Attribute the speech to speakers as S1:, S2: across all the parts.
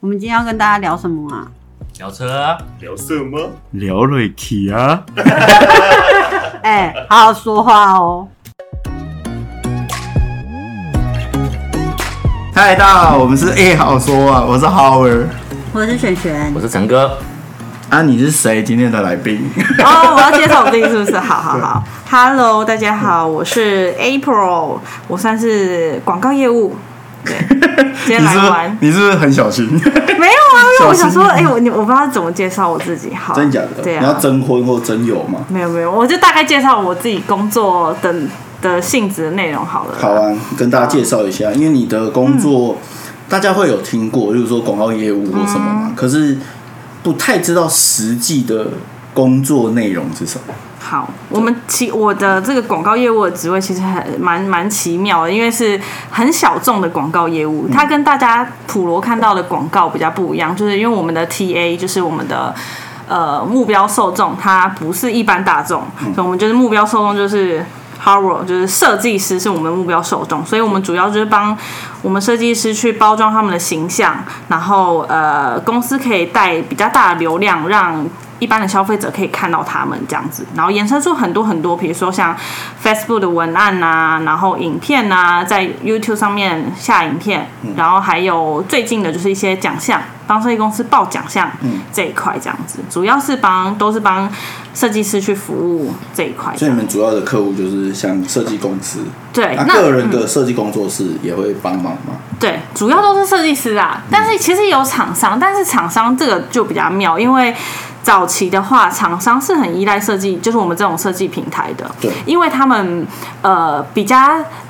S1: 我们今天要跟大家聊什么啊？
S2: 聊车，
S3: 聊色吗？
S4: 聊瑞奇啊，
S1: 哎、好好说话哦。
S4: 嗨，大家好，我们是 A 好说啊，我是 Howard。
S1: 我是璇 璇
S2: 我。是陈哥，
S4: 啊，你是谁？今天的来宾？
S5: 哦，我要介绍我自己是不是？好好好，Hello，大家好，我是 April，我算是广告业务。 对，今天
S4: 你
S5: 来
S4: 是不是
S5: 玩
S4: 你是不是很小心？
S5: 没有啊？因为我想说，
S4: 小
S5: 哎、
S4: 心
S5: 我你我不知道怎么介绍我自己，好，
S4: 真假的？
S5: 对
S4: 你要
S5: 啊，
S4: 征婚或征友吗？
S5: 没有没有，我就大概介绍我自己工作的的性质的内容好了。
S4: 好啊，跟大家介绍一下，因为你的工作、
S5: 嗯
S4: 大家会有听过，就是说广告业务或什么
S5: 嗯
S4: 嘛，可是不太知道实际的工作内容是什么。
S5: 好，我们其我的这个广告业务的职位其实很蛮蛮奇妙的，因为是很小众的广告业务，它跟大家普罗看到的广告比较不一样，就是因为我们的 TA 就是我们的。呃，目标受众它不是一般大众，所以我们就是目标受众就是 Howard，就是设计师是我们目标受众，所以我们主要就是帮我们设计师去包装他们的形象，然后呃，公司可以带比较大的流量，让一般的消费者可以看到他们这样子，然后延伸出很多很多，比如说像 Facebook 的文案呐、然后影片呐、在 YouTube 上面下影片，
S4: 嗯
S5: 然后还有最近的就是一些奖项，帮设计公司报奖项
S4: 嗯
S5: 这一块这样子，主要是帮都是帮设计师去服务这一块。
S4: 所以你们啊主要的客户就是像设计公司，
S5: 对，
S4: 那、
S5: 哎那嗯
S4: 个人的设计工作室也会帮忙吗？
S5: 对，主要都是设计师啊，但是其实有厂商，但是厂商这个就比较妙，因为早期的话，厂商是很依赖设计，就是我们这种设计平台的，
S4: 对
S5: 因为他们呃比较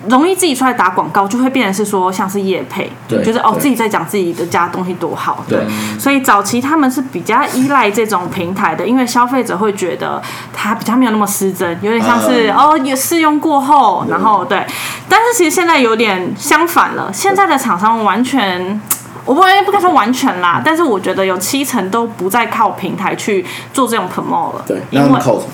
S5: 容易自己出来打广告，就会变成是说像是业配，
S4: 对
S5: 就是哦
S4: 对
S5: 自己在讲自己的家东西多好，
S4: 对
S5: 所以早期他们是比较依赖这种平台的，因为消费者会觉得它比较没有那么失真，有点像是、
S4: 嗯
S5: 哦有试用过后，然后对，但是其实现在有点相反了，现在的厂商完全。我不不敢说完全啦，但是我觉得有七成都不再靠平台去做这种 promo 了，
S4: 对，
S5: 因
S4: 那他
S5: 为
S4: 们靠什么？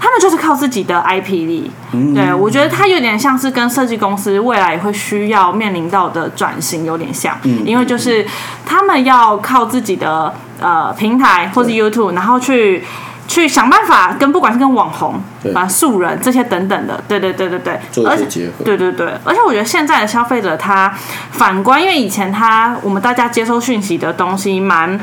S5: 他们就是靠自己的 IP 力。
S4: 嗯
S5: 对我觉得它有点像是跟设计公司未来会需要面临到的转型有点像，
S4: 嗯
S5: 因为就是他们要靠自己的呃平台或是 YouTube，然后去。去想办法跟不管是跟网红
S4: 对
S5: 啊、素人这些等等的，对对对对对，
S4: 做一些
S5: 而且
S4: 结合
S5: 对对对，而且我觉得现在的消费者他反观，因为以前他我们大家接收讯息的东西蛮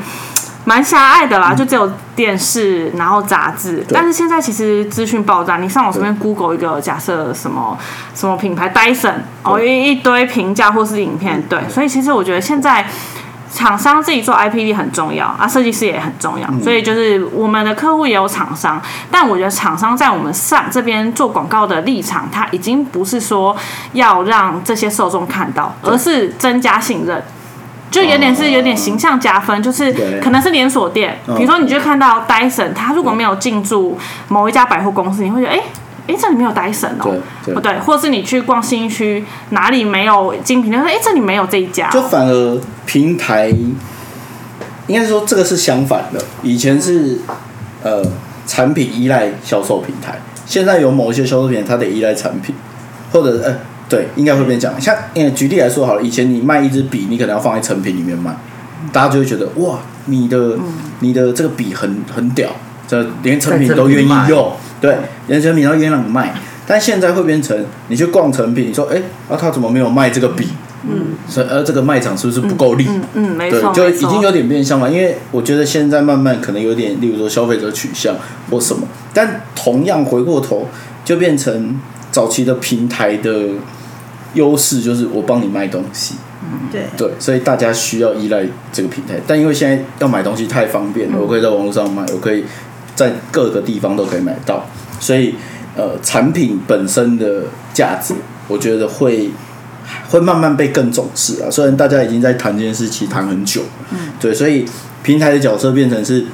S5: 蛮狭隘的啦，
S4: 嗯
S5: 就只有电视，然后杂志。但是现在其实资讯爆炸，你上网随便 Google 一个，假设什么什么品牌 Dyson，哦一一堆评价或是影
S4: 嗯
S5: 片，对。所以其实我觉得现在厂商自己做 IP 力很重要啊，设计师也很重
S4: 嗯
S5: 要。所以就是我们的客户也有厂商，但我觉得厂商在我们上这边做广告的立场，他已经不是说要让这些受众看到，而是增加信任。就有点是有点形象加分，就是
S4: 对嗯
S5: 可能是连锁店，比如说你就看到 Dyson，它如果没有进驻某一家百货公司，你会觉得哎。哎，这里没有 Dyson 哦，
S4: 对对
S5: 不对，或是你去逛新区，哪里没有精品店，说哎，这里没有这一家哦，
S4: 就反而平台，应该说这个是相反的。以前是呃产品依赖销售平台，现在有某一些销售平台它得依赖产品，或者呃对，应该会变讲。像呃举例来说好了，以前你卖一支笔，你可能要放在成品里面卖，大家就会觉得哇，你的、你的这个笔很很屌，这连成品都愿意
S2: 在成品
S4: 用，对，连成品都愿意让你卖。但现在会变成，你去逛成品，你说，哎、啊，他怎么没有卖这个笔？所以呃，这个卖场是不是不够力？
S5: 嗯嗯，没
S4: 对
S5: 错，，
S4: 就
S5: 没
S4: 已经
S5: 错，
S4: 有点变相了。因为我觉得现在慢慢可能有点，例如说消费者取向或什么，但同样回过头就变成早期的平台的优势，就是我帮你卖东西。
S1: 对，
S4: 对，所以大家需要依赖这个平台，但因为现在要买东西太方便了，我可以在网络上买，我可以在各个地方都可以买到，所以呃，产品本身的价值，我觉得会会慢慢被更重视啊。虽然大家已经在谈这件事，其实谈很久，嗯，对，所以平台的角色变成是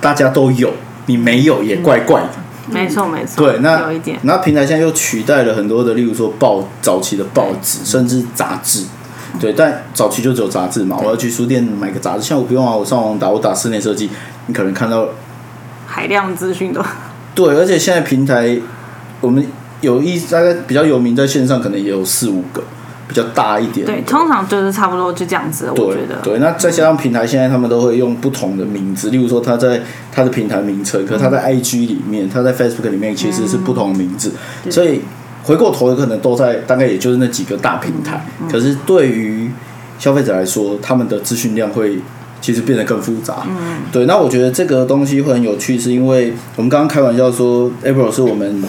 S4: 大家都有，你没有也怪怪的。
S5: 没错，没错，
S4: 对，那
S5: 有一点，
S4: 那平台现在又取代了很多的，例如说报早期的报纸，甚至杂志。
S5: 嗯
S4: 对，但早期就只有杂志嘛，我要去书店买个杂志，现在我不用啊，我上网打，我打室内设计，你可能看到。
S5: 海量资讯都，
S4: 对，而且现在平台我们有一大概比较有名，在线上可能也有四五个，比较大一点的。
S5: 对，通常就是差不多就这样子，我
S4: 对
S5: 觉得。
S4: 对，那再加上平台现在他们都会用不同的名字，例如说他在他的平台名称，可是他
S5: 嗯
S4: 在 IG 里面，他在 Facebook 里面其实是不同的名字，
S5: 嗯
S4: 所以回过头可能都在大概也就是那几个大平台，
S5: 嗯
S4: 可是对于消费者来说，他们的资讯量会。其实变得更复杂，嗯，对。那我觉得这个东西会很有趣，是因为我们刚刚开玩笑说，April 是我们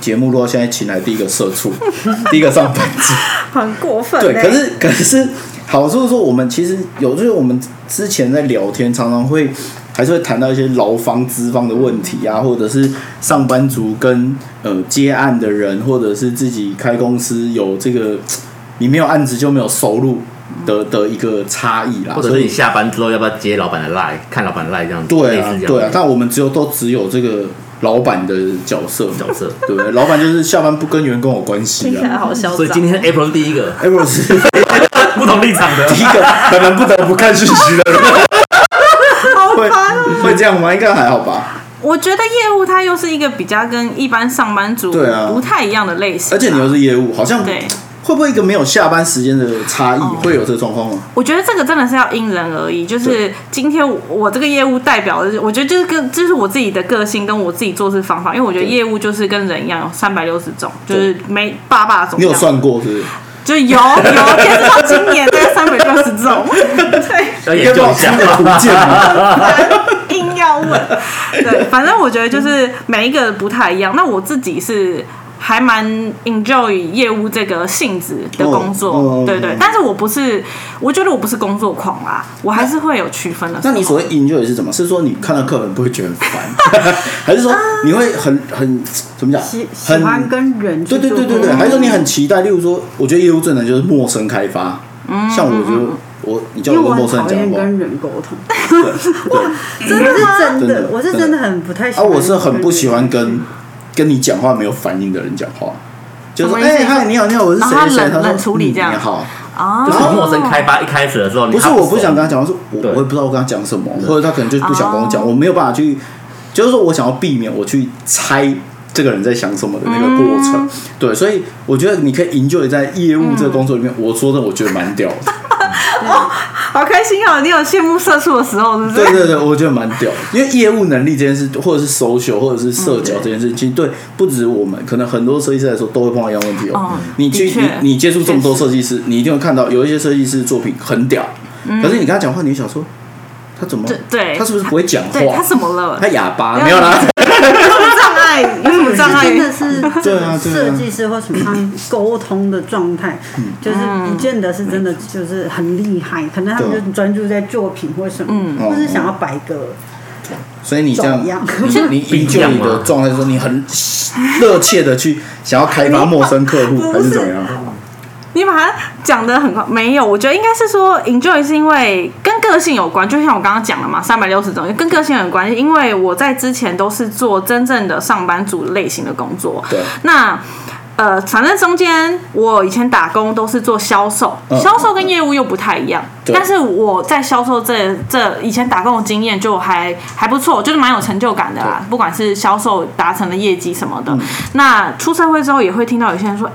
S4: 节目录到现在请来第一个社畜， 第一个上班族，
S5: 很过分欸
S4: 对，可是可是好处是说，我们其实有，就是我们之前在聊天，常常会还是会谈到一些劳方、资方的问题啊，或者是上班族跟呃接案的人，或者是自己开公司有这个呃你没有案子就没有收入的 的一个差异啦，
S2: 或者
S4: 所
S2: 是你
S4: 以。
S2: 下班之后要不要接老板的赖，看老板赖这样子，类
S4: 对
S2: 似
S4: 啊
S2: 这，样
S4: 对啊，
S2: 子
S4: 但我们只有都只有这个老板的角色，
S2: 角色。
S4: 对不对？老板就是下班不跟员工有关
S5: 听
S4: 系
S5: 起来
S4: 啊。
S5: 好嚣张。
S2: 所以今天 April 是第一个
S4: April 是
S2: 不同立场的，
S4: 第一个 可能不得不看讯息的人，会
S1: 哦
S4: 会这样吗？应该还好吧。
S5: 我觉得业务它又是一个比较跟一般上班族
S4: 对啊
S5: 不太一样的类型，啊
S4: 而且你又是业务，好像
S5: 对
S4: 会不会一个没有下班时间的差异
S1: 哦
S4: 会有这个状况吗？
S5: 我觉得这个真的是要因人而异，就是今天我我这个业务代表的是，我觉得就是跟这、就是我自己的个性跟我自己做事方法，因为我觉得
S4: 对
S5: 业务就是跟人一样，有三百六十种，就
S4: 对
S5: 是没八八种。
S4: 你有？算过是不是？
S5: 就 有有，天知道今年大概三百六十种， 对，
S2: 要研究一下
S4: 你。要不要出个图鉴吗
S5: 硬 要问。对，反正我觉得就是每一个不太一样。那我自己是。还蛮 enjoy 业务这个性质的工作，
S4: 哦哦
S5: 对对，
S4: 哦
S5: 但是我不是，我觉得我不是工作狂啦，我还是会有区分的时候。
S4: 那你所谓 enjoy 是什么？是说你看到课本不会觉得很烦， 还是说你会很很怎么讲
S1: 啊喜？喜
S4: 很
S1: 欢跟人去
S4: 对对
S1: 做
S4: 对对对，还是说你很期待？例如说，我觉得业务最难就是陌生开发。
S1: 嗯
S4: 像我觉得我你叫
S1: 因为
S4: 我
S1: 我
S4: 跟陌
S1: 很
S4: 生人
S1: 讨
S4: 讲
S1: 厌
S4: 话，
S1: 跟人沟通，
S4: 对
S1: 真的是真
S4: 真的
S1: 的，我是真的很不太喜
S4: 啊，
S1: 欢。
S4: 我是很不喜欢跟跟你讲话没有反应的人讲话，就是
S5: 什么意思
S4: 哎嗨你好你好我是谁谁谁，
S5: 然后他冷
S4: 他说
S5: 冷处理这样
S4: 嗯你好，
S5: 啊，
S2: 就是陌生开发一开始的时候，你
S4: 不是
S2: 他
S4: 我不
S2: 熟
S4: 想跟他讲话，是我
S2: 对
S4: 我也不知道我跟他讲什么，或者他可能就不想跟我
S5: 哦
S4: 讲，我没有办法去，就是说我想要避免我去猜。这个人在想什么的那个过程，
S5: 嗯
S4: 对，所以我觉得你可以 enjoy 在业务这个工作里面。我说的，我觉得蛮屌的，
S5: 好开心哦！你有羡慕社畜的时候，是 不
S4: 对
S5: 是？
S4: 对对，我觉得蛮屌，因为业务能力这件事，或者是 social，或者是社交这件事，其实对不止我们，可能很多设计师来说都会碰到一样问题哦。
S5: 哦
S4: 你去
S5: 的确
S4: 你你接触这么多
S5: 确实
S4: 设计师，你一定会看到有一些设计师作品很屌，可是你跟他讲话，你就想说他怎么
S5: 嗯对对
S4: 他是不是不会讲话？
S5: 对他怎么了？
S4: 他哑巴
S5: 对啊
S4: 没有 啦？
S5: 有什么 障碍？有什么障碍？
S1: 真的是
S4: 对啊对啊
S1: 设计师或什么他们沟通的状态，
S4: 嗯
S1: 就是不见得是真的就是很厉害，可能他们
S4: 对
S1: 就专注在作品或什
S4: 嗯
S1: 么，或是
S4: 哦
S1: 想要摆个
S4: 所以你这样
S1: 走一样
S4: 你你
S2: 不一
S4: enjoy
S2: 样
S4: 你的
S2: 吗
S4: 状态，说你很热切的去想要开发陌生客户，还是怎么样？
S5: 你把它讲的很快，没有，我觉得应该是说 enjoy 是因为跟个性有关，就像我刚刚讲的嘛，三百六十种跟个性有关，因为我在之前都是做真正的上班族类型的工作，
S4: 对
S5: 那。呃，反正中间我以前打工都是做销售，
S4: 嗯
S5: 销、售跟业务又不太一样。
S4: 对
S5: 但是我在销售这这以前打工的经验就还还不错，就是蛮有成就感的啦。不管是销售达成的业绩什么的，
S4: 嗯
S5: 那出社会之后也会听到有些人说，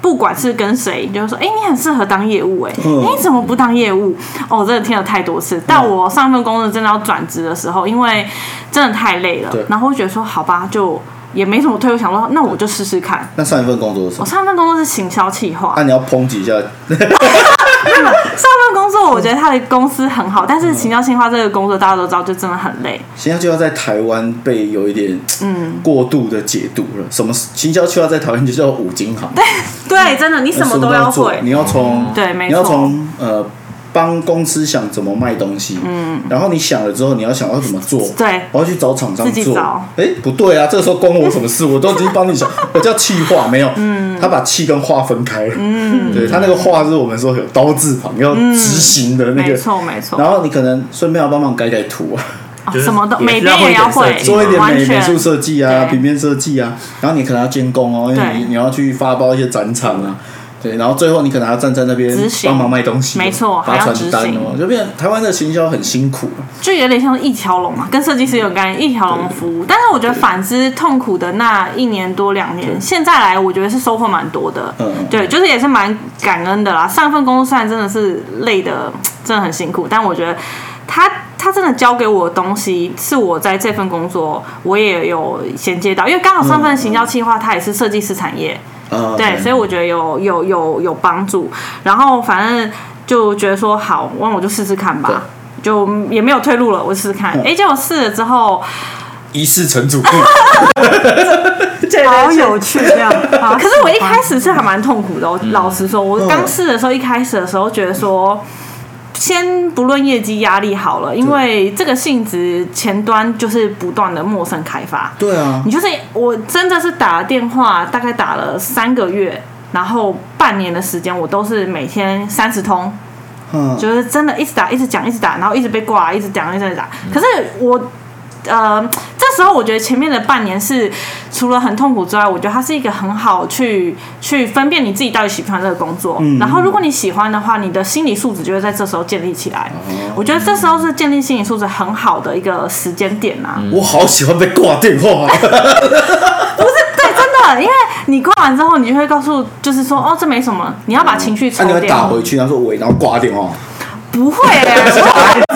S5: 不管是跟谁，就是说，哎、你很适合当业务、哎、
S4: 嗯
S5: 你怎么不当业务？哦，我真的听了太多次。但我上一份工作真的要转职的时候，因为真的太累了
S4: 对，
S5: 然后会觉得说，好吧，就也没什么退路，想说那我就试试看。
S4: 那上一份工作是什
S5: 我
S4: 么？
S5: 上一份工作是行销企划，
S4: 那你要抨击一下
S5: 上一份工作我觉得他的公司很好，但是行销企划这个工作大家都知道，就真的很累。
S4: 行销计划在台湾被有一点嗯过度的解读了。什么行销计划在台湾就叫五金行，
S5: 对，真的，你
S4: 嗯你
S5: 什么都要
S4: 做
S5: 会，嗯
S4: 你要从
S5: 对没错
S4: 你要从呃帮公司想怎么卖东西，嗯，然后你想了之后，你要想要怎么做，
S5: 对
S4: 我要去找厂商
S5: 自己
S4: 做
S5: 找。
S4: 哎，不对啊，这个时候关我什么事？我都已经帮你想， 我叫气化没有，嗯，他把气跟化分开了，嗯，对他那个化是我们说有刀字旁要执行的那
S5: 嗯没
S4: 个，
S5: 错没错，
S4: 然后你可能顺便要帮忙改改图啊。
S5: 哦
S2: 就是
S5: 什么都
S2: 也
S5: 每
S2: 是要会
S5: 边也
S2: 一点
S5: 要
S2: 设
S5: 会
S2: 计，
S4: 做一点
S5: 完
S4: 美
S5: 全
S4: 美术设计啊，
S5: 对
S4: 平面设计啊，然后你可能要监工哦，因为
S5: 对
S4: 你你要去发包一些展场啊，对，然后最后你可能要站在那边
S5: 执行
S4: 帮忙卖东西哦，
S5: 没错还
S4: 发
S5: 要
S4: 传
S5: 执
S4: 单哦，
S5: 行
S4: 就变成台湾的行销很辛苦啊，
S5: 就有点像是一条龙嘛，跟设计师有关，一条龙服务。但是我觉得反之痛苦的那一年多两年，现在来我觉得是收获蛮多的
S4: 嗯嗯，
S5: 对，就是也是蛮感恩的啦。上份工作虽然真的是累的，真的很辛苦，但我觉得他他真的教给我的东西，是我在这份工作我也有衔接到，因为刚好上份行销企划，它也是设计师产业，
S4: 啊，
S5: 对，所以我觉得有有有有帮助。然后反正就觉得说好，那我就试试看吧，就也没有退路了，我试试看。哎、结果试了之后，
S3: 一世成 主，
S1: 好有趣这样。
S5: 啊可是我一开始是还蛮痛苦的、哦，老实说，我刚试的时候，一开始的时候觉得说。先不论业绩压力好了，因为这个性质前端就是不断的陌生开发，
S4: 对啊
S5: 你，就是我真的是打了电话，大概打了三个月，然后半年的时间，我都是每天三十通，
S4: 嗯，
S5: 就是真的一直打，一直讲，一直打，然后一直被挂，一直讲，一直打。可是我，呃，这时候我觉得前面的半年是除了很痛苦之外，我觉得它是一个很好去去分辨你自己到底喜不喜欢这个工作。然后如果你喜欢的话，你的心理素质就会在这时候建立起来。我觉得这时候是建立心理素质很好的一个时间点啊。
S4: 我好喜欢被挂电话，啊
S5: 对，真的，因为你挂完之后，你就会告诉，就是说，哦，这没什么，你要 把情绪抽
S4: 啊那你会打
S5: 掉。
S4: 回去，他说喂，然后挂电 话，
S5: 不会、欸，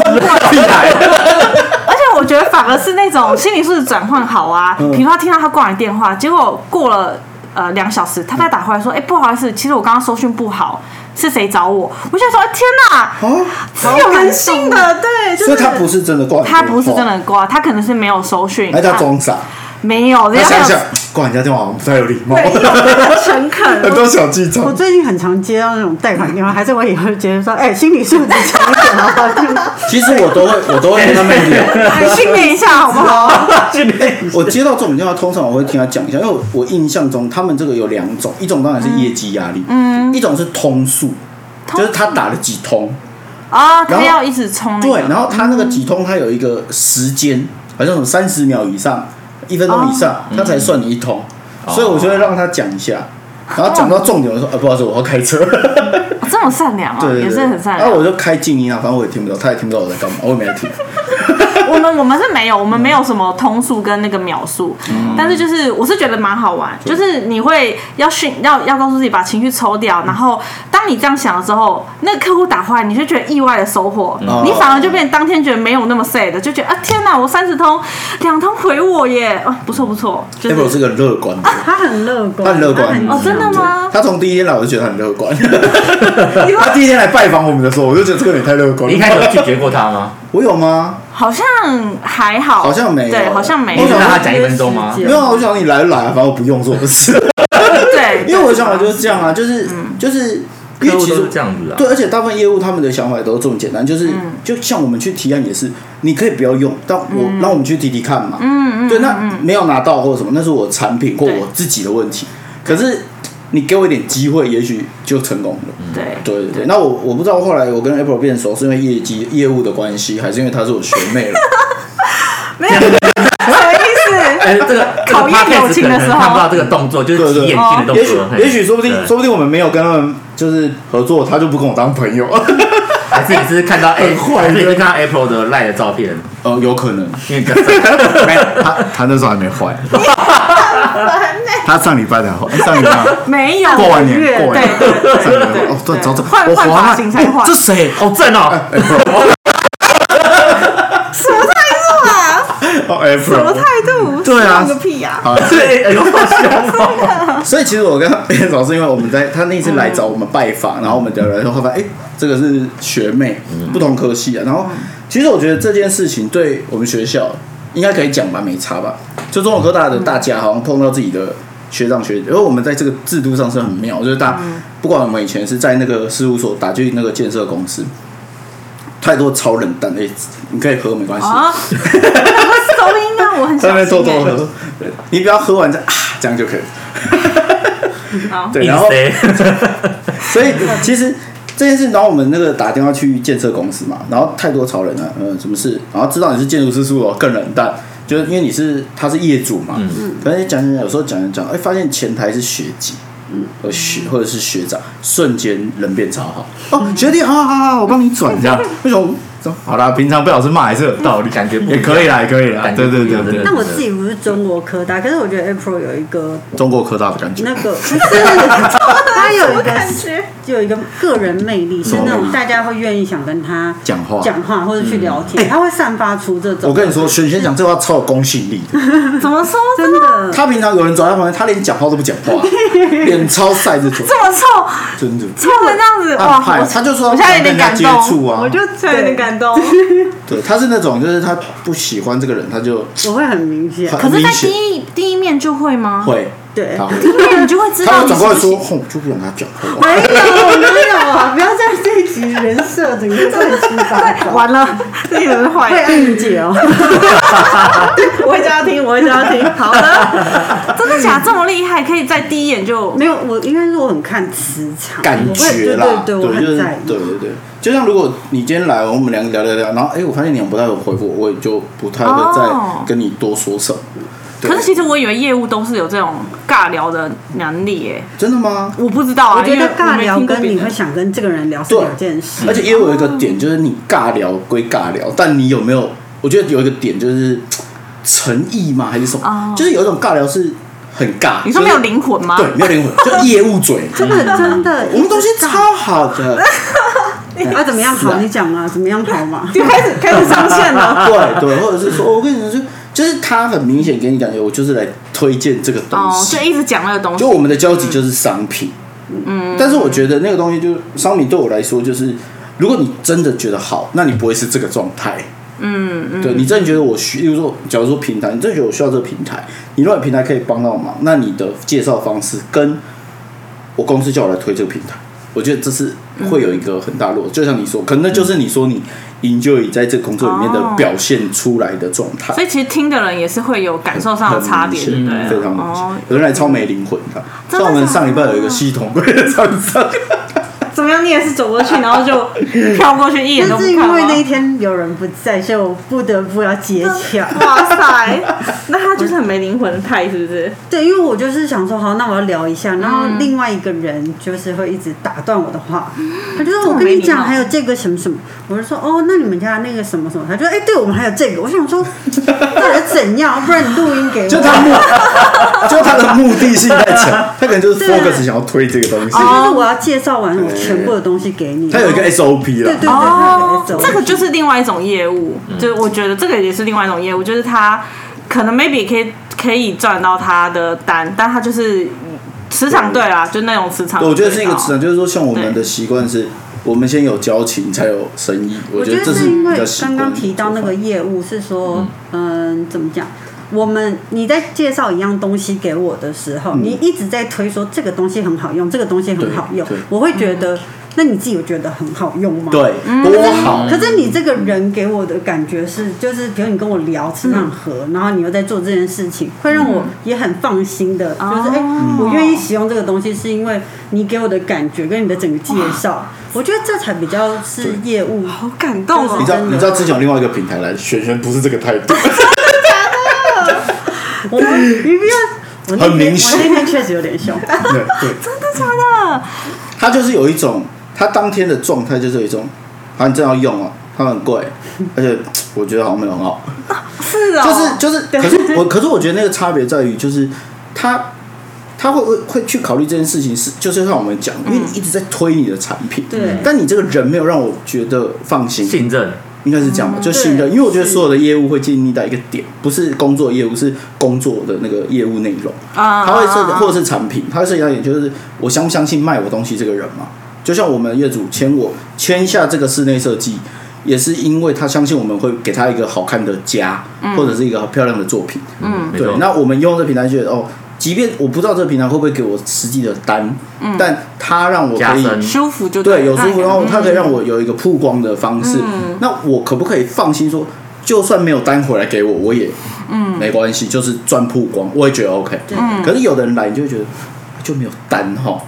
S5: 我
S4: 屁孩，
S5: 而且我觉得反而是那种心理素质转换好啊。
S4: 嗯
S5: 比如说，听到他挂完电话，结果过了呃两小时，他再打回来说，哎、不好意思，其实我刚刚收讯不好，是谁找我？我就说，啊天哪，
S4: 哦
S5: 是有人性啊的，对，就
S4: 所
S5: 是
S4: 以他不是真的挂，
S5: 他不是真，的挂，他可能是没有收讯，
S4: 还在装傻，
S5: 没有，人
S4: 他
S5: 家
S4: 想
S5: 没有
S4: 想挂人家电话好像不太有礼 貌，
S1: 很诚恳。
S4: 很多
S1: 我
S4: 小剧
S1: 我
S4: 场，
S1: 最近很常接到那种贷款电话，还是我以后觉得说，哎，心理素质强一点好不 好？
S4: 其实我都会，我都会跟他们聊。
S5: 训练一下好不好？
S1: 哦
S4: 我接到这种电话，通常我会听他讲一下，因为我印象中他们这个有两种，一种当然是业绩压力，嗯，一种是通速， 就是他打了几通，
S5: 啊，
S4: 然
S5: 他
S4: 后
S5: 要一直冲那个，
S4: 对，然后他那个
S5: 嗯
S4: 几通，他有一个时间，好像什么三十秒以上、一分钟以上，
S5: 哦
S4: 他才算你一通，所以我就会让他讲一下。然后讲到重点，我就说：“啊，不好意思，我要开车。”
S5: 哦这么善良啊，
S4: 对对对，
S5: 也是很善
S4: 然
S5: 良
S4: 后。我就开静音啊，反正我也听不到，他也听不到我在干嘛，我也没在听。
S5: 我们我们是没有，我们没有什么通数跟那个秒数，
S4: 嗯
S5: 但是就是我是觉得蛮好玩，就是你会要训要要告诉自己把情绪抽掉，然后当你这样想的时候，那个客户打回来，你就觉得意外的收获，
S4: 嗯
S5: 你反而就变当天觉得没有那么 sad，就觉得啊天哪，我三十通两通回我耶，啊不错不错， 就
S4: a
S5: 是
S4: p r 哎是个乐观的人，
S1: 他很乐观，
S4: 他很乐观
S1: 很
S5: 哦真的吗？
S4: 他从第一天来我就觉得他很乐 观。
S5: 你
S4: 他第一天来拜访我们的时候，我就觉得这个人也太乐观
S2: 你
S4: 了。
S2: 一开始有拒绝过他吗？
S4: 我有吗？
S5: 好像还好，
S4: 好像没有
S5: 对，好像没
S2: 你
S5: 有
S2: 是，
S4: 我想
S2: 让他讲一分钟吗？
S4: 没有啊，我想你来就来啊，反正我不用做的事。
S5: 对，
S4: 因为我的想法就是这样啊，就是就是，
S2: 客
S4: 因为
S2: 户
S4: 其
S2: 都
S4: 实
S2: 是这样子啊。
S4: 对，而且大部分业务他们的想法也都是这么简单，就是、就像我们去提案也是，你可以不要用，但我让、我们去提提看嘛。嗯嗯。对，那没有拿到或者什么，那是我产品或
S5: 对
S4: 我自己的问题。可是你给我一点机会，也许就成功了。
S5: 对
S4: 对对对。那我我不知道后来我跟 Apple 变熟是因为业绩业务的关系，还是因为她是我学妹 了。
S5: 什么意思？
S2: 哎，这个 这个
S5: 考验
S2: podcast
S5: 友情的时候
S2: 可能看不到这个动作，就是挤眼睛的动
S4: 也许
S2: 作。嘿
S4: 哦也许说不定
S2: 对
S4: 说不定我们没有跟他们就是合作，他就不跟我当朋友。
S2: 还是你只是看到哎，
S4: 坏
S2: 还是你是看到 Apple 的赖的照 片，
S4: 呃，有可能。
S2: 因为你
S4: 没他他那时候还没坏。
S5: 欸
S4: 他上礼拜才坏，上礼拜
S5: 没有，
S4: 过完年
S5: 对
S4: 过完年
S5: 对对
S4: 上礼拜
S5: 对
S4: 哦，对，走走，
S5: 换
S4: 我
S5: 换
S4: 滑
S5: 发
S4: 了
S5: 型才换
S4: 哎这谁？
S2: 好正
S4: 哎
S2: 哦，
S4: 哦
S5: 什么态
S4: ，April。
S5: 度？
S4: 对啊
S5: 失望个屁呀、
S4: 好
S2: 对，哎呦，好凶哦。
S4: 所以其实我跟他变熟是因为我们在他那次来找我们拜访，然后我们聊聊之后发现，哎、这个是学妹，不同科系啊。然后
S5: 嗯
S4: 其实我觉得这件事情对我们学校应该可以讲吧，没差吧？就中国科大的大家好像碰到自己的学长学姐，因为我们在这个制度上是很妙，就是大、
S5: 嗯
S4: 不管我们以前是在那个事务所打进那个建设公司。太多超冷淡的，哎你可以喝没关系。
S5: 啊！我收音啊，我很
S4: 在那
S5: 小
S4: 边偷
S5: 心、
S4: 偷喝，
S5: 欸。
S4: 对你不要喝完再啊，这样就可以了。
S5: 好
S4: 对，然后
S2: 你是谁
S4: 所以其实这件事，然后我们那个打电话去建设公司嘛，然后太多潮人了，嗯，什么事？然后知道你是建筑师事务所，更冷淡，就是因为你是他是业主嘛，嗯，可是讲讲讲，有时候讲讲讲，哎，发现前台是学姐。嗯，或学或者是学长，瞬间人变超好哦，学弟，好好好好，我帮你转这样。为什么？好啦，平常被老师骂还是有道理，
S2: 感觉不一
S4: 也
S2: 样
S4: 可以啦，也可以啦。
S2: 感觉
S4: 对
S2: 不
S4: 对
S2: 一
S4: 对
S2: 样
S4: 对
S2: 真，的
S1: 但我自己不是中国科大，可是我觉得 April 有一个
S4: 中国科大的感觉
S1: 那个不是，他他有一个
S5: 感觉
S1: 有一个个人魅力，是那种大家会愿意想跟他
S4: 讲话嗯哎
S1: 讲话或者去聊天，他会散发出这种。
S4: 我跟你说，玄轩讲这话超有公信力的。
S5: 怎么说
S1: 真的，
S4: 他平常有人走在旁边，他连讲话都不讲 话，脸超晒这种，
S5: 这么臭，
S4: 真的。
S5: 臭的这样子，
S4: 他
S5: 哇！
S4: 很怕，
S5: 我
S4: 啊他就说
S5: 我现在有点感
S4: 不能跟人家接触
S5: 动，
S4: 啊
S5: 我就现在有点感动。
S4: 对，他是那种就是他不喜欢这个人，他就
S1: 我会很明显。
S4: 很
S5: 可是，
S4: 明
S5: 在
S4: 显
S5: 第一第一面就会吗？
S4: 会，
S1: 对
S4: 他会，
S5: 第一面你就会知
S4: 他
S5: 道
S4: 会
S5: 你
S4: 转过来
S5: 是
S4: 说，
S5: 不是。
S4: 哼，我就不想跟他讲话。
S1: 没有没有啊！不要在这一集人设整个都很奇葩，
S5: 完了，这个人坏
S1: 会
S5: 了。
S4: 啊
S1: 爱你姐哦。
S5: 我会叫他听，我会叫他听。好的，真的假的这么厉害，可以在第一眼就
S1: 没有，我应该是我很看磁场，
S4: 感
S1: 我会
S4: 觉啦，
S1: 对对对，我
S4: 对，就
S1: 很
S4: 是
S1: 在意。
S4: 对对对，就像如果你今天来，我们两个聊聊聊，然后哎，我发现你不太有回复我，我也就不太会
S5: 哦
S4: 再跟你多说什么。对
S5: 可是其实我以为业务都是有这种尬聊的能力耶，
S4: 真的吗？
S5: 我不知道啊，
S1: 我觉
S5: 因为
S1: 得尬
S5: 没
S1: 聊
S5: 听过
S1: 跟
S5: 别
S1: 你
S5: 人
S1: 会想跟这个人聊是
S4: 对
S1: 两件事。
S4: 而且也有一个点，就是你尬聊归尬聊，但你有没有？我觉得有一个点就是诚意吗？还是什么
S5: 哦？
S4: 就是有一种尬聊是很尬，
S5: 你说没有
S4: 就是
S5: 灵魂吗？
S4: 对，没有灵魂，就业务嘴。
S1: 真的真的，
S4: 我们东西超好的，
S1: 啊，怎么样好？你讲啊，怎么样好嘛？
S5: 就开始开始上线了。
S4: 对对，或者是说，哦我跟你说，就就是他很明显给你感觉，我就是来推荐这个东
S5: 哦，
S4: 西
S5: 就。一直讲那个东西，
S4: 就我们的交集就是商品，嗯，但是我觉得那个东西就是商品对我来说就是，如果你真的觉得好，那你不会是这个状态，嗯嗯，对你真的觉得我需，例如说，假如说平台，你真的觉得我需要这个平台，你认为平台可以帮到忙，那你的介绍方式跟我公司叫我来推这个平台，我觉得这是会有一个很大落，就像你说，可能那就是你说你 enjoy 在这个工作里面的
S5: 嗯哦
S4: 表现出来的状态。
S5: 所以其实听的人也是会有感受上
S4: 很
S5: 的差别，
S4: 明
S5: 对
S4: 显
S5: 不对？
S4: 非常明
S5: 哦
S4: 显，，有人来超没灵魂的。
S5: 真的
S4: 像我们
S5: 假的
S4: 上礼拜有一个系统柜的厂商，
S5: 怎么样？你也是走过去，然后就飘过去，一眼都
S1: 就
S5: 不
S1: 是因
S5: 看
S1: 为那一
S5: 吗？
S1: 天有人不在，所以我不得不要接洽。
S5: 哇塞，那他就是很没灵魂派，是不是？
S1: 对，因为我就是想说，好，那我要聊一下，然后
S5: 嗯
S1: 另外一个人就是会一直打断我的话，他就说我跟你
S5: 这么没礼貌
S1: 讲，还有这个什么什么，我就说哦，那你们家那个什么什么，他就哎，对我们还有这个，我想 说到底是怎样，不然你录音给我，
S4: 就他目，就他的目的性在强，他可能就是
S1: 对
S4: focus 想要推这个东西。
S1: 哦就是我要介绍完我全部的东西给你，
S4: 他有一个 SOP
S1: 对对对，
S4: 啦，
S1: 他有一个 SOP
S5: 哦这个就是另外一种业务，
S4: 嗯
S5: 就是我觉得这个也是另外一种业务，就是他可能 maybe 可以可以赚到他的单，但他就是磁场对啦，就那种磁场。
S4: 对我觉得是一个职场，就是说像我们的习惯是，我们先有交情才有生意。我
S1: 我
S4: 觉
S1: 觉
S4: 得这
S1: 得
S4: 是
S1: 是因
S4: 比
S1: 为
S4: 较习
S1: 刚
S4: 惯的
S1: 刚提到那个业务是说，嗯，怎么讲？我们你在介绍一样东西给我的时
S4: 嗯
S1: 候，你一直在推说这个东西很好用，这个东西很好用
S4: 对对，
S1: 我会觉得，那你自己有觉得很好用吗？嗯
S4: 做法对多好，
S1: 可是你这个人给我的感觉是，就是比如你跟我聊吃饭喝，
S4: 嗯
S1: 然后你又在做这件事情，会让我也很放心的，就是哎、
S4: 哦
S1: 我愿意使用这个东西，是因为你给我的感觉跟你的整个介绍，
S4: 嗯
S1: 我觉得这才比较是业务
S5: 好感动
S1: 就是
S5: 哦
S4: 你知。道
S1: 真的
S4: 你知道之前有另外一个平台来，璇璇不是这个态度，
S1: 我们你不要，我那
S4: 很
S1: 天
S4: 明
S1: 我
S4: 显
S1: 那天确实有点凶，
S4: 对对，他就是有一种，他当天的状态就是有一种，啊，你真的要用哦，它很贵，而且我觉得好像没有很好，
S5: 是哦，
S4: 就是就是，可是我可是我觉得那个差别在于，就是他他会会会去考虑这件事情是，就是像我们讲，因为你一直在推你的产品，
S1: 对
S4: 但你这个人没有让我觉得放心，
S2: 信任，
S4: 应该是这样吧，就信任，
S1: 嗯对
S4: 因为我觉得所有的业务会建立到一个点，不是工作业务，是工作的那个业务内容，
S5: 啊
S4: 它会涉及或者是产品，它会涉及到一点就是我相不相信卖我东西这个人嘛，就像我们业主签我签下这个室内设计。也是因为他相信我们会给他一个好看的家，或者是一个漂亮的作品。
S2: 嗯，没
S4: 对
S2: 错，，
S4: 那我们用这个平台觉得哦，即便我不知道这个平台会不会给我实际的单，但它让我
S2: 加
S4: 可以
S2: 深
S5: 舒服就
S4: 对，
S5: 了
S4: 有舒服，然后它可以让。
S5: 嗯
S4: 我有一个曝光的方式。那我可不可以放心说，就算没有单回来给我，我也嗯没关系，就是赚曝光，我也觉得 OK。可是有的人来，你就会觉得就没有单 哈。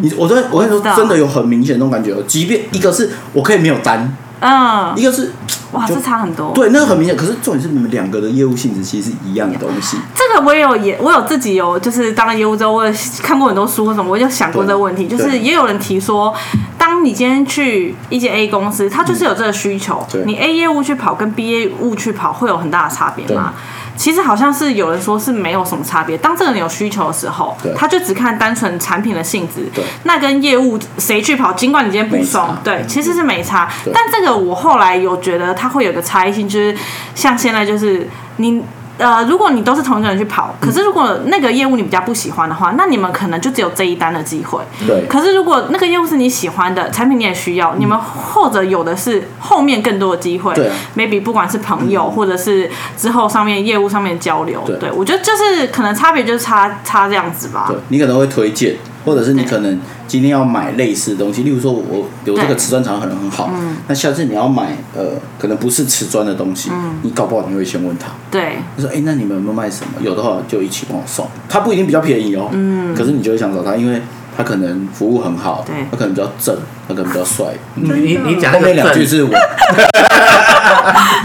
S4: 你我都我跟你
S5: 我
S4: 说，
S5: 知道
S4: 真的有很明显那种感觉哦。即便一个是我可以没有单，
S5: 嗯，
S4: 一个是
S5: 哇，
S4: 就
S5: 这差很多。
S4: 对，那个很明显。可是重点是你们两个的业务性质其实是一样的东西。
S5: 这个我也有也我有自己有就是当了业务之后，我有看过很多书或什么，我就想过这个问题，
S4: 对
S5: 就是
S4: 对
S5: 也有人提说，当你今天去一间 A 公司，它就是有这个需求，
S4: 对
S5: 你 A 业务去跑跟 B 业务去跑会有很大的差别吗？其实好像是有人说是没有什么差别，当这个人有需求的时候
S4: 对，
S5: 他就只看单纯产品的性质
S4: 对，
S5: 那跟业务谁去跑，尽管你今天不
S4: 没
S5: 爽
S4: 差，
S5: 对，其实是没差
S4: 嗯对。
S5: 但这个我后来有觉得它会有个差异性，就是像现在就是你。呃，如果你都是同一个人去跑，
S4: 嗯
S5: 可是如果那个业务你比较不喜欢的话，那你们可能就只有这一单的机会。
S4: 对
S5: 可是如果那个业务是你喜欢的产品，你也需要，你们或者有的是后面更多的机会。
S4: 嗯对啊嗯
S5: m a y b e 不管是朋友，或者是之后上面业务上面交流，
S4: 对
S5: 我觉得就是可能差别就是差差这样子吧。
S4: 对你可能会推荐，或者是你
S5: 对
S4: 可能今天要买类似的东西，例如说我有这个
S5: 对嗯
S4: 瓷砖厂可能很好，那下次你要买呃可能不是瓷砖的东西，
S5: 嗯
S4: 你搞不好你会先问他，
S5: 对
S4: 他说哎、那你们有没有卖什么？有的话就一起帮我送，他不一定比较便宜哦，嗯，可是你就会想找他，因为他可能服务很好，
S5: 对
S4: 他可能比较正，他可能比较帅，嗯
S2: 你你讲
S4: 后
S2: 那
S4: 面
S2: 个
S4: 两句
S2: 正，
S4: 是我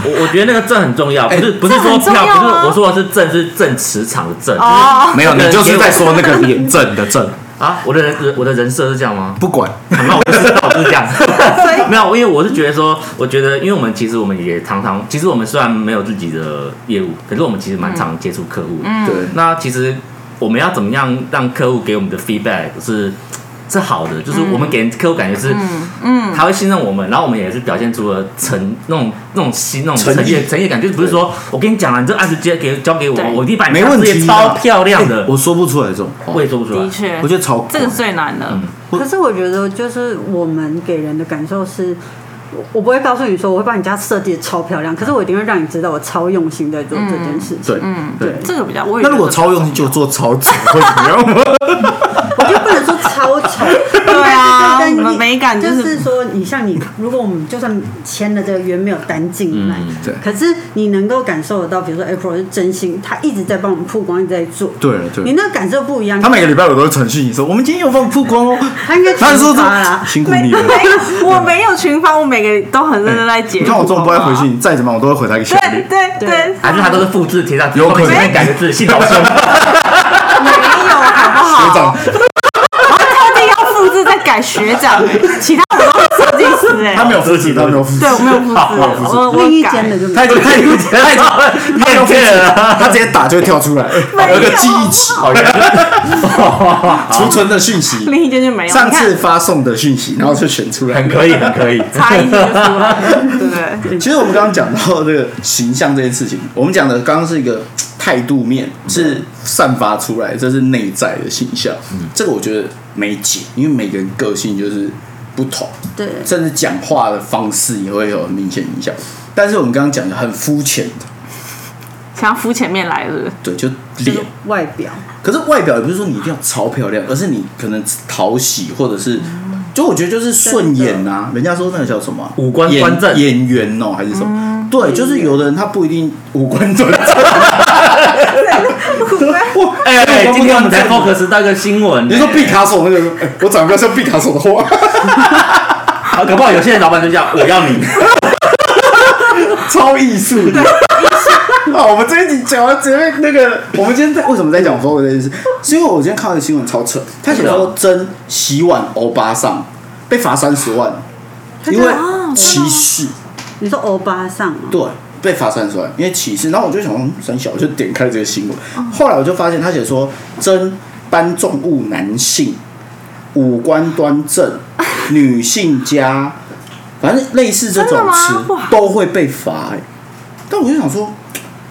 S2: 我我觉得那个正很重要，不是不是
S5: 正
S2: 说
S5: 哎很重
S2: 票，
S5: 要
S2: 不
S5: 啊
S2: 是我说的是正是正磁场的正
S5: 哦，
S3: 没有，你就是在说那个脸正的正，
S2: 啊。我的人我的人设是这样吗？
S3: 不管
S2: 那我不知道，我就是这样。 没有，因为我是觉得说，我觉得，因为我们其实我们也常常，其实我们虽然没有自己的业务，可是我们其实蛮常接触客户。嗯。
S4: 对
S2: 那其实我们要怎么样让客户给我们的 feedback 是是好的？就是我们给客户感觉是，嗯，他会信任我们，然后我们也是表现出了诚那种那种心那种
S4: 诚意
S2: 诚意的诚意的感觉，就是不是说我跟你讲了，你这案子直接给交给我
S5: 对，
S2: 我一定把你
S3: 没问题
S2: 事业
S3: 啊
S2: 超漂亮的
S3: 哎，我说不出来这种话，
S2: 我也说不出来
S5: 的。确
S4: 哦
S3: 我，觉得超
S5: 这个是最难
S4: 嗯
S5: 的。
S1: 可是我觉得，就是我们给人的感受是，我我不会告诉你说我会把你家设计的超漂亮，可是我一定会让你知道我超用心在做这件事情。
S4: 嗯
S3: 对，
S1: 对，
S5: 嗯这个比较，我 也
S3: 那如
S5: 觉
S3: 果
S5: 得
S3: 超用心就做超 级会怎么样吗？
S1: 我就不能说超丑，
S5: 对啊
S1: 但是
S5: 我们美感就
S1: 就是是说，你像你，如果我们就算签了这个约没有单进来，
S2: 嗯
S3: 对
S1: 可是你能够感受得到，比如说 April 是真心，他一直在帮我们曝光，一直在做，
S3: 对了对
S1: 你
S3: 了，
S1: 那个感受不一样。
S3: 他每个礼拜我都会传讯你说，我们今天又放曝光哦，
S1: 他应该
S3: 他说
S1: 群发啦
S3: 辛苦
S5: 没
S3: 你了。
S5: 没有，我没有群发，我每个都很认真在解。
S3: 你看我这种不爱回信，再怎么样我都会回他一个小
S5: 对
S3: 礼。
S5: 对对，
S2: 还是他都是复制贴上，
S3: 有可能
S2: 后面改个字，信老兄。
S5: 没有好不好？
S3: 学长，
S5: 特地要复制再改学长、欸，其他我都是设计师哎、
S3: 他没有复制，他没有复制，
S5: 对我没有复
S3: 好我没有
S5: 制，
S3: 复制
S5: 我
S1: 另
S5: 我
S1: 一间
S5: 改
S1: 的。就没
S3: 他已经他已经他已经他有复制了，他直接打就会跳出来，
S5: 没有
S3: 有一个记忆池，储存的讯息，
S5: 另一间就没有，
S3: 上
S5: 你看
S3: 次发送的讯息，然后就选出来
S2: 很。可以，很可以。
S5: 差异性就出来了，对不对？
S4: 其实我们刚刚讲到这个形象这件事情，我们讲的刚刚是一个态度面，是散发出来，这是内在的形象。这个我觉得没解，因为每个人个性就是不同，
S1: 对
S4: 甚至讲话的方式也会有很明显影响。但是我们刚刚讲的很肤浅的，
S5: 想要浮前面来是不是？
S4: 对，就
S1: 就
S4: 脸
S1: 是。外表，
S4: 可是外表也不是说你一定要超漂亮，而是你可能讨喜，或者是。就我觉得就是顺眼
S3: 啊
S4: 呐、人家说那个叫什么啊
S2: 五官
S4: 演
S2: 端正
S4: 演员哦、还是什么？对，就是有的人他不一定五官端正，哇
S2: 哎、
S4: 五官不
S2: 今天我们才
S4: 端正
S2: focus 到一个新闻、
S3: 你说毕卡索那个，哎我长得比较像毕卡索的话，
S2: 啊，搞不好有些人老板就叫我要你，
S3: 超艺术的。啊，我们这一集讲到前面那个，我们今天在为什么在讲 f o 这件事？是因为我今天看到一个新闻超扯，他写说真洗碗欧巴桑被罚三十万，因为歧视，
S1: 你说欧巴上哦，
S4: 对，被罚三十万，因为歧视。然后我就想说，嗯三小，我就点开这个新闻，
S5: 哦
S4: 后来我就发现他写说，真搬重物男性，五官端正，女性加，反正类似这种
S5: 真的吗
S4: 词
S5: 哇
S4: 都会被罚、欸。但我就想说，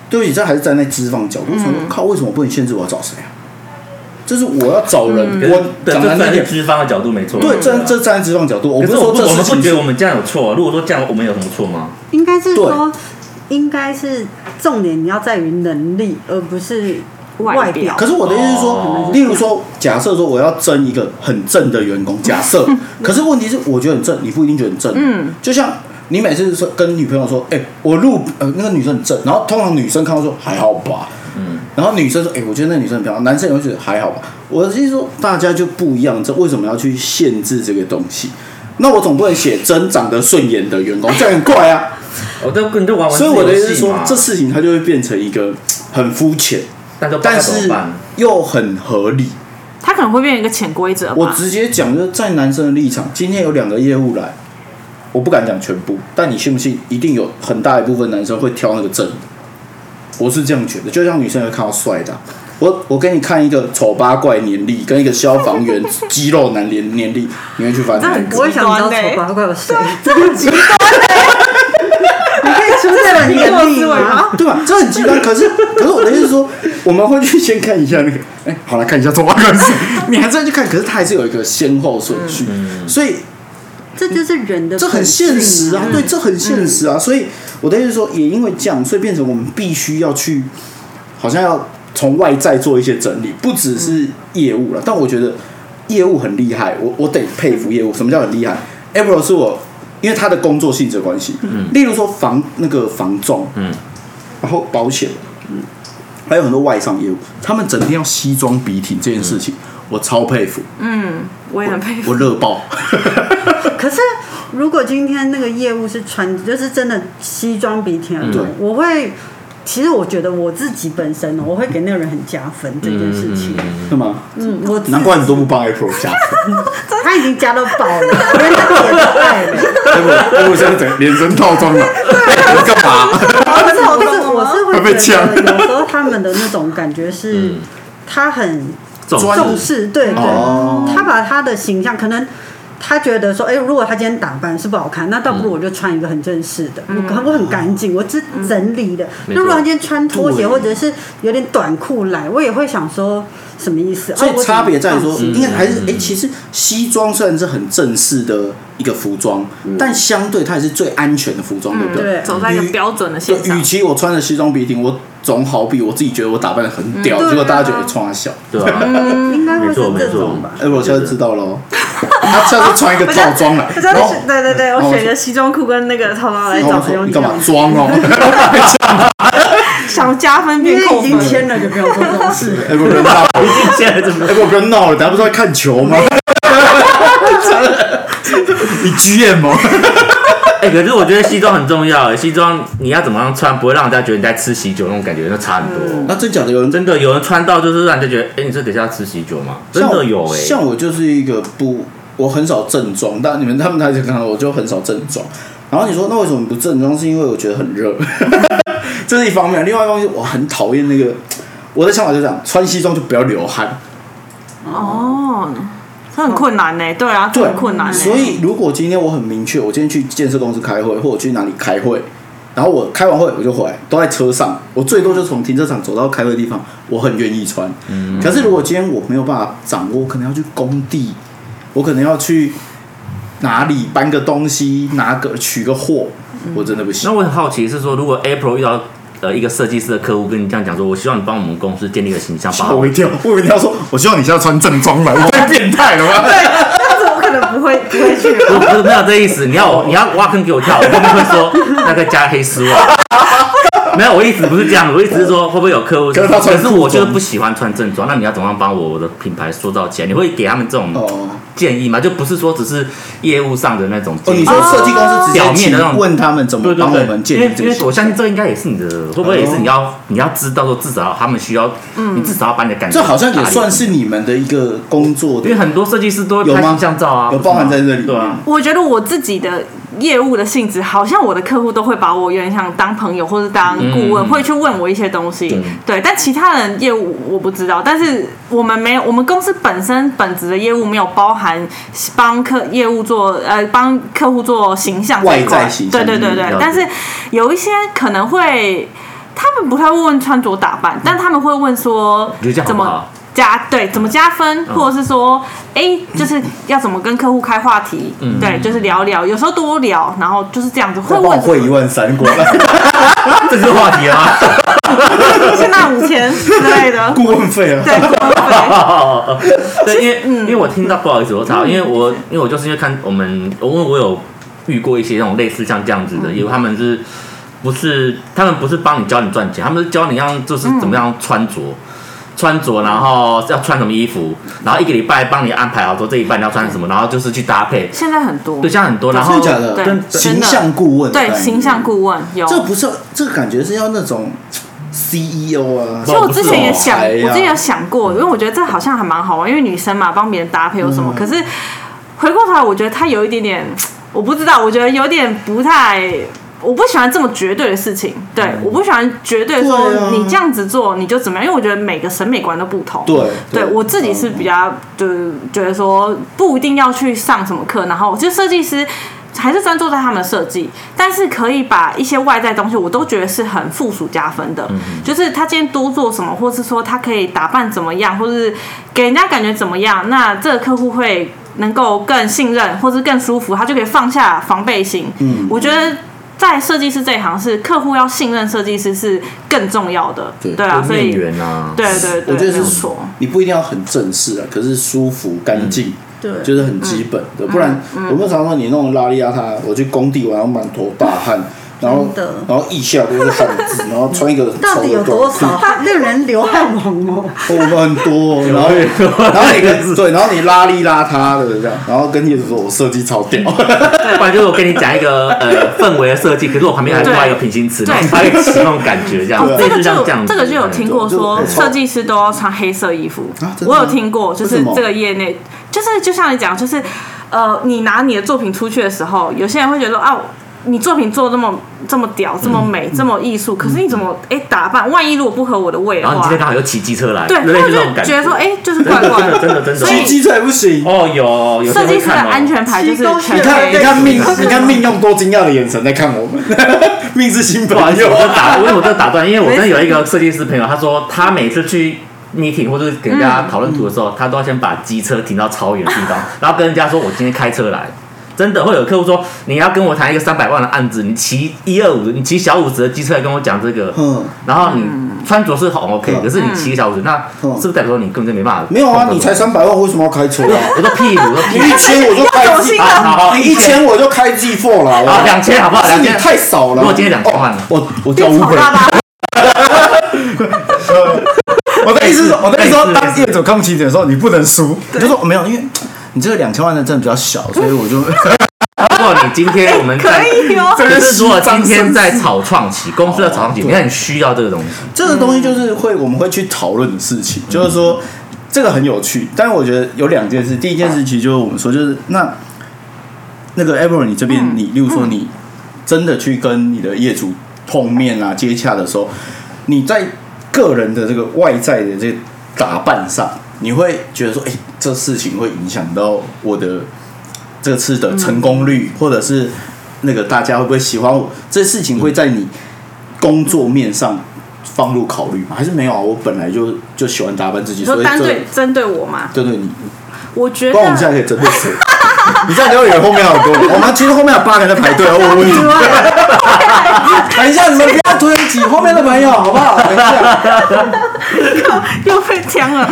S4: 对不起，这还是站在资方角度，我想
S5: 嗯
S4: 说，靠，为什么不能限制我要找谁啊？就是我要找人， 我
S2: 对，
S4: 讲
S2: 这
S4: 难
S2: 算
S4: 听
S2: 嗯是
S4: 点，
S2: 资方的角度没错。
S4: 对，这这站在资方角度，我
S2: 可
S4: 不
S2: 是
S4: 是
S2: 我
S4: 说
S2: 不，
S4: 这
S2: 我
S4: 事
S2: 们不
S4: 情
S2: 觉得我们这样有错、啊。如果说这样，我们有什么错吗？
S1: 应该是
S4: 对
S1: 说，应该是重点你要在于能力，而不是
S5: 外
S1: 外
S5: 表
S1: 表。
S4: 可是我的意思是
S2: 哦
S4: 说，例如说，假设说我要争一个很正的员工，假设，可是问题是，我觉得很正，你不一定觉得很正。嗯，就像你每次说跟女朋友说，哎、我录呃那个女生很正，然后通常女生看到说还好吧，嗯，然后女生说，哎、我觉得那女生很漂亮，男生也会觉得还好吧。我的意思说，大家就不一样，这为什么要去限制这个东西？那我总不能写真长得顺眼的员工，这样很怪啊。
S2: 我都哦跟你在玩玩
S4: 所以我的意
S2: 自
S4: 思是
S2: 由游戏
S4: 说
S2: 嘛，
S4: 这事情它就会变成一个很肤浅。
S2: 但都不知道
S4: 但
S2: 怎么
S4: 是
S2: 办？
S4: 又很合理。
S5: 它可能会变成一个潜规则
S4: 我
S5: 吧。
S4: 直接讲，就是在男生的立场，今天有两个业务来，我不敢讲全部，但你信不信，一定有很大一部分男生会挑那个正的。我是这样觉得，就像女生会看到帅的啊、我我给你看一个丑八怪年历，跟一个消防员肌肉男年年历，你会去翻哪一个？
S1: 我也想知道丑八怪有谁，这么极端啊欸你可以出这本年历吗？
S4: 对吧？这很极端，可是可是我的意思是说，我们会去先看一下那个，哎、好了，看一下丑八怪是谁，你还是要去看，可是它还是有一个先后顺序，所以
S1: 这就是人的本性，
S4: 这很现实
S1: 嗯
S4: 啊，对，这很现实啊。所以我的意思是说，也因为这样，所以变成我们必须要去，好像要从外在做一些整理，不只是业务了。但我觉得业务很厉害，我我得佩服业务。什么叫很厉害？April 是我，因为他的工作性质的关系，例如说房那个房仲，
S2: 嗯，
S4: 然后保险，还有很多外商业务，他们整天要西装笔挺这件事情，我超佩服，
S5: 嗯我也很佩服。
S4: 我热爆。
S1: 可是如果今天那个业务是穿，就是真的西装笔挺那
S4: 对
S1: 种，我会。其实我觉得我自己本身哦，我会给那个人很加分这件事情。
S4: 是吗？
S1: 嗯，我自
S4: 难怪你都不帮 April 加分。
S1: 他已经加到饱了，我跟他点菜了。
S5: 啊
S4: 我现在整连身套装了，我干嘛？
S1: 不是，我是我是
S4: 会被
S1: 会觉
S4: 呛
S1: 得有时候他们的那种感觉是，他很
S2: 重
S4: 专
S1: 重视，对
S4: 哦
S1: 对，他把他的形象可能。他觉得说，哎、如果他今天打扮是不好看，那倒
S4: 嗯
S1: 不如我就穿一个很正式的，我很我很干净，我只整理的。那
S2: 没
S4: 嗯
S2: 错
S1: 如果他今天穿拖
S4: 对
S1: 鞋或者是有点短裤来，我也会想说什么意思？
S4: 所
S1: 啊
S4: 以
S1: 我怎么
S4: 差别在于说，
S5: 啊
S1: 放心
S5: 嗯
S4: 应该还是哎、其实西装虽然是很正式的一个服装，
S5: 嗯
S4: 但相对它也是最安全的服装，对不对？
S1: 对
S5: 走在一个
S4: 与
S5: 标准的线
S4: 对，
S5: 上
S4: 与，其我穿着西装笔挺，我总好比我自己觉得我打扮的很屌，
S1: 嗯
S4: 结果大家觉
S5: 对啊
S4: 得哎穿他小，
S2: 对吧？
S4: 嗯
S1: 应该会
S2: 没
S1: 是
S2: 错没
S1: 这
S2: 错
S1: 种吧。
S4: 哎、我下次知道 喽。他下次穿一个套装来，
S5: 我
S4: 然
S5: 真的
S4: 后
S5: 是对对对，
S4: 然后
S5: 我
S4: 我
S5: 选择西装裤跟那个套装来
S4: 然后
S5: 找
S4: 我
S5: 朋友
S4: 说你干嘛
S5: 讲，
S4: 装 哦？
S5: 想加分
S1: 因
S5: 变
S1: 为
S5: 扣
S1: 已经
S5: 分。
S1: 签了，就不要做这种事。
S4: 哎、不要闹，
S2: 现在这么
S4: 哎、不要闹了，大家不是在看球吗？你 GM 哦。
S2: 哎，可是我觉得西装很重要，欸西装你要怎么样穿，不会让人家觉得你在吃喜酒那种感觉，那差很多。
S4: 那真假的有人
S2: 真的有人穿到就是让人家觉得，哎，你这等一下要吃喜酒吗？真
S4: 像
S2: 的
S4: 我
S2: 有哎，
S4: 像我就是一个不，我很少正装，但你们他们台前看到我就很少正装。然后你说那为什么不正装？是因为我觉得很热， 这是一方面。另外一方面是我很讨厌那个，我的想法就是这样，穿西装就不要流汗。
S5: 哦，这很困难呢，对啊，这
S4: 对，
S5: 很困难呢。
S4: 所以如果今天我很明确，我今天去建设公司开会，或者去哪里开会，然后我开完会我就回来，都在车上，我最多就从停车场走到开会的地方，我很愿意穿。可是如果今天我没有办法掌握，我可能要去工地，我可能要去哪里搬个东西，拿个取个货，我真的不行
S2: 那。我很好奇是说，如果 April 遇到呃一个设计师的客户跟你这样讲说，我希望你帮我们公司建立一个形象，
S4: 吓
S2: 把
S4: 我一 跳！我以为你要说，我希望你现在穿正装来，我太变态了吧？
S5: 但是我可能不会不会去。
S2: 不不是没有这意思，你要我你要挖坑给我跳，我后面会说那个加黑丝 袜。没有，我意思不是这样，我意思是说会不会有客户，
S4: 可是他穿
S2: 可是我
S4: 正装
S2: 就是不喜欢穿正装，那你要怎么样帮我的品牌塑造起来？你会给他们这种
S4: 哦，
S2: 建议吗？就不是说只是业务上的那种
S4: 哦，
S2: 建
S4: 你
S2: 议。
S4: 说设计公司直接
S2: 表面的那种
S4: 请问他们怎
S2: 对
S4: 么
S2: 对
S4: 帮我
S2: 对，
S4: 们建
S2: 因为
S4: 立这
S2: 因
S4: 个
S2: 为
S4: 形
S2: 我
S4: 象
S2: 相信这应该也是你的，会不会也是你要你要知道说至少他们需要，你至少要把你的感觉
S4: 这好像
S2: 打
S4: 也
S2: 理
S4: 算是你们的一个工作
S2: 因为
S4: 的，
S2: 很多设计师都会
S4: 有
S2: 拍
S4: 吗
S2: 形象照啊，
S4: 有包含在这里
S2: 对啊，
S5: 我觉得我自己的业务的性质，好像我的客户都会把我有点像当朋友或者当顾问，
S2: 嗯
S5: 会去问我一些东西。
S2: 对
S5: 对，但其他人业务我不知道，但是我们没有，我们公司本身本职的业务没有包含帮客业务做呃帮客户做形象这一块
S4: 外在形象
S5: 对对对
S2: 嗯
S5: 对
S2: 了解，
S5: 但是有一些可能会。他们不太会问穿着打扮，但他们会问说
S2: 你觉得这样好
S5: 怎
S2: 不好
S5: 么加对怎么加分，
S2: 嗯
S5: 或者是说，哎、就是要怎么跟客户开话题，
S2: 嗯
S5: 对，就是聊聊，有时候多聊，然后就是这样子会
S4: 我
S5: 问，
S4: 会一万三过来，
S2: 这是话题啊。
S5: 先拿五千之类 的，
S4: 顾问费啊，
S5: 对， 顾问费
S2: 对，因为因为我听到不好意思，我操，因为我因为我就是因为看我们，我因为我有遇过一些那种类似像这样子的，因为他们是不是他们不是帮你教你赚钱，他们是教你让就是怎么样穿着。穿着，然后要穿什么衣服，然后一个礼拜帮你安排好，说这一半你要穿什么，然后就是去搭配，
S5: 现在很多
S2: 对，，像很多，然后
S4: 真的假的？
S5: 对
S2: 跟
S5: 真的
S4: 形象顾问，
S5: 对，形象，顾问有，
S4: 这不是这个感觉是要那种 CEO 啊，
S5: 所以我之前也想，
S4: 老牌啊
S5: 我之前有想过，因为我觉得这好像还蛮好玩，因为女生嘛，帮别人搭配有
S4: 嗯
S5: 什么。可是回过头来，我觉得它有一点点，我不知道，我觉得有点不太。我不喜欢这么绝对的事情，对，我不喜欢绝对说
S4: 嗯对啊
S5: 你这样子做你就怎么样，因为我觉得每个审美观都不同。
S4: 对
S5: 对我自己是比较就是觉得说不一定要去上什么课，然后就设计师还是专注在他们的设计，但是可以把一些外在东西我都觉得是很附属加分的，嗯就是他今天多做什么，或是说他可以打扮怎么样，或是给人家感觉怎么样，那这个客户会能够更信任，或是更舒服，他就可以放下防备心。嗯，我觉得。在设计师这一行是客户要信任设计师是更重要的，
S4: 对
S5: 对啊，所
S2: 面
S5: 以
S2: 缘啊，
S5: 对对对，
S4: 我觉得
S5: 没有
S4: 是
S5: 错，
S4: 你不一定要很正式啊，可是舒服干净，
S1: 对
S4: 就是很基本的。不然我们常说你弄邋里邋遢，我去工地我要满头大汗，然后
S1: 真的
S4: 然后腋下都是汗渍，然后穿一个很
S1: 到
S4: 丑
S1: 底
S4: 的
S1: 有多
S4: 短裤，
S1: 少汗令人流汗王 哦？
S4: 我们很多哦，然后然后 你跟对，然后你邋里邋遢的这样，然后跟业主说我设计超 屌，
S2: 不然就是我跟你讲一个呃氛围的设计，可是我旁边还另外一个平行词，
S5: 对哦
S2: 然后它一起那种感觉这样，
S5: 这
S2: 类
S5: 个
S2: 啊似像
S5: 就
S2: 这样子，
S5: 这个就有听过说，设计师都要穿黑色衣服
S4: 啊。真的
S5: 我
S4: 吗
S5: 有听过，就
S4: 为
S5: 是
S4: 什么
S5: 这个业内，就是就像你讲，就是呃，你拿你的作品出去的时候，有些人会觉得啊。你作品做得这么这么屌，这么美，这么艺术，可是你怎么哎打扮？万一如果不合我的胃的
S2: 然后你
S5: 话
S2: 今天，刚好又骑机车来，
S5: 对，
S2: 类
S5: 他
S2: 似
S5: 们
S2: 这种
S5: 就
S2: 感
S5: 觉得说哎，就是怪怪
S2: 真的真的
S5: 的。
S2: 真的，
S5: 所以
S4: 狙击才不行。
S2: 哦有有些
S5: 设 计
S2: 会
S5: 师的
S2: 看哦
S5: 安全牌就是全
S1: 七
S4: 你看，
S5: 黑
S4: 你
S5: 的。
S4: 看命，你看命用多惊讶的眼神在看我们， 命是新
S2: 不好意
S4: 朋
S2: 思，
S4: 友
S2: 我。真的打，因为我真的打断，因为我真的有一个设计师朋友，他说他每次去 meeting 或者是跟人家讨论图的时候，他都要先把机车停到超远的 地方，然后跟人家说我今天开车来。真的会有客户说，你要跟我谈一个三百万的案子，你骑一二五，你骑小五十的机车来跟我讲这个，
S4: 嗯，
S2: 然后你穿着是很 OK，、可是你骑小五十，那是
S4: 嗯
S2: 不是代表说你根本就没办法？
S4: 没有啊，你才，三百万，为什么要开车啊？
S2: 我说屁股，我说
S4: 你
S2: 屁
S4: 一千我就开 G，啊
S2: 股，啊好好好，
S4: 你一千我就开 G Four 了，好不
S2: 好
S4: 好
S2: 两千好不好？
S4: 是
S2: 两
S4: 你
S2: 千
S4: 太少了。
S2: 如果今天两千万呢
S4: 哦我我叫 Uber。我的意思是，我的
S2: 类
S4: 意思
S2: 似
S4: 说，当业主看不起你的时候，你不能输。你就说没有，因为你这个两千万的真的比较小，所以 我就
S2: 如果你今天我们在
S5: 可以哦，
S2: 可是如果今天在草创
S4: 哦
S2: 期，公司的草创期，你很需要这个东西。
S4: 这个东西就是会我们会去讨论的事情，就是说这个很有趣。但是我觉得有两件事，第一件事其实就是我们说，就是那那个 Ever，你这边
S5: 嗯
S4: 你，例如说你真的去跟你的业主碰面啊、接洽的时候，你在个人的这个外在的这个打扮上，你会觉得说，哎、这事情会影响到我的这次
S5: 嗯
S4: 的成功率，或者是那个大家会不会喜欢我？这事情会在你工作面上放入考虑吗？还是没有啊？我本来就就喜欢打扮自己，
S5: 你
S4: 所
S5: 说
S4: 以
S5: 单
S4: 这
S5: 对针对我嘛？
S4: 对对你，
S5: 我觉
S4: 不
S5: 得
S4: 然我们现在可以针对谁？你这样就以为后面还有很多人，我们其实后面有八个人在排队，我问你， 等一下你们不要推挤后面的朋友，好不好？等一下，
S5: 又被呛了。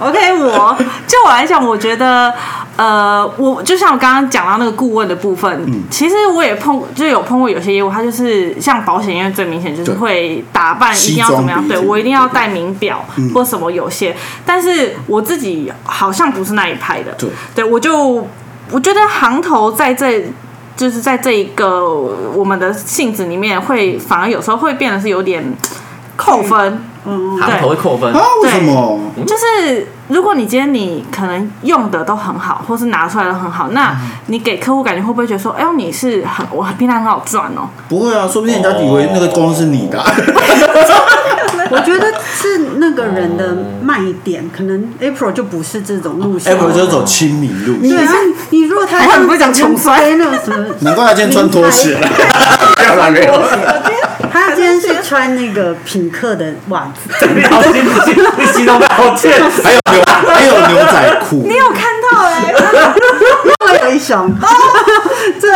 S5: OK，我就我来讲，我觉得，呃，我就像我刚刚讲到那个顾问的部分，
S4: 嗯
S5: 其实我也碰，就有碰过有些业务，他就是像保险业最明显就是
S4: 对
S5: 会打扮一定要
S4: 西装
S5: 怎么样，
S4: 笔
S5: 对
S4: 挺
S5: 我一定要戴名表
S4: 嗯
S5: 或什么有些，但是我自己好像不是那一派的，
S4: 对，
S5: 对我就我觉得行头在这。就是在这一个我们的性质里面，会反而有时候会变得是有点扣分，
S2: 行头会扣分
S4: 啊，为什么？
S5: 就是如果你今天你可能用的都很好，或是拿出来的很好，那你给客户感觉会不会觉得说，哎呦，你是很我平常很好赚哦？
S4: 不会啊，说不定人家以为那个光是你的啊，
S1: 我觉得是那个人的卖点，可能 April 就不是这种路线。
S4: Apple 就是走亲民路
S1: 对
S4: 线，
S1: 啊，你如果他
S5: 还好你不讲穷酸
S1: 那种什么，
S4: 难怪他今天穿拖鞋了，没有啦没 有啦，
S1: 他今天是穿那个品客的袜子，
S2: 你好心不心，你心都抱歉。
S4: 还有牛还有牛仔裤，
S5: 你有看到哎、
S1: 我有一双，
S5: 对，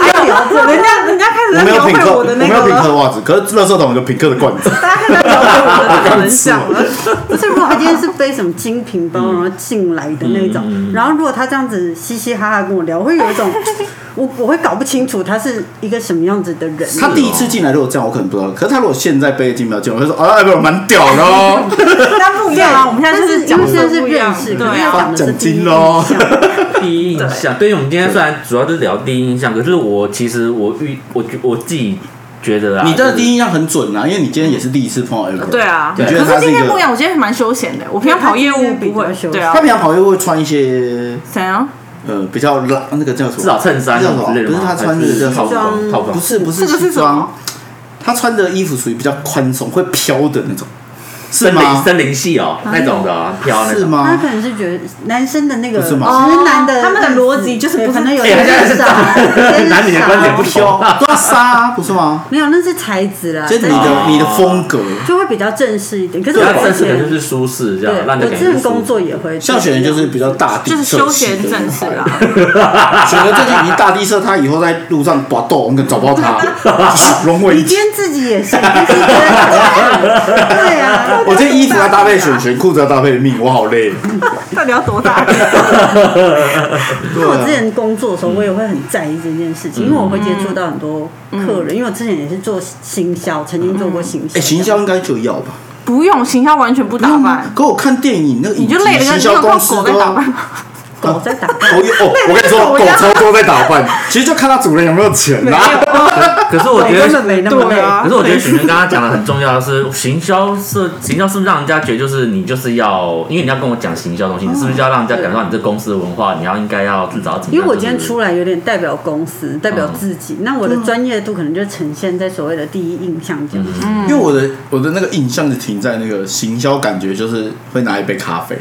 S1: 还聊着
S5: 人家人家开始
S4: 我
S5: 在
S4: 没有
S5: 描
S4: 品
S5: 绘
S4: 客，
S5: 我
S4: 我
S5: 的
S4: 没
S5: 那
S4: 有
S5: 个
S4: 品客
S5: 了，
S4: 袜子，可是垃圾桶有品客的罐 子，
S5: 大家开始在描绘我的长相了。
S1: 不是，如果他今天是背什么精品包，然后进来的那
S4: 嗯
S1: 种，然后如果他这样子嘻嘻哈哈跟我聊，我会有一种我我会搞不清楚他是一个什么样子的人。
S4: 他第一次进来如果这样，我可能不知道。可是他如果现在背金标进来，我会说啊，不，蛮屌的哦。
S5: 但不一样啊，我们现在就
S1: 但是因
S5: 讲
S1: 为现在
S5: 的
S1: 是
S5: 不一样
S1: 认，识，可
S5: 对
S1: 是要
S5: 啊。
S1: 讲的是第一印
S4: 奖金咯
S1: 象。
S2: 第一印象，对于我们今天虽然主要是聊第一印象，可是我其实我遇我觉我自己觉得啊，
S4: 你
S2: 就
S4: 的
S2: 是
S4: 第一印象很准啊，因为你今天也是第一次碰到 Amber。
S5: 对啊，
S4: 你觉得
S5: 可
S4: 他
S5: 是
S4: 是
S5: 今
S4: 一
S5: 天不一
S4: 个？
S5: 样，我今天蛮休闲的。我平常跑业务不
S1: 对
S5: 会
S1: 他今天比较休，闲
S5: 对啊
S4: 他，平常跑业务会穿一些
S5: 怎样？
S4: 呃比较拉那个叫什么？
S2: 至少衬衫
S4: 那
S2: 什
S4: 叫什么
S2: 么之类的
S4: 不是
S2: 嘛，
S4: 他穿
S2: 还
S4: 的
S2: 是
S4: 叫
S2: 套
S4: 套装，
S2: 装套装
S4: 不是不是
S5: 这个是
S4: 西
S5: 什
S4: 装
S5: 么，
S4: 他穿的衣服属于比较宽松会飘的那种，是
S2: 森林
S4: 吗？
S2: 森林系哦那种的啊飘那
S4: 是
S2: 种。
S1: 他
S4: 吗？
S1: 可能是觉得男生的那个
S4: 不
S1: 直
S4: 是吗
S1: 男的，
S5: 哦他们的逻辑就是不是
S1: 可能有
S2: 哎呀，
S1: 点
S2: 现在是
S1: 傻，真
S2: 男女的观点不
S1: 傻
S2: 同啊。
S4: 都要杀不是吗？
S1: 没有，那是材质
S5: 啊
S1: 啦，
S4: 就是你
S1: 真
S4: 的
S2: 哦
S4: 你的风格，
S1: 就会比较正式一点。可是
S2: 对
S1: 我
S2: 啊，正
S1: 之
S2: 式的就
S1: 前
S2: 是舒适这
S1: 对，
S2: 样，让
S1: 我
S2: 人
S1: 之
S2: 感觉
S1: 前
S2: 舒
S1: 工
S2: 服。
S1: 作也会
S4: 像雪人就是比较大地
S5: 就是
S4: 色
S5: 休
S4: 系
S5: 闲
S4: 的
S5: 正啊式
S4: 女
S5: 啦
S4: 孩。雪人最近你大地色，他以后在路上搏斗，我们可找不到 他，龙尾
S1: 你今天自己也是，你自己觉得对啊，
S4: 我这衣服要搭配选选，裤子要搭配命，我好累。
S5: 到底要多大？
S4: 啊
S1: 因为我之前工作的时候，我也会很在意这件事情，因为我会接触到很多客
S5: 嗯
S1: 人，因为我之前也是做行销，曾经做过行销。
S4: 哎，行销应该就要吧？ 嗯
S5: 不用行销，完全不打扮，
S4: 可我看电影那个
S5: 你
S4: 影集，
S5: 就累得
S4: 行
S5: 跟
S4: 销
S5: 像
S4: 公
S5: 靠
S4: 司
S5: 狗
S4: 都
S5: 在打
S4: 要
S5: 扮。
S1: 狗在打扮，
S4: 狗也 哦，我跟你说，
S5: 狗
S4: 狗
S5: 一样
S4: 超多在打扮，其实就看它主人有没有钱啊
S5: 没
S4: 啦。
S5: 有，
S2: 可是我觉
S1: 根
S2: 得
S1: 本哦没那么
S5: 对
S1: 累。
S5: 啊，
S2: 可是我觉得许晨刚刚讲 的很重要的是，行销是行销是不是让人家觉得就是你就是要，因为你要跟我讲行销东西，你是不是就要让人家感受到你这公司的文化，你要应该要至少怎
S1: 哦
S2: 么样？
S1: 因为我今天
S2: 啊就是
S1: 出来有点代表公
S4: 嗯
S1: 司，代表自己，那我的专业度可能就呈现在所谓的第一印象这样。
S4: 因为我的我的那个印象是停在那个行销，感觉就是会拿一杯咖啡，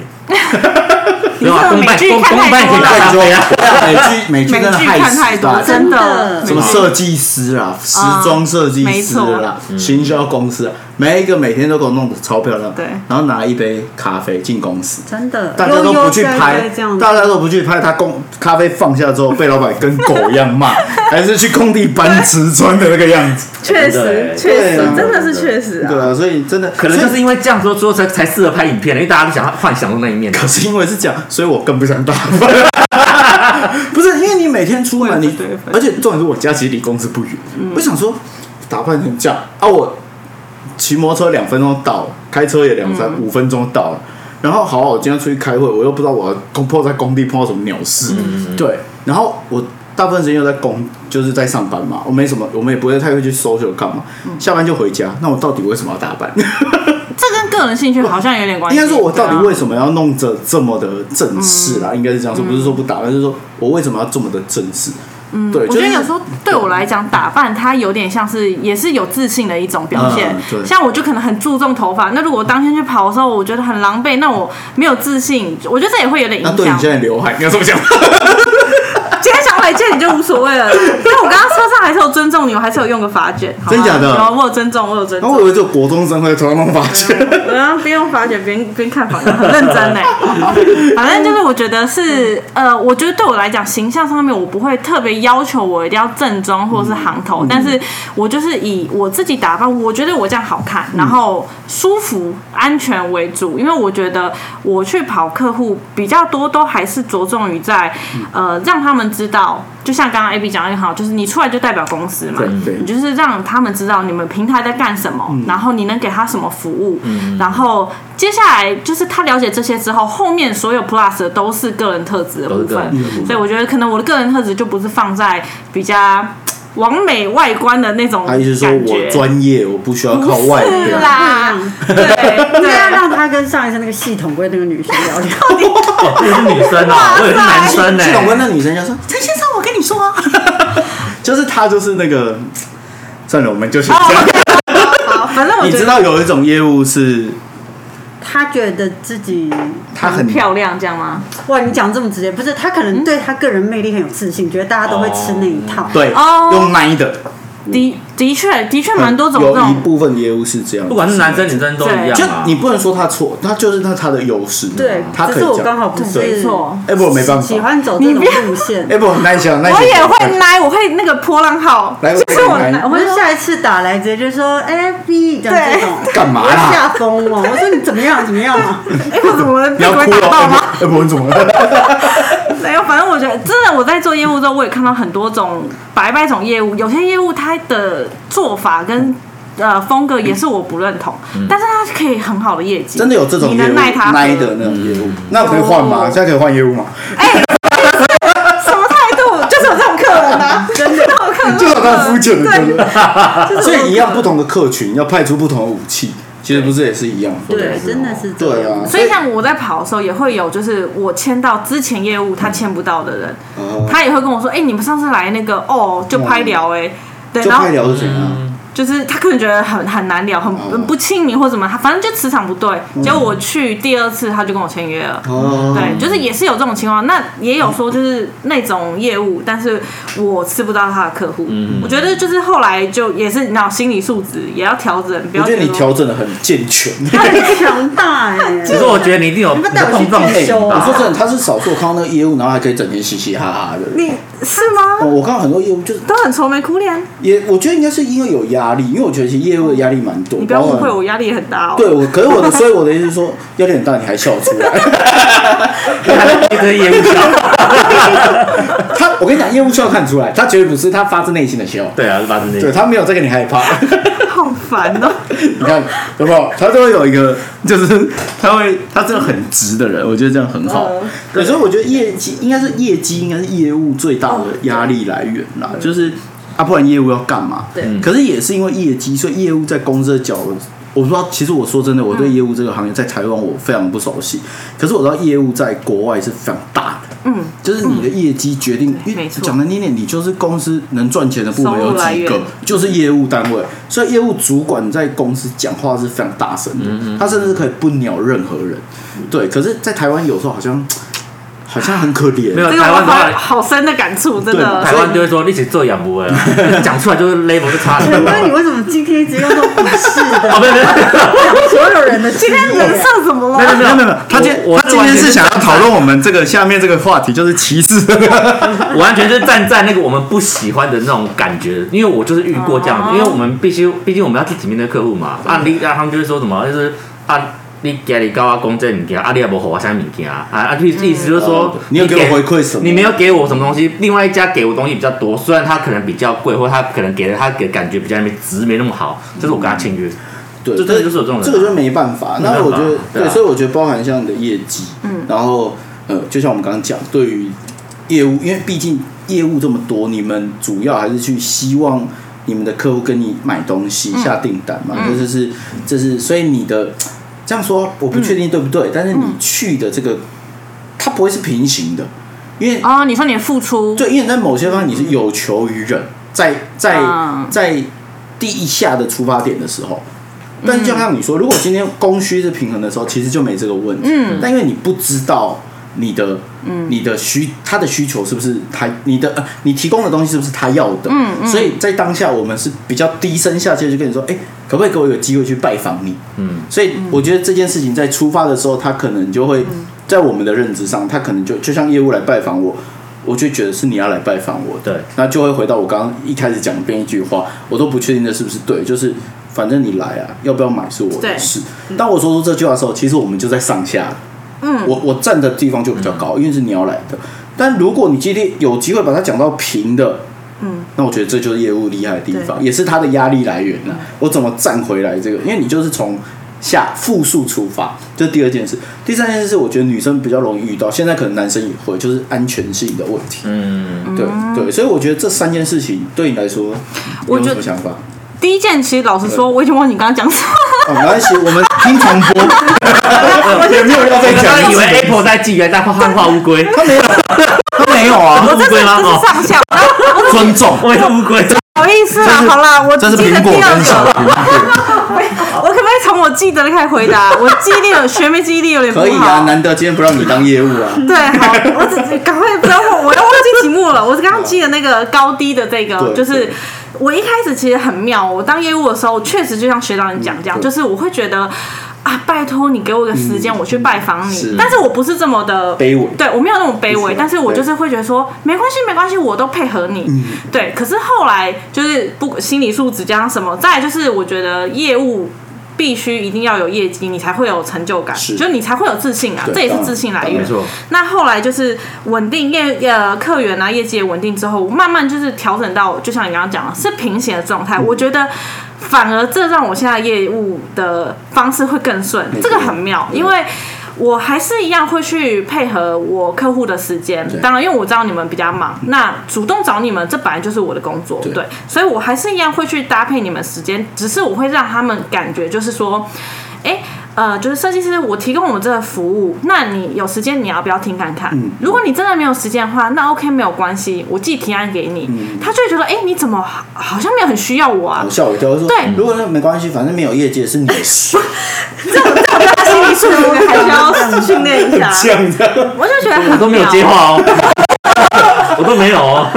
S2: 没有啊，
S5: 你
S2: 公办
S5: 这个美剧
S2: 公
S5: 看
S2: 公办
S5: 太多
S2: 也
S5: 了
S2: 大咖啡啊，
S4: 哎 美剧美剧
S5: 美
S4: 真的
S5: 剧看
S4: 害
S5: 太
S4: 死
S5: 多，
S4: 大家。
S5: 真的，嗯
S1: 真的
S4: 什么设计师啊，时装设计
S5: 没
S4: 师
S5: 错
S4: 啦，行销公司啊，每一个每天都给我弄得超漂亮，
S5: 对
S4: 然后拿一杯咖啡进公司，
S1: 真的，
S4: 大家都不去
S1: 悠悠哉哉
S4: 拍
S1: 这样，子
S4: 大。家都不去拍。他工咖啡放下之后，被老板跟狗一样 骂，还是去工地搬瓷砖的那个样子。
S5: 确实确实
S4: 对啊
S5: 真的是确实
S4: 对
S5: 啊。
S4: 啊，所以真的
S2: 可能就
S4: 所
S2: 是
S4: 以
S2: 因为这样说之后才才适合拍影片，因为大家都想要幻想中那一面。
S4: 可是因为是这样，所以我更不想 打扮。不是因为你每天出门，你
S5: 对嗯反正
S4: 而且重点是我家其实离公司不远，我想说打扮成这样啊，我骑摩托车两分钟到，开车也两三
S5: 嗯
S4: 五分钟到了。然后好，我今天出去开会，我又不知道我要碰碰在工地碰到什么鸟事，
S5: 嗯
S4: 对。然后我大部分时间又在工，就是在上班嘛，我没什么，我们也不会太会去 social 干嘛，
S5: 嗯
S4: 下班就回家。那我到底为什么要打扮？
S5: 这跟个人兴趣好像有点关系。
S4: 应该说，我到底
S5: 对啊嗯
S4: 为什么要弄这这么的正式啦？应该是这样说，不是说不打扮，就是说我为什么要这么的正式？嗯，对，
S5: 我
S4: 就
S5: 觉
S4: 是
S5: 得有时候对我来讲，打扮它有点像是也是有自信的一种表现。
S4: 嗯对
S5: 像我就可能很注重头发，那如果我当天去跑的时候，我觉得很狼狈，那我没有自信，我觉得这也会有点
S4: 那
S5: 影
S4: 对你
S5: 响。
S4: 现在刘海，你要这么讲，
S5: 今天想买件你就无所谓了， 因为我刚刚车上还是有尊重你，我还是有用个发卷。好吗
S4: 真假的
S5: 有，啊我有尊重，我有尊
S4: 然后我以
S5: 重。
S4: 为只有国中生会头上弄发圈，
S5: 我刚刚边用发卷边边看房，很认真 呢、反正就是我觉得是呃，我觉得对我来讲，形象上面我不会特别要求我一定要正装或者是行头，
S4: 嗯
S5: 但是我就是以我自己打扮，我觉得我这样好看，
S4: 嗯
S5: 然后舒服、安全为主。因为我觉得我去跑客户比较多，都还是着重于在呃让他们知道，就像刚刚 AB 讲的也好，就是你出来就代表公司嘛，
S4: 对
S5: 你就是让他们知道你们平台在干什
S4: 嗯
S5: 么，然后你能给他什么服务，然后接下来就是他了解这些之后，后面所有 Plus 的都是个人特质的
S2: 都是
S5: 部
S2: 个人 特
S5: 分
S2: 质的部，分
S5: 所以我觉得可能我的个人特质就不是放在比较完美外观的那种
S4: 他
S5: 感
S4: 意
S5: 觉。
S4: 思啊说我专业，我不需要靠外
S5: 是
S4: 表。
S5: 啦，
S1: 应
S5: 对对，
S1: 该要让他跟上一次那个系统柜那个女生聊 聊。
S2: 哦，我是女生哦，我也是男生呢
S4: 系。统跟那女生就说：“陈先生，我跟你说 啊， 就是他就是那个，算了，我们就先这样。
S5: 好，反哦正我
S4: 你
S5: 觉
S4: 知
S5: 得
S4: 道有一种业务是
S1: 他觉得自己
S4: 他很
S5: 漂亮这样吗？
S1: 哇，你讲这么直接，不是他可能对他个人魅力很有自信，觉得大家都会吃那一套。
S4: 对
S5: 哦
S4: 用奶的，
S5: 的的确的确蛮多种这
S4: 呃有一
S5: 种
S4: 部分业务是这样，
S2: 不管是男生女生都一
S5: 对
S2: 样
S4: 就
S2: 啊。
S4: 你不能说他错，他就是那他的优势。
S1: 对
S4: 他可
S1: 只
S4: 以
S1: 是我
S4: 这样
S1: 刚好不是
S5: 没错。
S4: 哎不，没办
S1: 喜
S4: 法。
S1: 欢走这种路线。
S4: 哎不，耐心，耐心。
S5: 我也会奶，我会那个波浪号，
S4: 来
S5: 就是我
S4: 我给你
S5: 奶
S4: 奶
S5: 我
S1: 我
S5: 会
S1: 就
S5: 说
S1: 啊下一次打来直接就说：“哎，B 讲这种
S4: 干嘛
S1: 我要
S4: 啦？
S1: 吓疯我。”我说：“你怎么样？怎么样啊
S5: 哎，我怎么
S4: 你
S5: 被
S4: 要哭
S5: 鬼打
S4: 了？
S5: 到
S4: 哎
S5: 吗？
S4: 不，哎不，你怎么了？
S5: 没有，反正我觉得真的，我在做业务之后，我也看到很多种百百种业务，有些业务它的做法跟。呃，风格也是我不认同，但是它可以很好的业绩，
S4: 嗯真的有这种
S5: 你
S4: 业
S5: 能
S4: 务
S5: 耐它
S4: 耐的
S2: 嗯
S4: 那种业务，那可以换吗？现在可以换业务吗？
S5: 什么态度？就是有这种客人啊，真的，这种客人
S4: 就是他的肤救的救的。
S1: 就是
S4: 所以一样不同的客群要派出不同的武器，其实不是也是一样吗？
S1: 对，真的是这
S4: 对
S1: 样。
S4: 啊，
S5: 所以像我在跑的时候，也会有就是我签到之前业务他签不到的人，
S4: 哦呃
S5: 他也会跟我说：“哎、你们上次来那个哦，就拍聊哎、对，
S4: 就
S5: 然后
S4: 派聊是啊怎样？
S5: 就是他可能觉得很很难聊，
S4: 哦
S5: 很很不亲民或怎么，他反正就磁场不对。结果我去第二次，他就跟我签约了。
S4: 嗯哦，
S5: 对，就是也是有这种情况。那也有说就是那种业务，但是我吃不到他的客户。
S4: 嗯
S5: 我觉得就是后来就也是，你知道心理素质也要调整，不
S4: 我
S5: 要
S4: 觉得你
S5: 说
S4: 调整的很健全。
S1: 他很强大哎、
S2: 只是我觉得你一定有
S1: 你
S2: 你
S1: 不带我
S2: 的
S1: 去
S2: 碰撞
S1: 进
S2: 点
S1: 修啊
S4: 我
S2: 吧
S4: 哎说？真的，他是少数我看到那个业务，然后还可以整天嘻嘻哈哈的。
S5: 你是吗？
S4: 哦，我看到很多业务就是
S5: 都很愁眉苦脸。
S4: 也，我觉得应该是因为有压力，因为我觉得其实业务的压力蛮多。
S5: 你不要误
S4: 包
S5: 会，
S4: 含
S5: 我压力也很大哦。
S4: 对，我可是我的，所以我的意思是说，压力很大，你还笑得出来。
S2: 一堆业务笑，啊
S4: 他，我跟你讲，业务笑看得出来，他绝对不是，他发自内心的笑，
S2: 对啊，是发生这个。
S4: 对他没有在跟你害怕。
S5: 好烦 哦、
S4: 你看有没有？他就会有一个，就是他会，他真的很直的人，我觉得这样很好。对，所以我觉得业绩应该是业绩，应该是业务最大的压力来源啦，就是啊，不然业务要干嘛？
S5: 对
S4: 可是也是因为业绩，所以业务在公司的角度。我不知道，其实我说真的，我对业务这个行业在台湾我非常不熟悉。可是我知道业务在国外是非常大的，
S5: 嗯，
S4: 就是你的业绩决定，
S5: 对
S4: 因为
S5: 嗯没错
S4: 讲难听点，你就是公司能赚钱的部门有
S5: 收入来
S4: 几个
S5: 源，
S4: 就是业务单位，所以业务主管在公司讲话是非常大声
S2: 嗯
S4: 的，他甚至可以不鸟任何人。对，可是，在台湾有时候好像好像很可怜，
S2: 没有
S5: 这个
S2: 台
S5: 我
S2: 湾的
S5: 好
S2: 话，
S5: 好深的感触，真
S2: 台
S5: 的。
S2: 湾就会说你只做养 不啊，讲出来就是 label 就差很多。
S1: 那你为什么今天一直用这种鄙视
S2: 哦，没有没有
S1: 的所有人的今
S5: 今天人设怎么
S2: 没
S5: 了？
S2: 有没有
S4: 没有没有，他今
S2: 我我
S4: 他今天是想要讨论我们这个下面这个话题，就是歧视。
S2: 我完全是站在那个我们不喜欢的那种感觉，因为我就是遇过这样，
S5: 哦
S2: 因为我们必须，毕竟我们要去体面对客户嘛。
S4: 嗯
S2: 啊，你啊，他们就会说什么，就是啊，你家里高啊，公这物件，啊，你也无给我啥物件啊，啊，啊，意意思就是说，
S4: 哦你有给我回馈什么
S2: 你没有给我什么东西，另外一家给我东西比较多，虽然他可能比较贵，或他可能给的他给感觉比较没值，没那么好，这是我跟他签约。
S4: 对，
S2: 就真的就是有这种人啊
S4: 这个就没办法。
S2: 没办
S4: 那
S2: 法
S4: 我觉得，
S2: 对啊
S4: 对，所以我觉得包含像你的业绩，嗯，然后呃，就像我们刚刚讲，对于业务，因为毕竟业务这么多，你们主要还是去希望你们的客户跟你买东西、下订单嘛，这就是这是，所以你的这样说我不确定对不对，但是你去的这个，它不会是平行的，因为
S5: 哦，你说你的付出，
S4: 对，因为在某些方面你是有求于人，在在
S5: 嗯
S4: 在第一下的出发点的时候，
S5: 嗯
S4: 但就像你说，如果今天供需是平衡的时候，其实就没这个问题。
S5: 嗯
S4: 但因为你不知道你的，你的需他的需求是不是他你的、呃、你提供的东西是不是他要的，
S5: 嗯嗯
S4: 所以在当下我们是比较低声下气地就跟你说，哎、可不可以给我有机会去拜访你？
S2: 嗯，
S4: 所以我觉得这件事情在出发的时候，他可能就会
S5: 嗯
S4: 在我们的认知上，他可能就就像业务来拜访我，我就觉得是你要来拜访我的，
S2: 对
S4: 那就会回到我刚刚一开始讲的那一句话，我都不确定这是不是对，就是反正你来啊，要不要买是我的
S5: 对
S4: 事。当我说出这句话的时候，其实我们就在上下了，
S5: 嗯，
S4: 我我站的地方就比较
S2: 嗯
S4: 高，因为是你要来的。但如果你今天有机会把它讲到平的，
S5: 嗯，
S4: 那我觉得这就是业务厉害的地方，也是它的压力来源呢、我怎么站回来这个？因为你就是从下复数出发，这是第二件事。第三件事是我觉得女生比较容易遇到，现在可能男生也会，就是安全性的问题。
S2: 嗯，
S4: 对对，所以我觉得这三件事情对你来说，你有
S5: 我觉
S4: 什
S5: 得
S4: 么想法？
S5: 第一件其实老实说，我已经忘记你刚刚讲什么。
S4: 哦，没关系，我们听重播，也没有要 再
S2: 我刚
S4: 讲
S2: 刚
S4: 一
S2: 以
S4: 次
S2: 为 Apple 在纪元在幻化乌龟，
S4: 他没有，啊他没有啊，
S2: 乌龟吗？
S5: 这是
S2: 哦，
S5: 上下，我
S4: 尊重。
S2: 我也是乌龟。
S5: 不好意思啊，好啦，我
S4: 这是
S5: 记得
S4: 苹
S5: 第
S4: 果
S5: 二
S4: 跟
S5: 个
S4: 小
S5: 了。
S4: 苹果，
S5: 我可不可以从我记得的开始回答？我记忆力有学妹记忆力有点不好。
S4: 可以啊，难得今天不让你当业务啊。
S5: 对，好，我只是赶快不要问，我要忘记题目了。我刚刚记得那个高低的这个，
S4: 嗯对
S5: 就是
S4: 对
S5: 我一开始其实很妙。我当业务的时候，确实就像学长你讲这样，
S4: 嗯对嗯
S5: 就是我会觉得。啊，拜托你给我个时间，我去拜访你
S4: 是。
S5: 但是我不是这么的
S4: 卑微
S5: 对我没有那种卑
S4: 是，
S5: 微
S4: 啊
S5: 但是我就是会觉得说，没关系，没关系，我都配合
S4: 嗯
S5: 你。对，可是后来就是不心理素质加上什么，再来就是我觉得业务必须一定要有业绩，你才会有成就感，
S4: 是
S5: 就是你才会有自信啊，
S4: 对
S5: 这也是
S4: 当然
S5: 自信来
S4: 当
S5: 源
S2: 没。错，
S5: 那后来就是稳定业呃客源啊，业绩也稳定之后，我慢慢就是调整到，就像你刚刚讲的，是平行的状态。我觉得反而这让我现在业务的方式会更顺，
S4: 没错
S5: 这个很妙，因为。我还是一样会去配合我客户的时间。当然，因为我知道你们比较忙，
S4: 嗯
S5: 那主动找你们，这本来就是我的工作，对，所以我还是一样会去搭配你们时间，只是我会让他们感觉就是说，哎、呃，就是设计师，我提供我这个服务，那你有时间你要不要听看看？
S2: 嗯
S5: 如果你真的没有时间的话，那 OK 没有关系，我寄提案给你，
S2: 嗯
S5: 他就会觉得，哎、你怎么好好像没有很需要我啊
S4: 我？吓我一跳，我说
S5: 对
S4: 如果那没关系，反正没有业界是你的 事，。
S5: 大家心理素质还需要训 练一下
S4: 这样的。
S5: 我就觉得很
S2: 我都没有
S5: 妙
S2: 接 话哦，我都没有哦。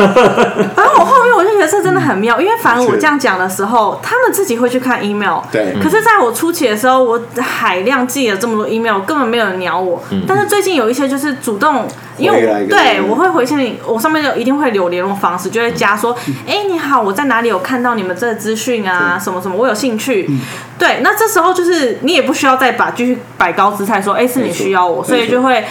S5: 反正我后面我就觉得这真的很妙，因为反正我这样讲的时候，他们自己会去看 email。
S4: 对
S5: 可是在我初期的时候，我海量寄了这么多 email，根本没有人鸟我。但是最近有一些就是主动，因为
S4: 嗯回来
S5: 我
S4: 一个
S5: 对我会回信你，我上面有一定会留联络方式，就会加说，哎、你好，我在哪里有看到你们这个资讯啊，什么什么，我有兴趣。
S4: 嗯
S5: 对，那这时候就是你也不需要再把继续摆高姿态说，哎、是你需要我，所以就会。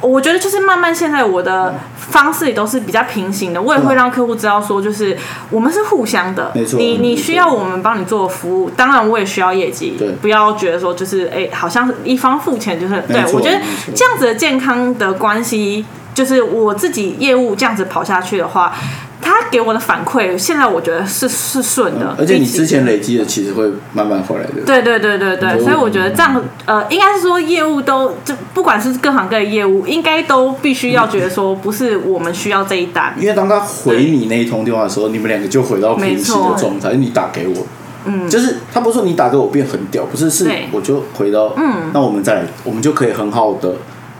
S5: 我觉得就是慢慢，现在我的方式也都是比较平行的，我也会让客户知道说，就是我们是互相的。
S4: 啊没错
S5: 你
S4: 嗯
S5: 你
S4: 没
S5: 需
S4: 错
S5: 要我们帮你做服务，当然我也需要业绩
S4: 对，
S5: 不要觉得说就是哎、好像是一方付钱就是对
S4: 没错
S5: 我觉得
S4: 没错
S5: 这样子的健康的关系，就是我自己业务这样子跑下去的话，他给我的反馈，现在我觉得是是顺的、
S4: 嗯而且你
S5: 比起
S4: 之前累积的其实会慢慢回来的。
S5: 对对对对对，所以我觉得这样，呃，应该是说业务都就不管是各行各业业务，应该都必须要觉得说不是我们需要这一单，
S4: 因为当他回你那一通电话的时候，你们两个就回到平行的状态。你打给我，嗯，就是他不是说你打给我变很屌，不是，是
S5: 对
S4: 我就回到，嗯，那我们再来，我们就可以很好的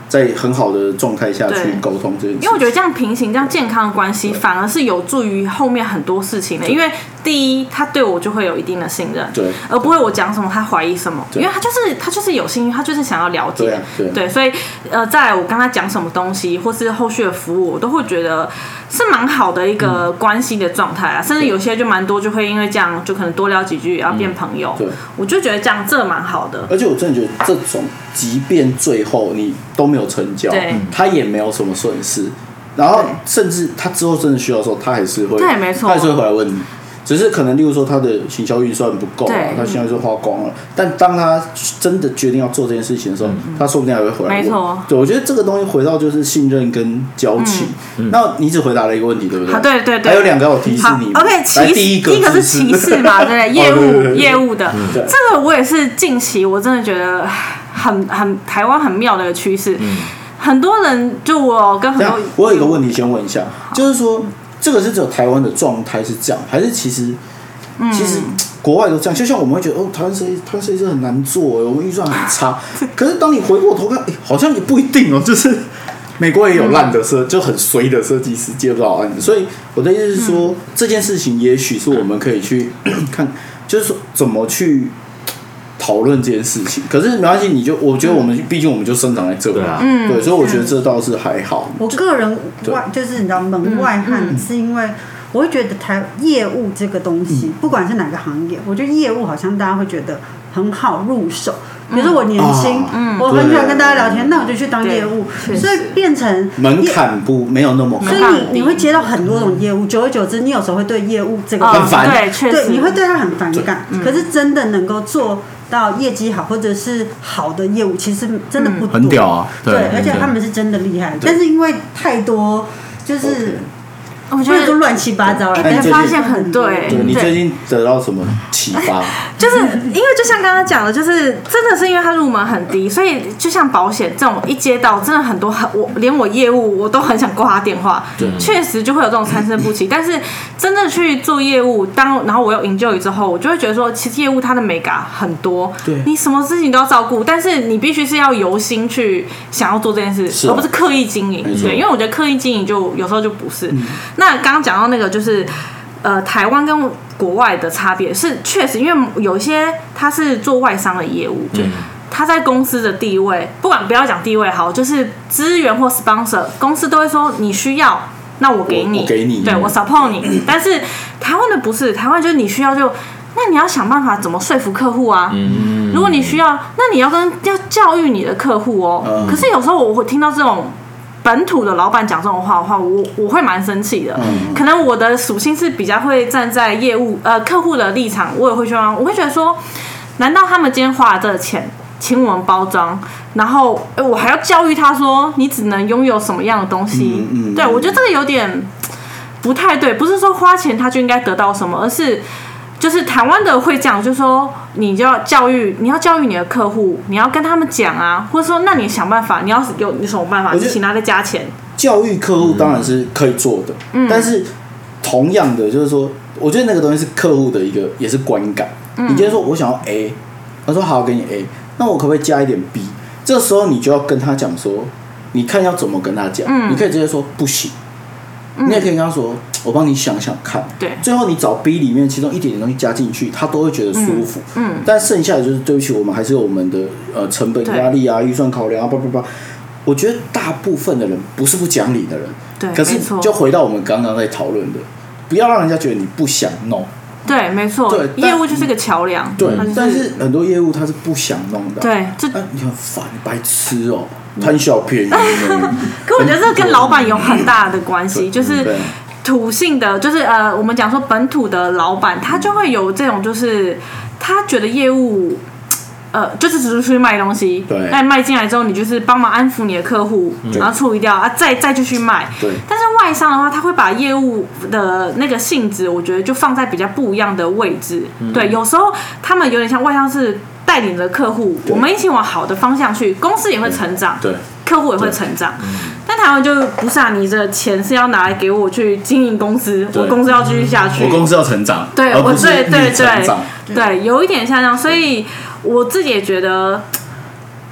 S4: 在很好的状态下去
S5: 对
S4: 沟通这件事情。
S5: 因为我觉得这样平行、这样健康的关系，反而是有助于后面很多事情的。因为第一，他对我就会有一定的信任，
S4: 对
S5: 而不会我讲什么他怀疑什么，因为他就是他就是有兴趣，他就是想要了解，
S4: 对啊对啊
S5: 所以呃，再来我跟他讲什么东西，或是后续的服务，我都会觉得是蛮好的一个
S4: 嗯
S5: 关系的状态啊。甚至有些就蛮多，就会因为这样，就可能多聊几句，然后变朋友。
S4: 嗯对呃
S5: 我就觉得这样这蛮好的。
S4: 而且我真的觉得这种，即便最后你都没有成交
S5: 对，
S4: 他也没有什么损失。然后
S5: 对
S4: 甚至他之后真的需要的时候，他还是会，
S5: 对没错
S4: 他还是会回来问你。只是可能，例如说他的行销预算不够啊
S5: 对，
S4: 他现在就花光了。但当他真的决定要做这件事情的时候，他说不定还会回来问。
S5: 没错
S4: 对，我觉得这个东西回到就是信任跟交情。那你只回答了一个问题，对不对？啊
S5: 好啊对对对
S4: 还有两个我提示
S5: 好
S4: 你嘛。
S5: ，OK，
S4: 来第
S5: 歧视，
S4: 一个
S5: 第一个是
S4: 歧
S5: 歧视嘛，对 不对？业
S4: 哦对对对
S5: 务
S4: 对嗯
S5: 业务的
S4: 对，
S5: 这个我也是近期我真的觉得唉很很台湾很妙的一个趋势。
S4: 嗯
S5: 很多人就我跟很
S4: 这样
S5: 多，
S4: 我有一个问题先问一下，就是说这个是只有台湾的状态是这样，还是其实其实国外都这样？就像我们会觉得哦，台湾设计台湾设计师很难做，欸我们预算很差。可是当你回过头看，诶好像也不一定哦，就是美国也有烂的设，就很衰的设计师接不到案子。所以我的意思是说，这件事情也许是我们可以去 看，就是说怎么去。讨论这件事情，可是没关系，你就我觉得我们毕竟我们就生长在这里，
S2: 对啊
S4: 对，所以我觉得这倒是还好。
S1: 我个人外就是你知道
S5: 嗯
S1: 门外汉，是因为我会觉得台业务这个东西，
S5: 嗯
S1: 不管是哪个行业，我觉得业务好像大家会觉得很好入手。比如说我年轻
S4: 啊，嗯
S1: 我很喜欢
S4: 对
S1: 跟大家聊天，那我就去当业务，
S5: 哦对确实
S1: 所以变成
S4: 门
S1: 业。
S4: 槛不没有那么高
S1: 所
S5: 门槛，
S1: 以你你会接到很多种业务，久而久之，你有时候会对业务这个
S5: 哦
S4: 很烦
S5: 对，确实
S1: 对，
S5: 嗯
S1: 你会对他很反感。可是真的能够做到业绩好或者是好的业务，其实真的不多。
S6: 很屌啊对
S1: 而且他们是真的厉害，但是因为太多，就是
S5: 我
S1: 不
S5: 觉
S1: 能说
S5: 得
S1: 乱七八糟了，
S5: 哎
S1: 但
S4: 你
S1: 是
S5: 发现很对，
S4: 对你
S5: 嗯对
S4: 最近得到什么启发？
S5: 就是因为就像刚刚讲的，就是真的是因为它入门很低，所以就像保险这种一接到，真的很多很我连我业务我都很想挂他电话，确实就会有这种参差不齐。但是真的去做业务，当然后我有 enjoy 之后，我就会觉得说，其实业务它的美感很多，
S4: 对
S5: 你什么事情都要照顾，但是你必须是要由心去想要做这件事，
S4: 啊
S5: 而不是刻意经营。
S4: 没错嗯
S5: 对，因为我觉得刻意经营就有时候就不是。那刚刚讲到那个就是。呃，台湾跟国外的差别是确实，因为有一些他是做外商的业务，
S2: 嗯
S5: 他在公司的地位，不管不要讲地位好，就是资源或 sponsor，公司都会说你需要，那我给你，
S4: 我我给你嗯
S5: 对我 support 你。但是台湾的不是，台湾就是你需要就，那你要想办法怎么说服客户啊。
S2: 嗯
S5: 如果你需要，那你要跟要教育你的客户哦。
S4: 嗯
S5: 可是有时候我会听到这种本土的老板讲这种话的话，我我会蛮生气的。
S4: 嗯
S5: 可能我的属性是比较会站在业务呃客户的立场，我也会希望，我会觉得说，难道他们今天花了这个钱？请我们包装，然后哎我还要教育他说你只能拥有什么样的东西。
S4: 嗯嗯
S5: 对我觉得这个有点不太对，不是说花钱他就应该得到什么，而是。就是台湾的会讲，就是说你就要教育，你要教育你的客户，你要跟他们讲啊，或者说那你想办法，你要有你什么办法，
S4: 我觉
S5: 你
S4: 得
S5: 请他再加钱。
S4: 教育客户当然是可以做的，
S5: 嗯
S4: 但是同样的就是说，我觉得那个东西是客户的一个也是观感。
S5: 嗯
S4: 你今天说我想要 A，他说好给你 A，那我可不可以加一点 B？这时候你就要跟他讲说，你看要怎么跟他讲，
S5: 嗯
S4: 你可以直接说不行，你也可以跟他说我帮你想想看，
S5: 对
S4: 最后你找 B 里面其中一点点东西加进去，他都会觉得舒服。
S5: 嗯嗯
S4: 但剩下的就是对不起，我们还是有我们的呃成本
S5: 对
S4: 压力啊、预算考量啊，叭叭叭。我觉得大部分的人不是不讲理的人，
S5: 对，
S4: 可是
S5: 没错，
S4: 就回到我们刚刚在讨论的，不要让人家觉得你不想弄。
S5: 对，没错
S4: 对，但
S5: 业务就是个桥梁，
S4: 对
S5: 它就，
S4: 但是很多业务他是不想弄的。，
S5: 嗯对，这
S4: 啊，你很烦，你白痴哦、贪小便宜呢。 嗯
S5: 可我觉得这跟老板有很大的关系，就是
S4: 对
S5: 土性的，就是呃，我们讲说本土的老板，他就会有这种，就是他觉得业务。呃，就是只是出去卖东西，
S4: 对嗯
S5: 那你卖进来之后，你就是帮忙安抚你的客户，然后处理掉啊，再再继续卖。
S4: 对
S5: 但是外商的话，他会把业务的那个性质，我觉得就放在比较不一样的位置。
S4: 嗯
S5: 对，有时候他们有点像外商是带领着客户，我们一起往好的方向去，公司也会成长。
S4: 对，嗯
S5: 客户也会成长。但台湾就不是啊，你这钱是要拿来给我去经营公司，
S4: 对
S5: 我公司要继续下去。
S4: 我公司要成长，
S5: 对
S4: 而
S5: 我
S4: 不是
S5: 对对
S4: 你成长。
S5: 对对，有一点像这样，所以我自己也觉得。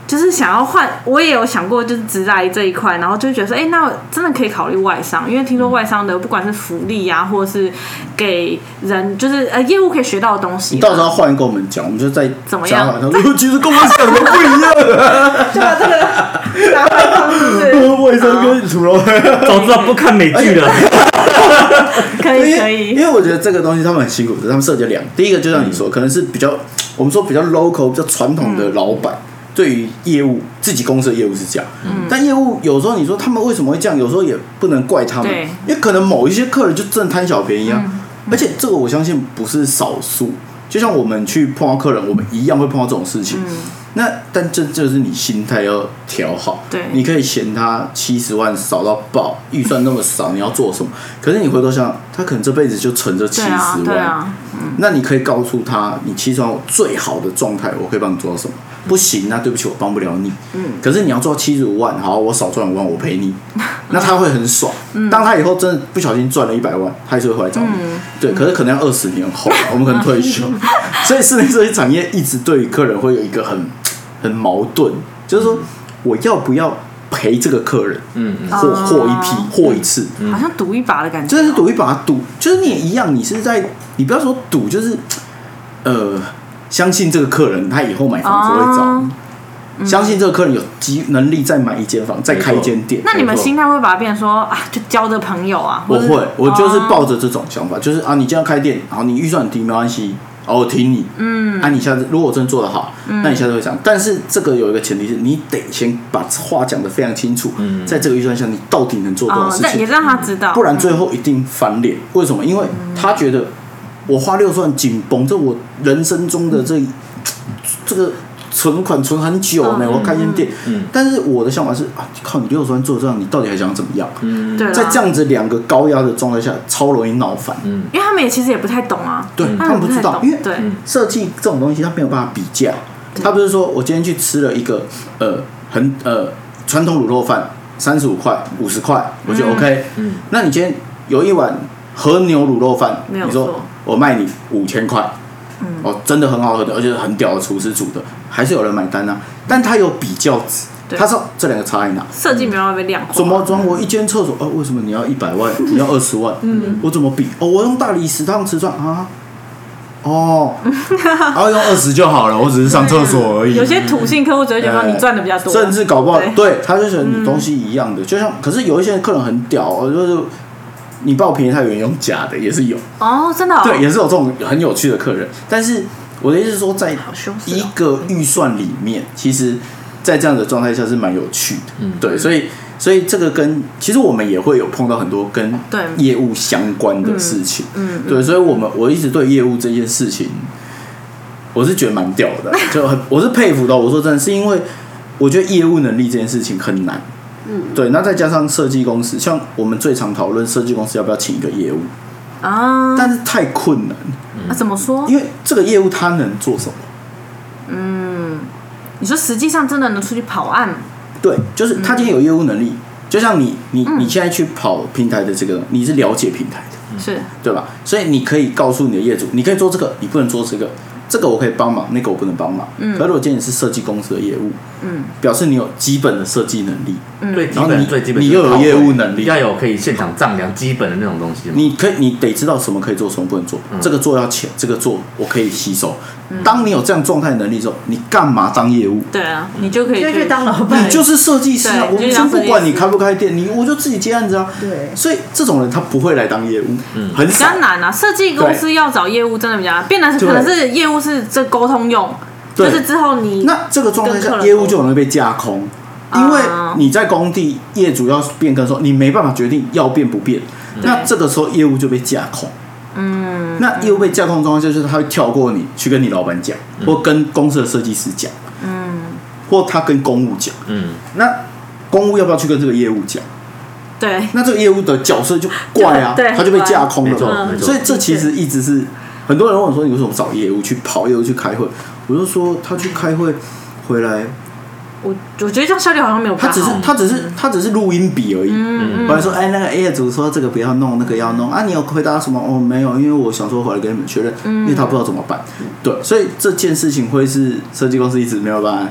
S5: 就是想要换，我也有想过，就是直来这一块，然后就觉得说，哎、那我真的可以考虑外商，因为听说
S4: 嗯
S5: 外商的不管是福利啊，或者是给人，就是呃业务可以学到的东西
S4: 你
S5: 嘛。
S4: 到时候换跟我们讲，我们就再
S5: 怎么
S4: 讲
S5: 样
S4: 好。他说哎其实跟我想的不一样，啊
S5: 拿外商是不 是
S4: 卫生跟土楼。
S2: 早知道不看美剧了。
S5: 可以可
S4: 因
S5: 以，嗯
S4: 为我觉得这个东西他们很辛苦的，他们涉及两，第一个就像你说，可能是比较我们说比较 local、比较传统的老板。对于业务，自己公司的业务是这样，
S5: 嗯
S4: 但业务有时候你说他们为什么会这样，有时候也不能怪他们
S5: 对，嗯
S4: 因为可能某一些客人就真的贪小便宜啊。而且这个我相信不是少数，就像我们去碰到客人，我们一样会碰到这种事情。
S5: 嗯
S4: 那但这就是你心态要调好，
S5: 对
S4: 你可以嫌他七十万少到爆，预算那么少，你要做什么？可是你回头想，他可能这辈子就存着七
S5: 对
S4: 十
S5: 啊
S4: 万，
S5: 对啊，
S4: 那你可以告诉他，你七十万最好的状态，我可以帮你做到什么？不行，那对不起，我帮不了你。嗯，可是你要做到七十五万，好，我少赚五万，我赔你，那他会很爽。当他以后真的不小心赚了一百万，他还是会回来找你。对，可是可能要二十年后，我们可能退休。所以室内设计产业一直对于客人会有一个很很矛盾，就是说我要不要陪这个客人，
S2: 嗯嗯，
S4: 或或一批，或一次，
S5: 好像赌一把的感觉，
S4: 真的是赌一把赌，就是你也一样，你是在你不要说赌，就是呃，相信这个客人他以后买房子会找你，相信这个客人有机能力再买一间房，再开一间店。
S5: 那你们
S4: 没错
S5: 心态会把它变成说啊，就交的朋友啊？
S4: 我
S5: 或者
S4: 会，我就是
S5: 哦
S4: 抱着这种想法，就是啊，你今天要开店，好，你预算很低没关系，哦，我挺你，嗯，啊，你下次如果我真的做得好，那你下次会讲，但是这个有一个前提是你得先把话讲得非常清楚，
S2: 嗯
S4: 在这个预算下你到底能做多少
S5: 哦
S4: 事，
S5: 那
S4: 情
S5: 也，让他知道，嗯
S4: 不然最后一定翻脸。为什么？因为他觉得我花六算紧绷，这我人生中的这这个存款存很久呢，我要开间店。
S2: 嗯
S4: 但是我的想法是啊，靠你六算做这样，你到底还想怎么样？
S5: 嗯对啦
S4: 在这，样子两个高压的状态下，超容易闹翻。
S5: 因为他们也其实也不太懂啊，
S4: 对
S5: 他
S4: 他们不
S5: 太
S4: 知道
S5: 懂
S4: 因为
S5: 对
S4: 设计这种东西，它没有办法比价。他不是说我今天去吃了一个呃很呃传统卤肉饭，三十五块五十块，我觉得 OK。
S2: 嗯，
S4: 那你今天有一碗和牛卤肉饭，
S5: 没有
S4: 你
S5: 错嗯
S4: 说我卖你五千块，哦，真的很好喝的，而且是很屌的厨师煮的，还是有人买单啊。但他有比较值，
S5: 对
S4: 他说这两个差在哪？
S5: 设计没办法被量化，
S4: 怎么装？我一间厕所，哦，为什么你要一百 万，你要二十万？嗯，我怎么比？哦，我用大理石烫瓷砖啊，哦，然后用二十就好了，我只是上厕所而已。
S5: 有些土性客户只会觉得说你赚的比较 多，
S4: 甚至搞不好
S5: 对
S4: 对他就觉得你东西一样的，就像可是有一些客人很屌，哦就是你报便宜他有人用假的也是有，
S5: 哦，真的哦
S4: 对，也是有这种很有趣的客人。但是我的意思是说，在
S5: 好羞耻哦
S4: 一个预算里面，其实，在这样的状态下是蛮有趣的。
S2: 嗯
S4: 对，所以所以这个跟其实我们也会有碰到很多跟
S5: 对
S4: 业务相关的事情。
S5: 嗯，
S4: 对，所以我们我一直对业务这件事情我是觉得蛮屌 的，啊就很我是佩服的。我说真的是因为我觉得业务能力这件事情很难，嗯，对。那再加上设计公司，像我们最常讨论设计公司要不要请一个业务，
S5: 啊，
S4: 但是太困难，
S5: 啊怎么说？
S4: 因为这个业务他能做什么？
S5: 你说实际上真的能出去跑案，
S4: 对，就是他今天有业务能
S5: 嗯
S4: 力，就像你你你现在去跑平台的这个，你是了解平台的，
S5: 是
S4: 对吧？所以你可以告诉你的业主，你可以做这个，你不能做这个，这个我可以帮忙，那个我不能帮忙。嗯，可是如果今天你是设计公司的业务，
S5: 嗯，
S4: 表示你有基本的设计能力，
S2: 最基
S4: 然后
S2: 本
S4: 你
S2: 最基本
S4: 你
S2: 就是
S4: 又有
S2: 套
S4: 业
S2: 路
S4: 务能力嗯
S2: 要有可以现场丈量基本的那种东西
S5: 嗯
S2: 嘛。
S4: 你可以你得知道什么可以做，什么不能做，这个做要钱，这个做我可以吸收。
S5: 嗯
S4: 当你有这样状态能力之后，你干嘛当业务？
S5: 对啊，你就可以
S1: 就去
S5: 去
S1: 当老
S4: 你
S1: 板，
S4: 就是设计师啊！
S5: 对
S4: 我
S5: 就是
S4: 先
S5: 当
S4: 不
S5: 设计
S4: 管你
S5: 师
S4: 开不开店，你我就自己接案子啊。
S1: 对
S4: 所以这种人他不会来当业务，很
S5: 比
S4: 少
S5: 较。难啊。设计公司要找业务真的比较难，变难是可能是业务是这沟通用，就
S4: 对
S5: 是之后你
S4: 那这个状态
S5: 跟客
S4: 下，
S5: 人
S4: 业务就容易被架空，因为
S5: 啊
S4: 你在工地，业主要变更的时候，你没办法决定要变不变。那这个时候业务就被架空。嗯，那业务被架空的状况下就是他会跳过你去跟你老板讲，
S5: 嗯
S4: 或跟公司的设计师讲，嗯，或他跟公务讲。
S2: 嗯，
S4: 那公务要不要去跟这个业务讲？
S5: 对
S4: 那这个业务的角色就怪啊，
S5: 对对
S4: 他就被架空
S2: 没
S4: 了
S2: 错
S4: 嘛。
S2: 没错
S4: 所以。这其实一直是很多人问我说，你为什么找业务去跑业务去开会？我就说他去开会回来，
S5: 我我觉得这样效率好像没有比
S4: 他
S5: 较
S4: 只是
S5: 好。
S4: 他只是他只是录音笔而已。
S5: 嗯
S4: 回来说，哎，那个业主说这个不要弄，那个要弄啊，你有回答什么？哦，没有，因为我想说回来跟你们确认，
S5: 嗯
S4: 因为他不知道怎么办。对，所以这件事情会是设计公司一直没有办法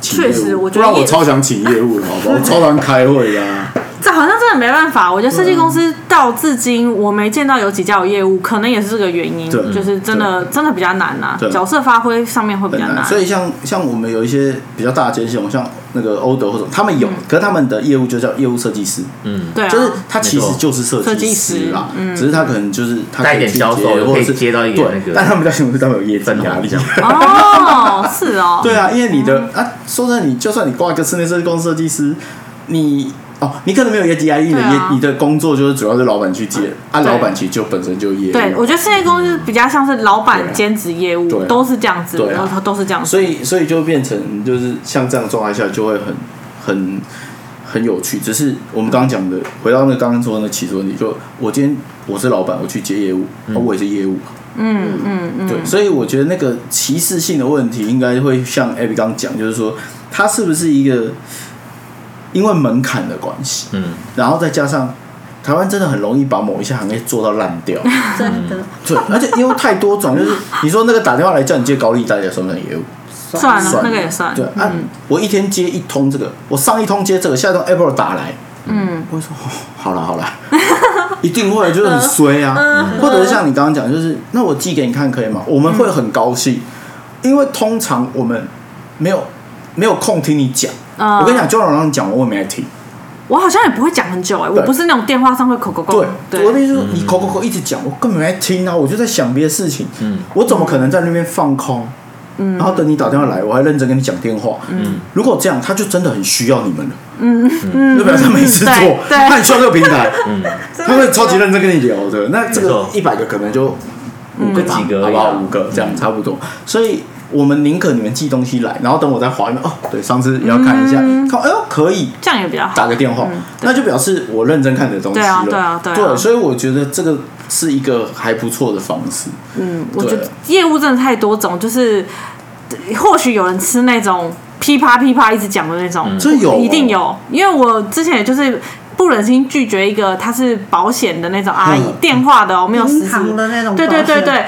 S4: 请业务。
S5: 确实我觉
S4: 不
S5: 得
S4: 然
S5: 业
S4: 我超想请业务的，好不好？我超常开会的、啊。
S5: 这好像真的没办法。我觉得设计公司
S4: 嗯
S5: 到至今我没见到有几家有业务，可能也是这个原因，
S4: 对
S5: 就是真的真的比较难啊
S4: 对，
S5: 角色发挥上面会比
S4: 很
S5: 较
S4: 难。
S5: 难。
S4: 所以像像我们有一些比较大的间系统，像那个欧德或者他们有，可是他们的业务就叫业务设计师，
S5: 嗯
S2: 嗯
S5: 对啊，
S4: 就是他其
S2: 没
S4: 实
S2: 错
S4: 就是设计师啦
S5: 设计师，嗯
S4: 只是他可能就是他可以
S2: 带一点
S4: 去
S2: 销售
S4: 接或
S2: 可
S4: 者
S2: 以
S4: 是
S2: 接到一点
S4: 对
S2: 那个
S4: 但他们在公司他们有业绩啊
S2: 分
S4: 压
S2: 红
S4: 力
S2: 这。样。
S5: 哦，是哦，
S4: 对啊，因为你的啊，说真的，你就算你挂一个室内设计公司设计师，你哦，你可能没有业绩压力，你的
S5: 对啊
S4: 业你的工作就是主要是老板去接，啊，
S5: 对
S4: 老板其实就本身就业务，
S5: 对，我觉得现在公司比较像是老
S4: 对
S5: 板
S4: 啊
S5: 兼职业务
S4: 对，啊
S5: 都是这样子，
S4: 对啊
S5: 然后都是这样子。
S4: 所以所以就变成就是像这样状态下就会很很很有趣。只是我们刚刚讲的，回到那个刚刚说的那起诉问题，就我今天我是老板，我去接业务，哦我也是业务，
S5: 嗯嗯嗯，
S4: 对，所以我觉得那个歧视性的问题应该会像 Abby 刚刚讲，就是说它是不是一个因为门槛的关系，
S2: 嗯，
S4: 然后再加上。台湾真的很容易把某一些行业做到烂掉，
S1: 真的
S4: 对，而且因为太多种，就是你说那个打电话来叫你接高利贷的，算不算业务？
S5: 算了
S4: 算，了
S5: 那个也算。嗯
S4: 对啊，我一天接一通这个，我上一通接这个，下一通 Apple 打来，
S5: 嗯，
S4: 我会说、 哦、好啦好啦， 一定会就是很衰啊，或者是像你刚刚讲，就是那我寄给你看可以吗？我们会很高兴，因为通常我们没有没有空听你讲。
S5: 嗯
S4: 我跟你讲，就让你讲，我也没来听。
S5: 我好像也不会讲很久哎，我
S4: 对
S5: 不是那种电话上会口口口
S4: 对，。我的意思是说，你口口口一直讲，我根本没在听啊，我就在想别的事情。
S2: 嗯，
S4: 我怎么可能在那边放空？嗯，然后等你打电话来，我还认真跟你讲电话。嗯，如果这样，他就真的很需要你们了。
S5: 嗯
S4: 对不对？他没事做
S5: 对，对
S4: 他很需要这个平台，他会超级认真跟你聊的。那这
S2: 嗯没
S4: 个
S2: 错
S4: 一百个可能就五个吧
S2: 嗯几个而
S4: 好
S2: 已
S4: 不
S2: 啊
S4: 好？五个这样差不
S5: 嗯
S4: 多。所以我们宁可你们寄东西来，然后等我再划一遍。哦，对，上次也要看一下，
S5: 嗯
S4: 看，哎呦，可以。
S5: 这样也比较
S4: 打
S5: 好。
S4: 个电话，那就表示我认真看你的东西了。
S5: 嗯对啊对啊对
S4: 对
S5: 啊
S4: 所以我觉得这个是一个还不错的方式。
S5: 嗯，我觉得
S4: 对
S5: 业务真的太多种，就是或许有人吃那种噼啪噼啪一直讲的那
S1: 嗯
S5: 种，
S4: 这有哦
S5: 一定有，因为我之前也就是不忍心拒绝一个她是保险的那种阿姨，
S4: 嗯
S5: 电话的哦，没有实
S1: 银
S5: 体
S1: 行的那种保
S5: 对
S1: 险，
S5: 对对对，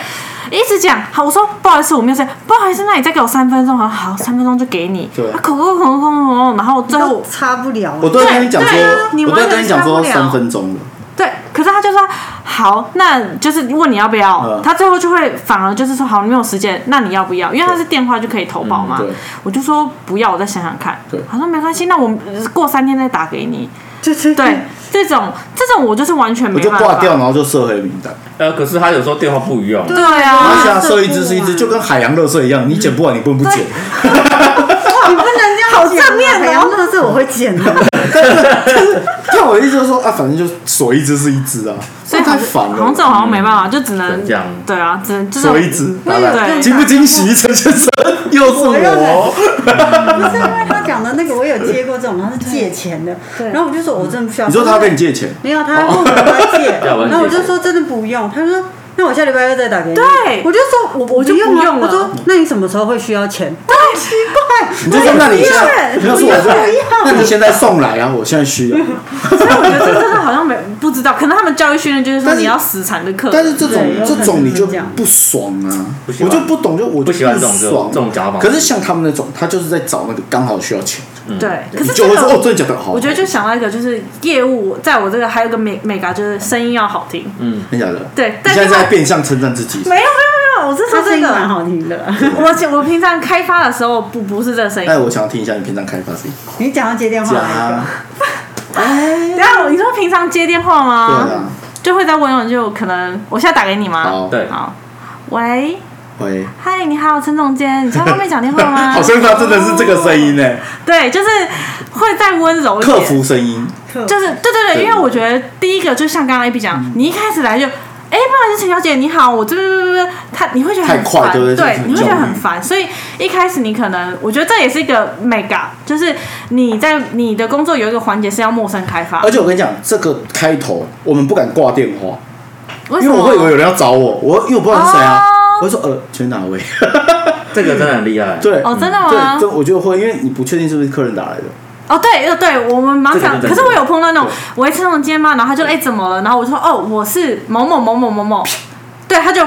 S5: 一直讲好，我说不好意思，我没有时间，不好意思，那你再给我三分钟，好好，三分钟就给你，
S4: 对
S5: 啊，口口口口口口，然后最后
S1: 都擦不了啊。
S4: 我都会跟你讲说
S5: 对啊，你
S4: 我都会
S5: 完全
S4: 跟你讲
S5: 差
S4: 说
S5: 不了
S4: 三分钟了。
S5: 对，可是他就说好，那就是问你要不要，
S4: 嗯
S5: 他最后就会反而就是说好，你没有时间，那你要不要？因为他是电话就可以投保嘛，
S4: 嗯对
S5: 我就说不要，我再想想看，
S4: 对
S5: 他说没关系，那我呃过三天再打给你，
S1: 对对
S5: 对，这种这种我就是完全
S4: 嗯我
S5: 没
S4: 就
S5: 办法，
S4: 挂掉，然后就设黑名单。
S5: 啊
S2: 呃，可是他有时候电话不一样，
S5: 对啊，
S4: 而且它
S1: 啊
S4: 射一只是一只，就跟海洋垃圾一样，你捡不完，你不能不捡。
S1: 你不能这样好正面哦，那个是我会剪的。
S4: 但我的意思就是说啊，反正就锁一只是一只啊，
S5: 所所以好
S4: 太
S5: 像
S4: 烦了嗯
S5: 好像这种好像没办法，就只能
S2: 这样
S5: 对啊，只能就是
S4: 所以只
S1: 那
S4: 打
S1: 个
S4: 来
S1: 对
S4: 惊不惊喜，陈先生又是
S1: 我又
S4: 我
S1: 来。不是因为他讲的那个，我有接过这种，他是借钱的，然后我就说我真的不需要。
S4: 你说他跟你借钱，
S1: 没有，
S4: 哦
S1: 他问我要借，
S2: 要不然
S1: 然后我就说真的不用，他说。那我下礼拜二再打给你。
S5: 对
S1: 我就说我我
S5: 就
S1: 不
S5: 不
S1: 用
S5: 用
S1: 啊
S5: 了
S1: 我说那你什么时候会需要钱？
S5: 对
S1: 奇怪，
S4: 你就说那你现在，
S5: 不
S4: 你要是我说
S1: 不要，
S4: 那你现在送来啊，我现在需要。
S5: 所以我觉得这真的好像没不知道，可能他们教育训练就是说
S4: 但是
S5: 你要死缠的课，
S4: 但是这种
S1: 对有可
S4: 这
S1: 能
S4: 种你
S1: 是
S4: 就
S1: 这样
S4: 不爽啊
S2: 不，喜
S4: 我
S2: 欢
S4: 就不懂，就我就
S2: 不喜欢这种这种
S4: 爽啊
S2: 这种讲法
S4: 可是像他们那种，他就是在找那个刚好需要钱，
S2: 嗯
S5: 对，可
S4: 你
S5: 是
S4: 就
S5: 这
S4: 会说哦，
S5: 个。
S4: 真的假的好，
S5: 我觉得就想到一个，就是业务，在我这个还有一个美美嘎，就是声音要好听。
S4: 真的假的。
S5: 对
S4: 你
S5: 但
S4: 现在
S5: 另外
S4: 在变相称赞自己，
S5: 没有没有没有，我是说
S1: 他声
S5: 这
S1: 音蛮
S5: 个。
S1: 好听的。
S5: 我我平常开发的时候不不是这个声音。
S4: 哎那我想要听一下你平常开发谁
S1: 你讲要接
S5: Oh
S1: 电话哪一个
S4: 家？
S5: 等一下我你说平常接电话
S4: 对
S5: 吗？
S4: 啊，
S5: 就会在温柔，就可能我现在打给你吗？
S4: 好
S2: 对
S5: 好，喂，
S4: 喂，
S5: 嗨，你好，陈总监，你在外面讲电话 吗
S4: 好？像他真的是这个声音 呢，
S5: 对，就是会再温柔一
S4: 客
S5: 点。
S4: 服声音，
S5: 就是对对对，因为我觉得第一个就像刚刚 A B
S4: 嗯
S5: 讲，你一开始来就，哎，不好意思，陈小姐你好，我这这这这，他你会觉得很
S4: 太快
S5: 烦，
S4: 对不对就是很
S5: 你会觉得
S4: 焦虑
S5: 很烦，所以一开始你可能，我觉得这也是一个 mega，就是你在你的工作有一个环节是要陌生开发
S4: 而，且我跟你讲，这个开头我们不敢挂电话，
S5: 为什
S4: 因为
S5: 么？
S4: 我会以为有人要找我，我因为我不知道是谁啊，
S5: 哦
S4: 我会说呃，请哪位？
S2: 这个真的很厉害。
S4: 对，
S5: 哦，真的吗
S4: 嗯对，？这我觉得会，因为你不确定是不是客人打来的，
S5: 哦，对，呃对，我们蛮常，
S2: 这个就
S5: 可是我有碰到那种
S4: 对，
S5: 我一次那种肩嘛，然后他就哎、怎么了？然后我就说哦，我是某某某某某某，对，他就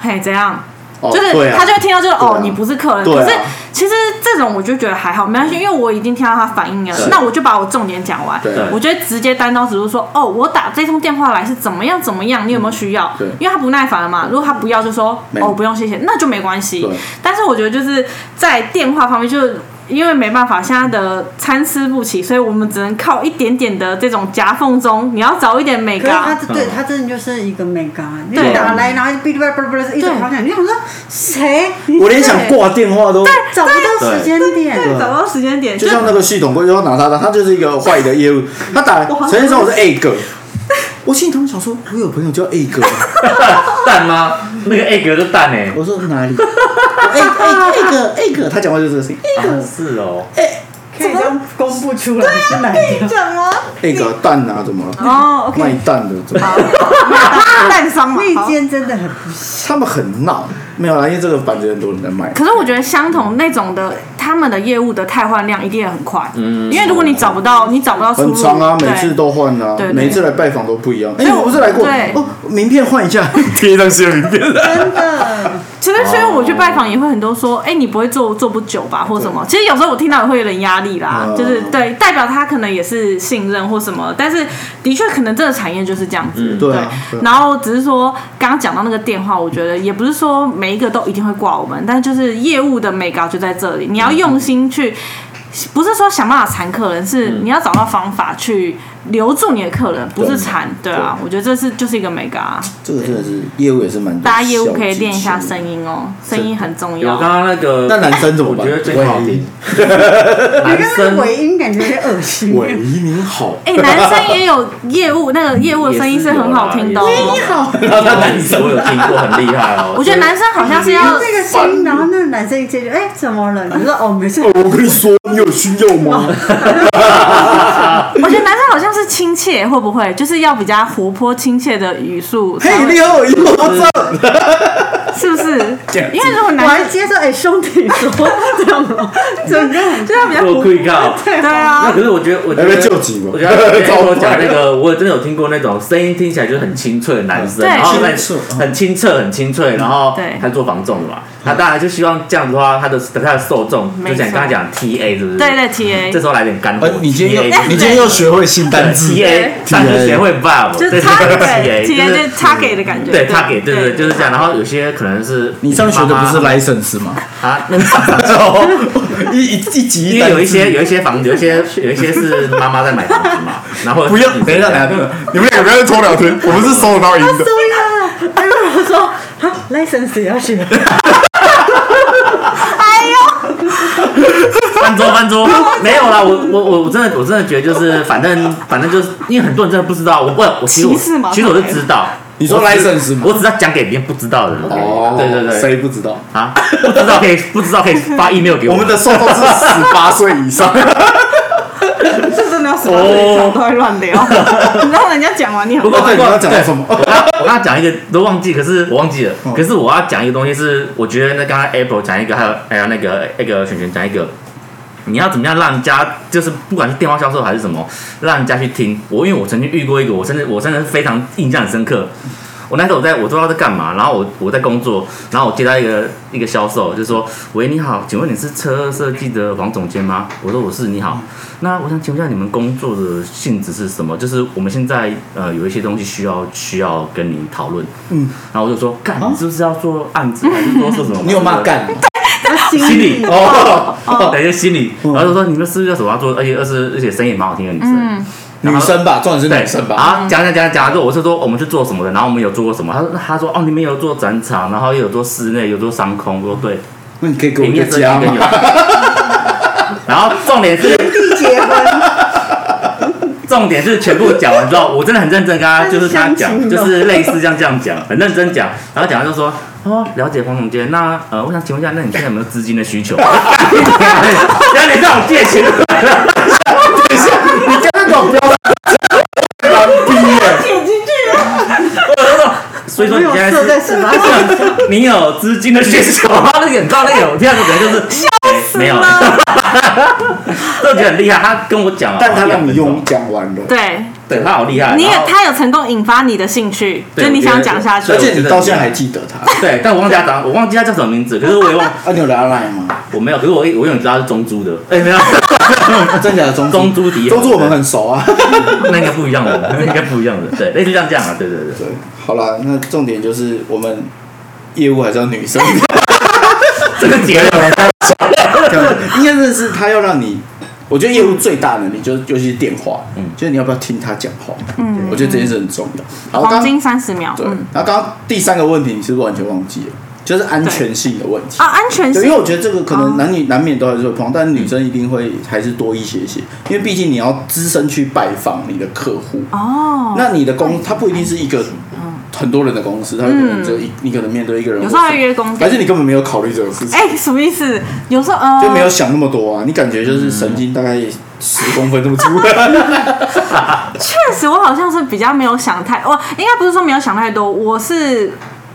S5: 嘿怎样？
S4: 哦，
S5: 就是
S4: 对啊
S5: 他就会听到就是、
S4: 对啊
S5: 哦，你不是客人。
S4: 对啊
S5: 可是其实这种我就觉得还好，没关系，因为我已经听到他反应了
S2: 是，
S5: 那我就把我重点讲完
S4: 对。
S5: 我觉得直接单刀直入说哦，我打这通电话来是怎么样怎么样，你有没有需要？
S4: 对
S5: 因为他不耐烦了嘛。如果他不要就说
S4: 没有
S5: 哦不用谢谢，那就没关系
S4: 对。
S5: 但是我觉得就是在电话方面就是。因为没办法，现在的参差不齐，所以我们只能靠一点点的这种夹缝中，你要找一点啊美
S1: 可是他
S5: 感。
S4: 嗯
S1: 对他真的就是一个美感，你
S5: 对
S1: 打来然后哔哩吧啦一直
S5: 对
S1: 跑讲，你想说谁？
S4: 我连想挂电话都，
S1: 找不到时间点，
S4: 啊
S5: 对，找到时间点，
S4: 就像那个系统规，就要拿他的，他就是一个坏的 业务。他打来
S5: 我好
S4: 陈先生，我是 A 哥，我心里头想说，我有朋友叫 A 哥，
S2: 蛋吗？那个 egg 是蛋哎、
S4: 我说哪里？A A A 哥 A 哥，他讲话就是这个声音
S5: 哎
S2: 啊，是哦，
S1: 可以这样公布出来是哪一个？
S5: 什么？
S4: ，A 哥蛋啊，怎么了？
S5: 哎哦，OK，
S4: 卖蛋的，怎么了？
S5: 蛋商嘛。
S1: 那
S5: 好
S1: 一间真的很不行，
S4: 他们很闹，没有啦，因为这个板子很多人在卖。
S5: 可是我觉得相同那种的，他们的业务的汰换量一定也很快，嗯，因为如果你找不到，你找不到出路，
S4: 很长啊，每
S5: 对
S4: 次都换啊
S5: 对，对
S4: 每一次来拜访都不一样。哎，
S5: 所以
S4: 我不是来过
S5: 对
S4: 哦，名片换一下，贴一张新的名片。
S1: 真的。
S5: 其实所以我去拜访也会很多说，
S4: 哦
S5: 哎、你不会做做不久吧，或什么。其实有时候我听到也会有点压力啦，
S4: 嗯
S5: 就是对，代表他可能也是信任或什么，但是的确可能这个产业就是这样子。
S4: 对啊，对啊
S5: 然后只是说，刚刚讲到那个电话，我觉得也不是说每一个都一定会挂我们，但就是业务的美高就在这里，你要用心去，不是说想办法缠客人，是
S4: 嗯
S5: 你要找到方法去留住你的客人，不是缠，对啊，我觉得这是就是一个美高啊，
S4: 这个真的是业务也是蛮多
S5: 大家业务可以
S4: 小技
S5: 练一下
S4: 巧
S5: 声音哦，声音很重
S2: 有
S5: 要。
S2: 刚刚那个，
S4: 那男生怎么
S2: 我
S4: 办？
S2: 觉得最好听，
S1: 你
S2: 男
S1: 刚刚
S2: 生
S1: 尾音感觉有点恶心。
S4: 喂，喂，您好。
S5: 哎、男生也有业务，那个业务的声音是很好听的、哦。
S2: 也是
S1: 好，
S2: 那男生我有听过，很厉害哦。
S5: 我觉得男生好像是要
S1: 然后这个声音，然后那个男生一接就哎怎么了？你说哦没事，
S4: 哎我跟你说，你有需要吗？
S5: 我觉得男生好像是亲切，会不会就是要比较活泼亲切的语速？
S4: 嘿，你好，你好，我 操！
S5: 是不是？
S4: 样子
S5: 因为如果
S1: 我还
S5: 男生
S1: 接受哎兄弟说这样哦，整个很
S5: 就要比较
S2: 我
S5: 活，
S2: 可以告。
S5: 对
S2: 那
S5: 啊，
S2: 可是我觉得，我觉
S4: 要
S2: 得
S4: 被救急吗
S2: 我觉得
S4: 糟
S2: 跟
S4: 糕
S2: 我讲那 个，我真的有听过那种声音听起来就是很清脆的男生，
S5: 对
S2: 然后很
S4: 清澈
S2: 很清嗯澈、很清脆，然后
S5: 对
S2: 他做防重的嘛，他当然就希望这样子的话，他的他的受众
S5: 没
S2: 就
S5: 错
S2: 像你刚才讲 TA 是不是？
S5: 对对
S2: 这
S5: TA，
S2: 时候来点干货
S4: 哎，，你今天
S2: TA
S4: 又你今天又学会新单字，
S2: TA，但是学会 vibe，
S5: 就
S2: 这
S5: 是
S2: 是 TA，
S5: 给 TA
S2: 就
S5: 就是是他给的感觉，
S2: 对他给，对对，就是这样。然后有些可能是
S4: 你上学的不是
S2: 妈妈
S4: license 吗？
S2: 啊，那个傻傻
S4: 一一一集
S2: 因
S4: 单
S2: 为
S4: 字
S2: 有一些有一些房，有一些有一些是妈妈在买房子 嘛，然后
S4: 不要，等一下，等一下，等一下，你们两个不要再偷聊天，我们是收得到赢的。
S1: 对呀。哎，我说啊，license 也要学，
S2: 那翻桌翻 桌， 没有啦，我我我我真的我真的觉得就是反正反正就是因为很多人真的不知道，我我我其实我
S5: 歧视吗
S2: 其实我就知道，
S4: 你说
S2: 我只
S4: license 吗
S2: 我只要讲给别人不知道的人，
S4: 哦，
S2: 对对对，
S4: 谁不知道？
S2: 啊，不知道可以不知道可以发 email 给
S4: 我
S2: 我
S4: 们的受众是十八岁以上，
S5: 这真的要死到最小都会乱 聊。然后人家讲 完你很
S2: 不过
S4: 哦对，
S5: 乱
S4: 你要讲到什么？哦
S2: 我刚我刚刚讲一个都忘记，可是我忘记了。可是我要讲一个东西是，我觉得那刚才 Apple 讲一个，还有还有那个那个璇璇讲一个，你要怎么样让人家就是不管是电话销售还是什么，让人家去听。我因为我曾经遇过一个，我真的我真的非常印象很深刻。我那时候我在我不知道在干嘛，然后我我在工作，然后我接到一个一个销售，就说：“喂，你好，请问你是车设计的王总监吗？”我说：“我是，你
S4: 嗯
S2: 好。”那我想请问一下你们工作的性质是什么？就是我们现在呃有一些东西需要需要跟你讨论，嗯，然后我就说：“干，你是不是要做案子还是说做什么？”
S4: 啊 你有骂？干？
S2: 心 理
S4: 哦，嗯
S2: 等一下心理，然后就说你们是不是有什么要做，而且而是而且声音也蛮好听的女生，然
S4: 女
S2: 后
S4: 生吧，重点是
S2: 对
S4: 女生吧？
S2: 啊，讲讲讲讲，就我是说我们是做什么的，然后我们有做过什么，他说他说哦，你们有做展场，然后也有做室内，有做商空，我说对，
S4: 那你可以给我
S2: 平
S4: 一个
S2: 面设计
S4: 家
S2: 跟有
S4: 吗？。
S2: 然后重点是
S1: 地结婚，
S2: 重点是全部讲完之后，我真的很认真跟他
S1: 那
S2: 就是是跟他
S1: 相亲
S2: 讲，
S1: 哦
S2: 就是类似这样这样讲，很认真讲，然后讲完就说哦，了解黄总监，那呃，我想请问一下，那你现在有没有资金的需 求？然后你让我借钱，
S4: 你刚刚搞标蓝逼耶！
S5: 剪进去了。
S2: 所以说
S1: 没
S2: 你
S1: 有
S2: 现在
S1: 设在
S2: 是。
S1: 十八岁以下，
S2: 你有资金的需求吗？那个你知道那个有第二个人就是没有， 这我觉得很厉害。他跟我讲了，
S4: 但他让你用，讲完了，
S5: 对，
S2: 对哎他好厉害。
S5: 你也
S2: 然后
S5: 他有成功引发你的兴趣，
S2: 对
S5: 就你
S2: 我
S5: 想
S2: 觉得
S5: 讲下去
S2: 对
S4: 而。且你到现在还记得 他啊？
S2: 对，但我忘记他长，我忘记他叫什么名字，可是我也忘，
S4: 你有聊赖 吗？
S2: 我没有，可是我我永远知道他是中珠的。哎，没有，
S4: 啊真假的中
S2: 中珠迪，
S4: 中珠我们很熟啊。
S2: 那应该不一样的，那应该不一样的，对，类似像这样啊，对对对。
S4: 对，好啦，那重点就是我们业务还是要 女生，
S2: 这个结论
S4: 应该真的是他要让你。我觉得业务最大能力就是，尤其是电话，
S2: 嗯
S4: 就是你要不要听他讲话，嗯，我觉得这件事很重要。然后
S5: 黄
S4: 刚
S5: 金三十秒，
S4: 对，
S5: 嗯，
S4: 然后刚刚第三个问题你是不是完全忘记了，就是安全性的问题
S5: 啊，。安全
S4: 对，因
S5: 性哦
S4: 为我觉得这个可能男女难免都还是会碰到，但女生一定会还是多一些些，因为毕竟你要只身去拜访你的客户，
S5: 哦，
S4: 那你的公它不一定是一个很多人的公司，它有可能只有一，你可能面对一个人，
S5: 嗯有时候还约工地
S4: 还是你根本没有考虑这个事情，
S5: 哎，什么意思？有时候呃，
S4: 就没有想那么多啊，你感觉就是神经大概十公分这么粗，
S5: 确实，我好像是比较没有想太，我应该不是说没有想太多，我是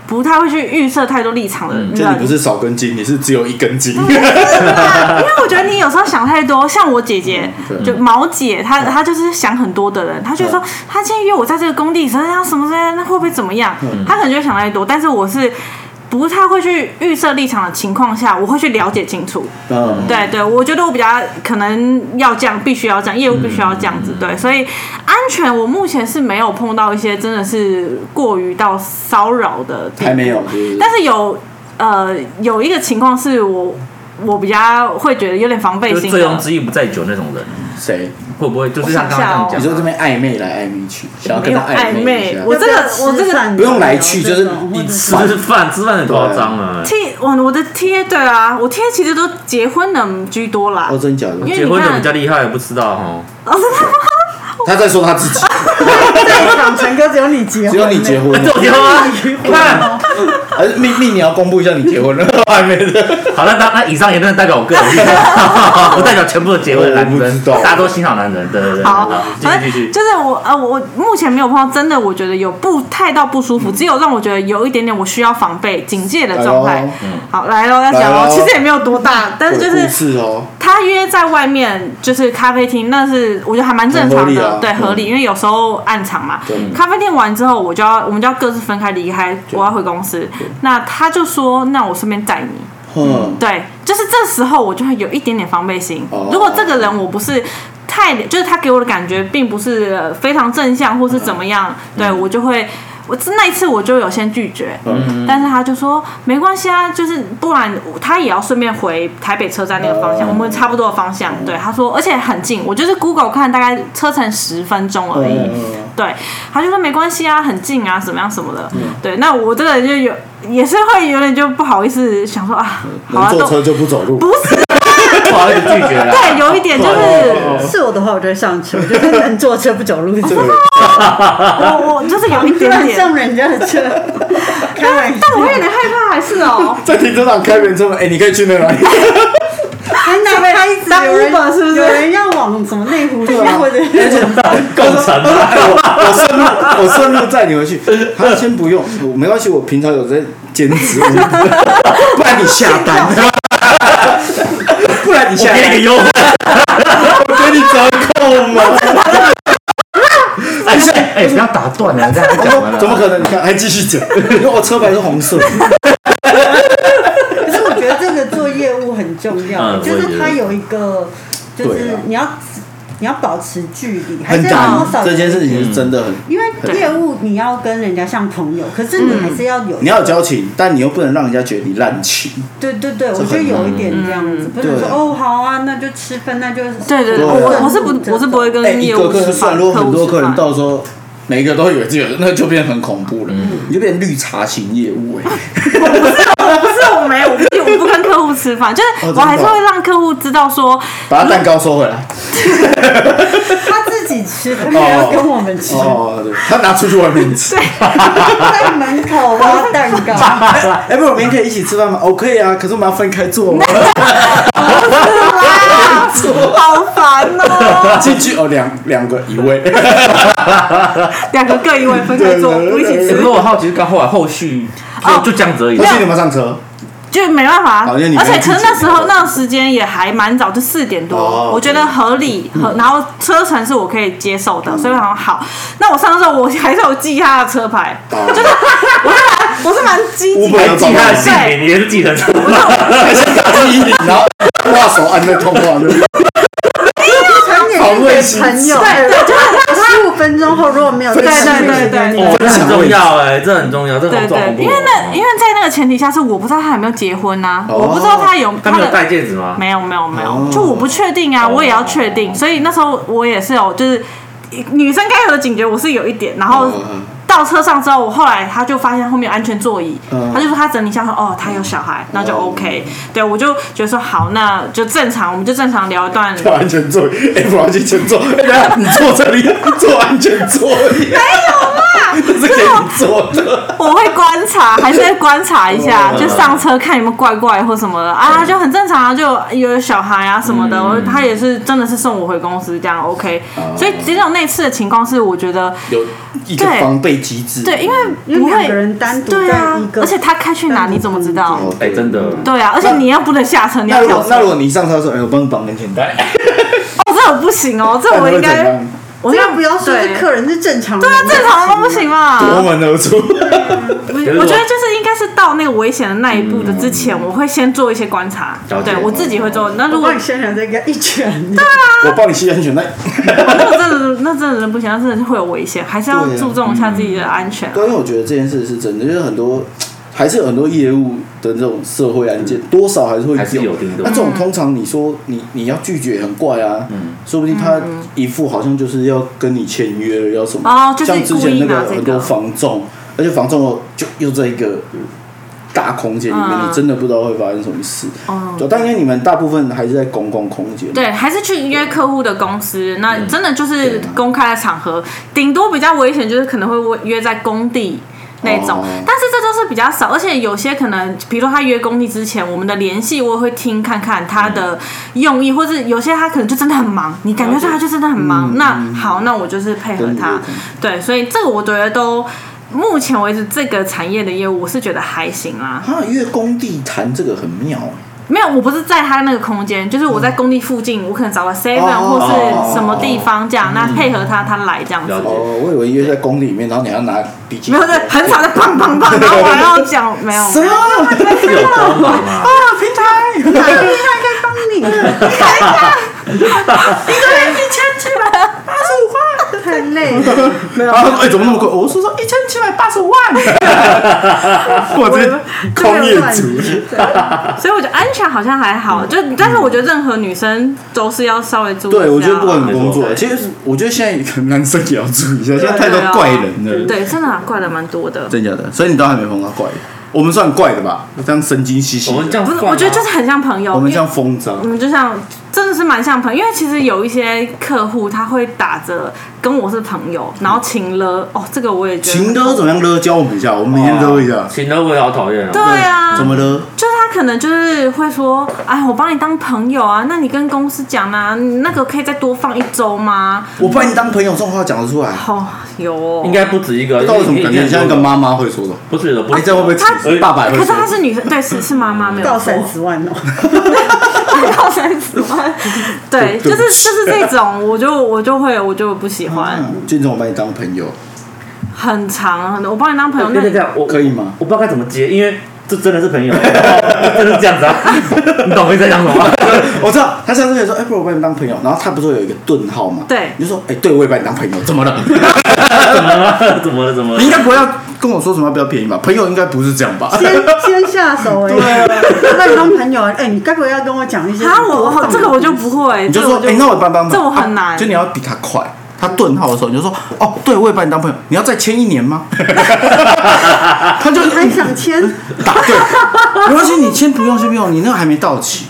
S5: 不太会去预设太多立场的人。
S4: 就嗯你不 是少根筋，你是只有一根筋，
S5: 嗯因为我觉得你有时候想太多，像我姐姐，
S4: 嗯
S5: 就毛姐，她她就是想很多的人，她就说她今天约我在这个工地，怎样什么之类的，那会不会怎么样？
S4: 嗯
S5: 她可能就会想太多，但是我是。不太会去预设立场的情况下，我会去了解清楚。
S4: 嗯，
S5: 对对，我觉得我比较可能要这样，必须要这样，业务必须要这样子。
S2: 嗯
S5: 对，所以安全我目前是没有碰到一些真的是过于到骚扰的地
S4: 还没有，就是
S5: 但是有呃有一个情况是我我比较会觉得有点防备
S2: 就是
S5: 心
S2: 醉翁
S5: 的，
S2: 之意不在酒那种人，
S4: 谁？
S2: 会不会就是像刚刚这
S4: 你
S2: 样
S4: 说
S2: 讲
S5: 哦
S4: 这？边暧昧来暧昧去，想要
S5: 没
S4: 跟
S5: 有
S4: 他暧
S5: 暧
S4: 昧一
S5: 昧
S4: 下，，
S5: 我这个我
S1: 吃
S5: 这个。
S1: 饭
S4: 不用来去，
S1: 这
S4: 就是
S1: 种或
S4: 你
S1: 者
S4: 吃
S2: 吃饭吃饭很夸张啊，
S5: T 我我的 T A 对啊，我 T A 其实都结婚的居多啦。
S4: 哦，真假的
S5: 因？为
S2: 结
S5: 你
S2: 婚的比
S5: 看
S2: 较，厉害，不知道哈。
S5: 哦，真的吗？
S4: 他在说他自 己，
S1: 在场陈哥只有你结婚，
S4: 只有你结婚
S2: 这
S4: 了，
S2: 种结婚吗？啊看，
S4: 还是命命你要公布一下你结婚了， 还没的。
S2: 好了，那那以上言论代表我个人立场，不代表全部的结婚男
S4: 我不知
S2: 人，
S4: 道
S2: 大家都欣赏男人，对对对。
S5: 好，
S2: 继
S5: 反
S2: 续继
S5: 正
S2: 续。
S5: 就是我呃，我目前没有碰到真的，我觉得有不太到不舒服，只有让我觉得有一点点我需要防备、警戒的状
S4: 来
S5: 态
S4: 咯。嗯
S5: 好，来喽，要讲
S4: 来
S5: 喽
S4: 咯，
S5: 其实也没有多大，但是就
S4: 鬼
S5: 是
S4: 故事哦，
S5: 他约在外面就是咖啡厅，那是我觉得还蛮正
S4: 很合
S5: 常
S4: 理
S5: 的，
S4: 啊
S5: 对，
S4: 嗯
S5: 合理，因为有时候暗场嘛。咖啡店完之后，我就要我们就要各自分开离开，我要回公司。那他就说：“那我顺便载你。”
S4: 嗯，
S5: 对，就是这时候我就会有一点点防备心。
S4: 哦
S5: 如果这个人我不是太，就是他给我的感觉并不是呃非常正向，或是怎么样，
S4: 嗯
S5: 对我就会。我那一次我就有先拒绝，
S4: 嗯
S5: 但是他就说没关系啊，就是不然他也要顺便回台北车站那个方
S4: 哦
S5: 向，我们差不多的方向。对，他说而且很近，我就是 Google 看大概车程十分钟而已。
S4: 嗯，
S5: 对，他就说没关系啊，很近啊，怎么样什么的。对，那我这个人就有也是会有点就不好意思，想说啊，好
S4: 能
S5: 啊，
S4: 嗯坐
S5: 都
S4: 车就不走路，
S5: 不是啊，
S2: 不好意思拒绝了。
S5: 对，有一点 就是
S1: 是我的话，我就会上车，我就是能坐车不走路。
S4: 哦
S5: 我我就是有一
S1: 突
S5: 点
S1: 然
S5: 点，
S1: 上人家的车，开玩笑，
S5: 但我有点害怕，还是哦，
S4: 在停车场开门之后，哎、你可以去那哪里？
S1: 还拿拍子，
S5: 当
S1: 有人
S5: Uber 是不是
S1: 有人要往什么内湖去，啊或者
S2: 共乘啊，
S4: 哎我我顺路，我顺路载你回去。他说先不用，我没关系，我平常有在兼职， 不然你下单，不然
S2: 我
S4: 你下
S2: 给你个
S4: 单，
S2: 优惠，
S4: 我给你折扣吗？
S2: 哎哎，不要打断了，这样
S4: 他
S2: 讲完了，
S4: 说怎么可能？你看还继续讲， 因为我车牌是红色，
S1: 可是我觉得这个做业务很重要，
S2: 嗯
S1: 就是它有一个，就
S4: 对
S1: 是
S4: 啊
S1: 你要你要保持距离，还
S4: 很
S1: 是
S4: 难
S1: 要多。少
S4: 这件事情是真的很，
S1: 因为业务你要跟人家像朋友，可是你还是要有
S4: 你要有交情，但你又不能让人家觉得你滥情。
S1: 对对对，我
S4: 很嗯
S1: 觉得有一点这样子，不能
S4: 对
S1: 说哦好啊，那就吃饭，那就
S5: 对对对，
S4: 对啊
S5: 我我是不我是不会
S4: 哎，
S5: 跟
S4: 一
S5: 业
S4: 个
S5: 务
S4: 客
S5: 吃
S4: 人算，
S5: 饭，
S4: 如果很多
S5: 客户
S4: 客
S5: 吃
S4: 人
S5: 饭，
S4: 到时候每一个都以为自己有，那就变得很恐怖了，你就变绿茶型业务哎、
S5: 哦不是我没有，我不我不跟客户吃饭，就
S4: 哦
S5: 是
S4: 真的
S5: 我还是会让客户知道说，
S4: 把他蛋糕收回来。
S1: 他自己吃，他没有要跟我们吃，
S4: 哦，对，他拿出去外面吃。
S1: 在门口挖蛋 糕，
S4: 哎、不，我们明天可以一起吃饭吗？哦，可以啊，可是我们要分开坐 吗？
S5: 哇，好烦哦，
S4: 进去哦，两 两个一位，
S5: 两个各一位分开坐，
S4: 对对对
S5: 不一起
S4: 对
S5: 吃
S2: 哎不。过我好奇是刚后来后续
S5: 哦
S2: 就就这样子而已
S4: 不。是你们上车，
S5: 就没办法，
S4: 好像你
S5: 而且
S4: 没
S5: 可
S4: 自
S5: 是
S4: 己
S5: 那时候那个时间也还蛮早，就四点多，
S4: 哦
S5: 我觉得 合理，合然后车程是我可以接受的，所以我想好。那我上的时候我还是有记他的车 牌，
S4: 哦
S5: 就是我是蛮我是蛮积极
S4: 不
S5: 的，
S4: 能
S2: 还记他的姓
S5: 对
S2: 名，你也是继承者。
S4: 打第一名，然后握手按在通话那里，
S1: 传点
S4: 访问型
S1: 朋友，
S5: 对对，就是
S1: 十五分钟后如果没有，
S4: 对
S5: 对对对对
S2: 哦，这很重要哎，这很重要，这
S5: 对
S2: 很重要。
S5: 对，因为那因为在那个前提下是我不知道他有没有结婚呐、我不知道他有
S2: 他没有
S5: 的
S2: 戴戒指吗？
S5: 没有没有没有，
S4: 哦
S5: 就我不确定啊，
S2: 哦
S5: 我也要确定，所以那时候我也是有就是女生该有的警觉，我是有一点，然后
S4: 哦哦。
S5: 到车上之后，我后来他就发现后面有安全座椅，
S4: 嗯
S5: 他就说他整理一下说哦，他有小孩，那就
S4: 哦
S5: OK。对我就觉得说好，那就正常，我们就正常聊一段。
S4: 坐安全座椅，哎、不安全座椅，哎、等一下你坐这里，坐安全座椅，没有啦， 这是给你坐的。
S5: 我会观察，还是会观察一下，
S4: 哦
S5: 就上车看有没有怪怪或什么的啊，就很正常啊，就有小孩啊什么的，
S4: 嗯
S5: 我他也是真的是送我回公司这样 OK。所以
S4: 哦
S5: 只有那次的情况是，我觉得
S4: 有一个
S5: 对
S4: 防备机制，
S5: 对，因为
S1: 因
S5: 不
S1: 为两
S5: 会
S1: 个人单独
S5: 对
S1: 在
S5: 啊
S1: 一，个，
S5: 而且他开去哪你怎么知道？
S4: 哦
S2: 哎，真的。
S5: 对啊，而且你要不能下车，你
S4: 那
S5: 要
S4: 如
S5: 跳
S4: 果那
S5: 车。
S4: 如果你上车的时候，哎、我帮你绑安全带，
S5: 哦，这我不行哦，这我
S4: 那
S5: 应
S4: 你会怎
S5: 该
S4: 样
S5: 我
S1: 这
S5: 应该
S1: 个不要说是客人，是正常人，
S5: 对啊，正常都不行嘛。
S4: 夺门而 出。
S2: 是
S5: 我我觉得
S2: 我
S5: 就是应该是到那个危险的那一步的之前，我会先做一些观察。
S2: 了解
S5: 对我自己会做。那如
S1: 我
S5: 果
S1: 帮你宣传这个一拳，
S4: 我帮你系安全带。
S5: 那真的那真的不行，那真的是会有危险，还是要
S4: 对啊
S5: 注重一下自己的安全啊。
S4: 对，因为我觉得这件事是真的，就是很多还是有很多业务的这种社会案件，多少还是会
S2: 嗯还是有对不对
S4: 那这种通常你说你你要拒绝也很怪啊，
S2: 嗯
S4: 说不定
S5: 嗯
S4: 他一副好像就是要跟你签约要什么，
S5: 哦就是
S4: 像之
S5: 故意
S4: 前那
S5: 拿
S4: 个
S5: 这个
S4: 很多房仲，而且房仲就又在一个。大空间里面，
S5: 嗯
S4: 你真的不知道会发生什么事。
S5: 哦
S4: 对，但因为你们大部分还是在公共空间，
S5: 对，还是去约客户的公司，那真的就是
S4: 对啊
S5: 公开的场合，顶多比较危险就是可能会约在工地。那种
S4: 哦，
S5: 但是这都是比较少，而且有些可能，比如说他约工地之前，我们的联系我也会听看看他的用意，或是有些他可能就真的很忙，你感觉到他就真的很忙，那好，那我就是配合
S4: 跟你
S5: 他
S4: 有，
S5: 对，所以这个我觉得都目前为止这个产业的业务，我是觉得还行啦。
S4: 他约工地谈这个很妙、
S5: 没有，我不是在他那个空间，就是我在工地附近，我可能找个 seven 或
S4: 哦嗯
S5: 是什么地方这样，那配合他他来这样子
S2: 了。解
S4: 哦，我以为约在工地里面，然后你还要拿笔记。
S5: 没有在很少在砰 砰砰，然后我还要讲没有，
S4: 什么？
S2: 是有多忙啊？
S4: 平台。
S1: 他
S5: 啊
S1: 应 该帮你，啊
S5: 一千七百八十
S1: 太累了。
S4: 然后哎，怎么那么贵？我说说一千七百八十 万，我这空业主，
S5: 五万，所以我觉得安全好像还好，就但是我觉得任何女生都是要稍微注意一下。
S4: 嗯对我觉得不管
S2: 没
S4: 你
S2: 错
S4: 工作，其实我觉得现在男生也要注意一下，现在太多怪人了，
S5: 对，真的啊怪的蛮多的。
S4: 真假的？所以你都还没碰到怪人，我们算怪的吧？这样神经兮兮
S2: 我们这
S4: 的，
S2: 样啊
S5: 不是，
S2: 逛吗，
S5: 我觉得就是很像朋友。
S4: 我们这样
S5: 因为
S4: 疯啊张
S5: 我。们就像真的是蛮像朋友，因为其实有一些客户他会打着跟我是朋友，然后请了哦，这个我也觉得
S4: 情勒怎么样勒？教我们一下，我们每天勒一下。
S2: 行的，我也好讨厌
S5: 对
S2: 啊。
S5: 啊，
S4: 怎么勒？
S5: 就是他可能就是会说，哎，我把你当朋友啊，那你跟公司讲啊，那个可以再多放一周吗？
S4: 我把你当朋友，这种话讲得出来，
S5: 哦，有哦，
S2: 应该不止一个，
S4: 到底怎么感
S2: 因为
S4: 觉
S2: 你
S4: 像一个？妈妈会说的？
S2: 不是的，不
S4: 哎，
S2: 是
S4: 这样会不会
S5: 他
S4: 歧视？爸爸也会
S5: 可是
S4: 说
S5: 她是女生，对，是是妈妈没有
S1: 到
S5: 错
S1: 三 十万哦、
S5: 到三十万，对，就是就是这种，我就我就会我就不喜欢，
S4: 嗯俊总，我把你当朋友，
S5: 很长，很我把你当朋友，那
S2: 对对
S5: 你
S2: 对，我
S4: 可以吗？
S2: 我不知道该怎么接，因为这真的是朋 友，真的是这样子啊， 你懂我在讲什么吗？
S4: 我知道，他上次跟你说，哎、不如我把你当朋友，然后他不是有一个顿号吗？
S5: 对
S4: 你就说，哎、对，我也把你当朋友，怎么 了？
S2: 怎么了？怎么了？怎么
S4: 你应
S2: 了？
S4: 该不要跟我说什么要不要便宜吧？朋友应该不是这样吧？
S5: 啊
S1: 先先下手哎、欸，那当朋友哎、欸，你该不会要跟我讲一些？
S5: 啊，我我这个我就不会，
S4: 你就
S5: 这个
S4: 说，
S5: 我
S4: 哎、那我也把你当朋友，
S5: 这我很难
S4: 啊就你要比他快。他顿号的时候，你就说，哦，对，我也把你当朋友，你要再签一年吗？他就
S1: 你还想签？
S4: 打啊对，没关系，你签不用，先不用，你那个还没到期，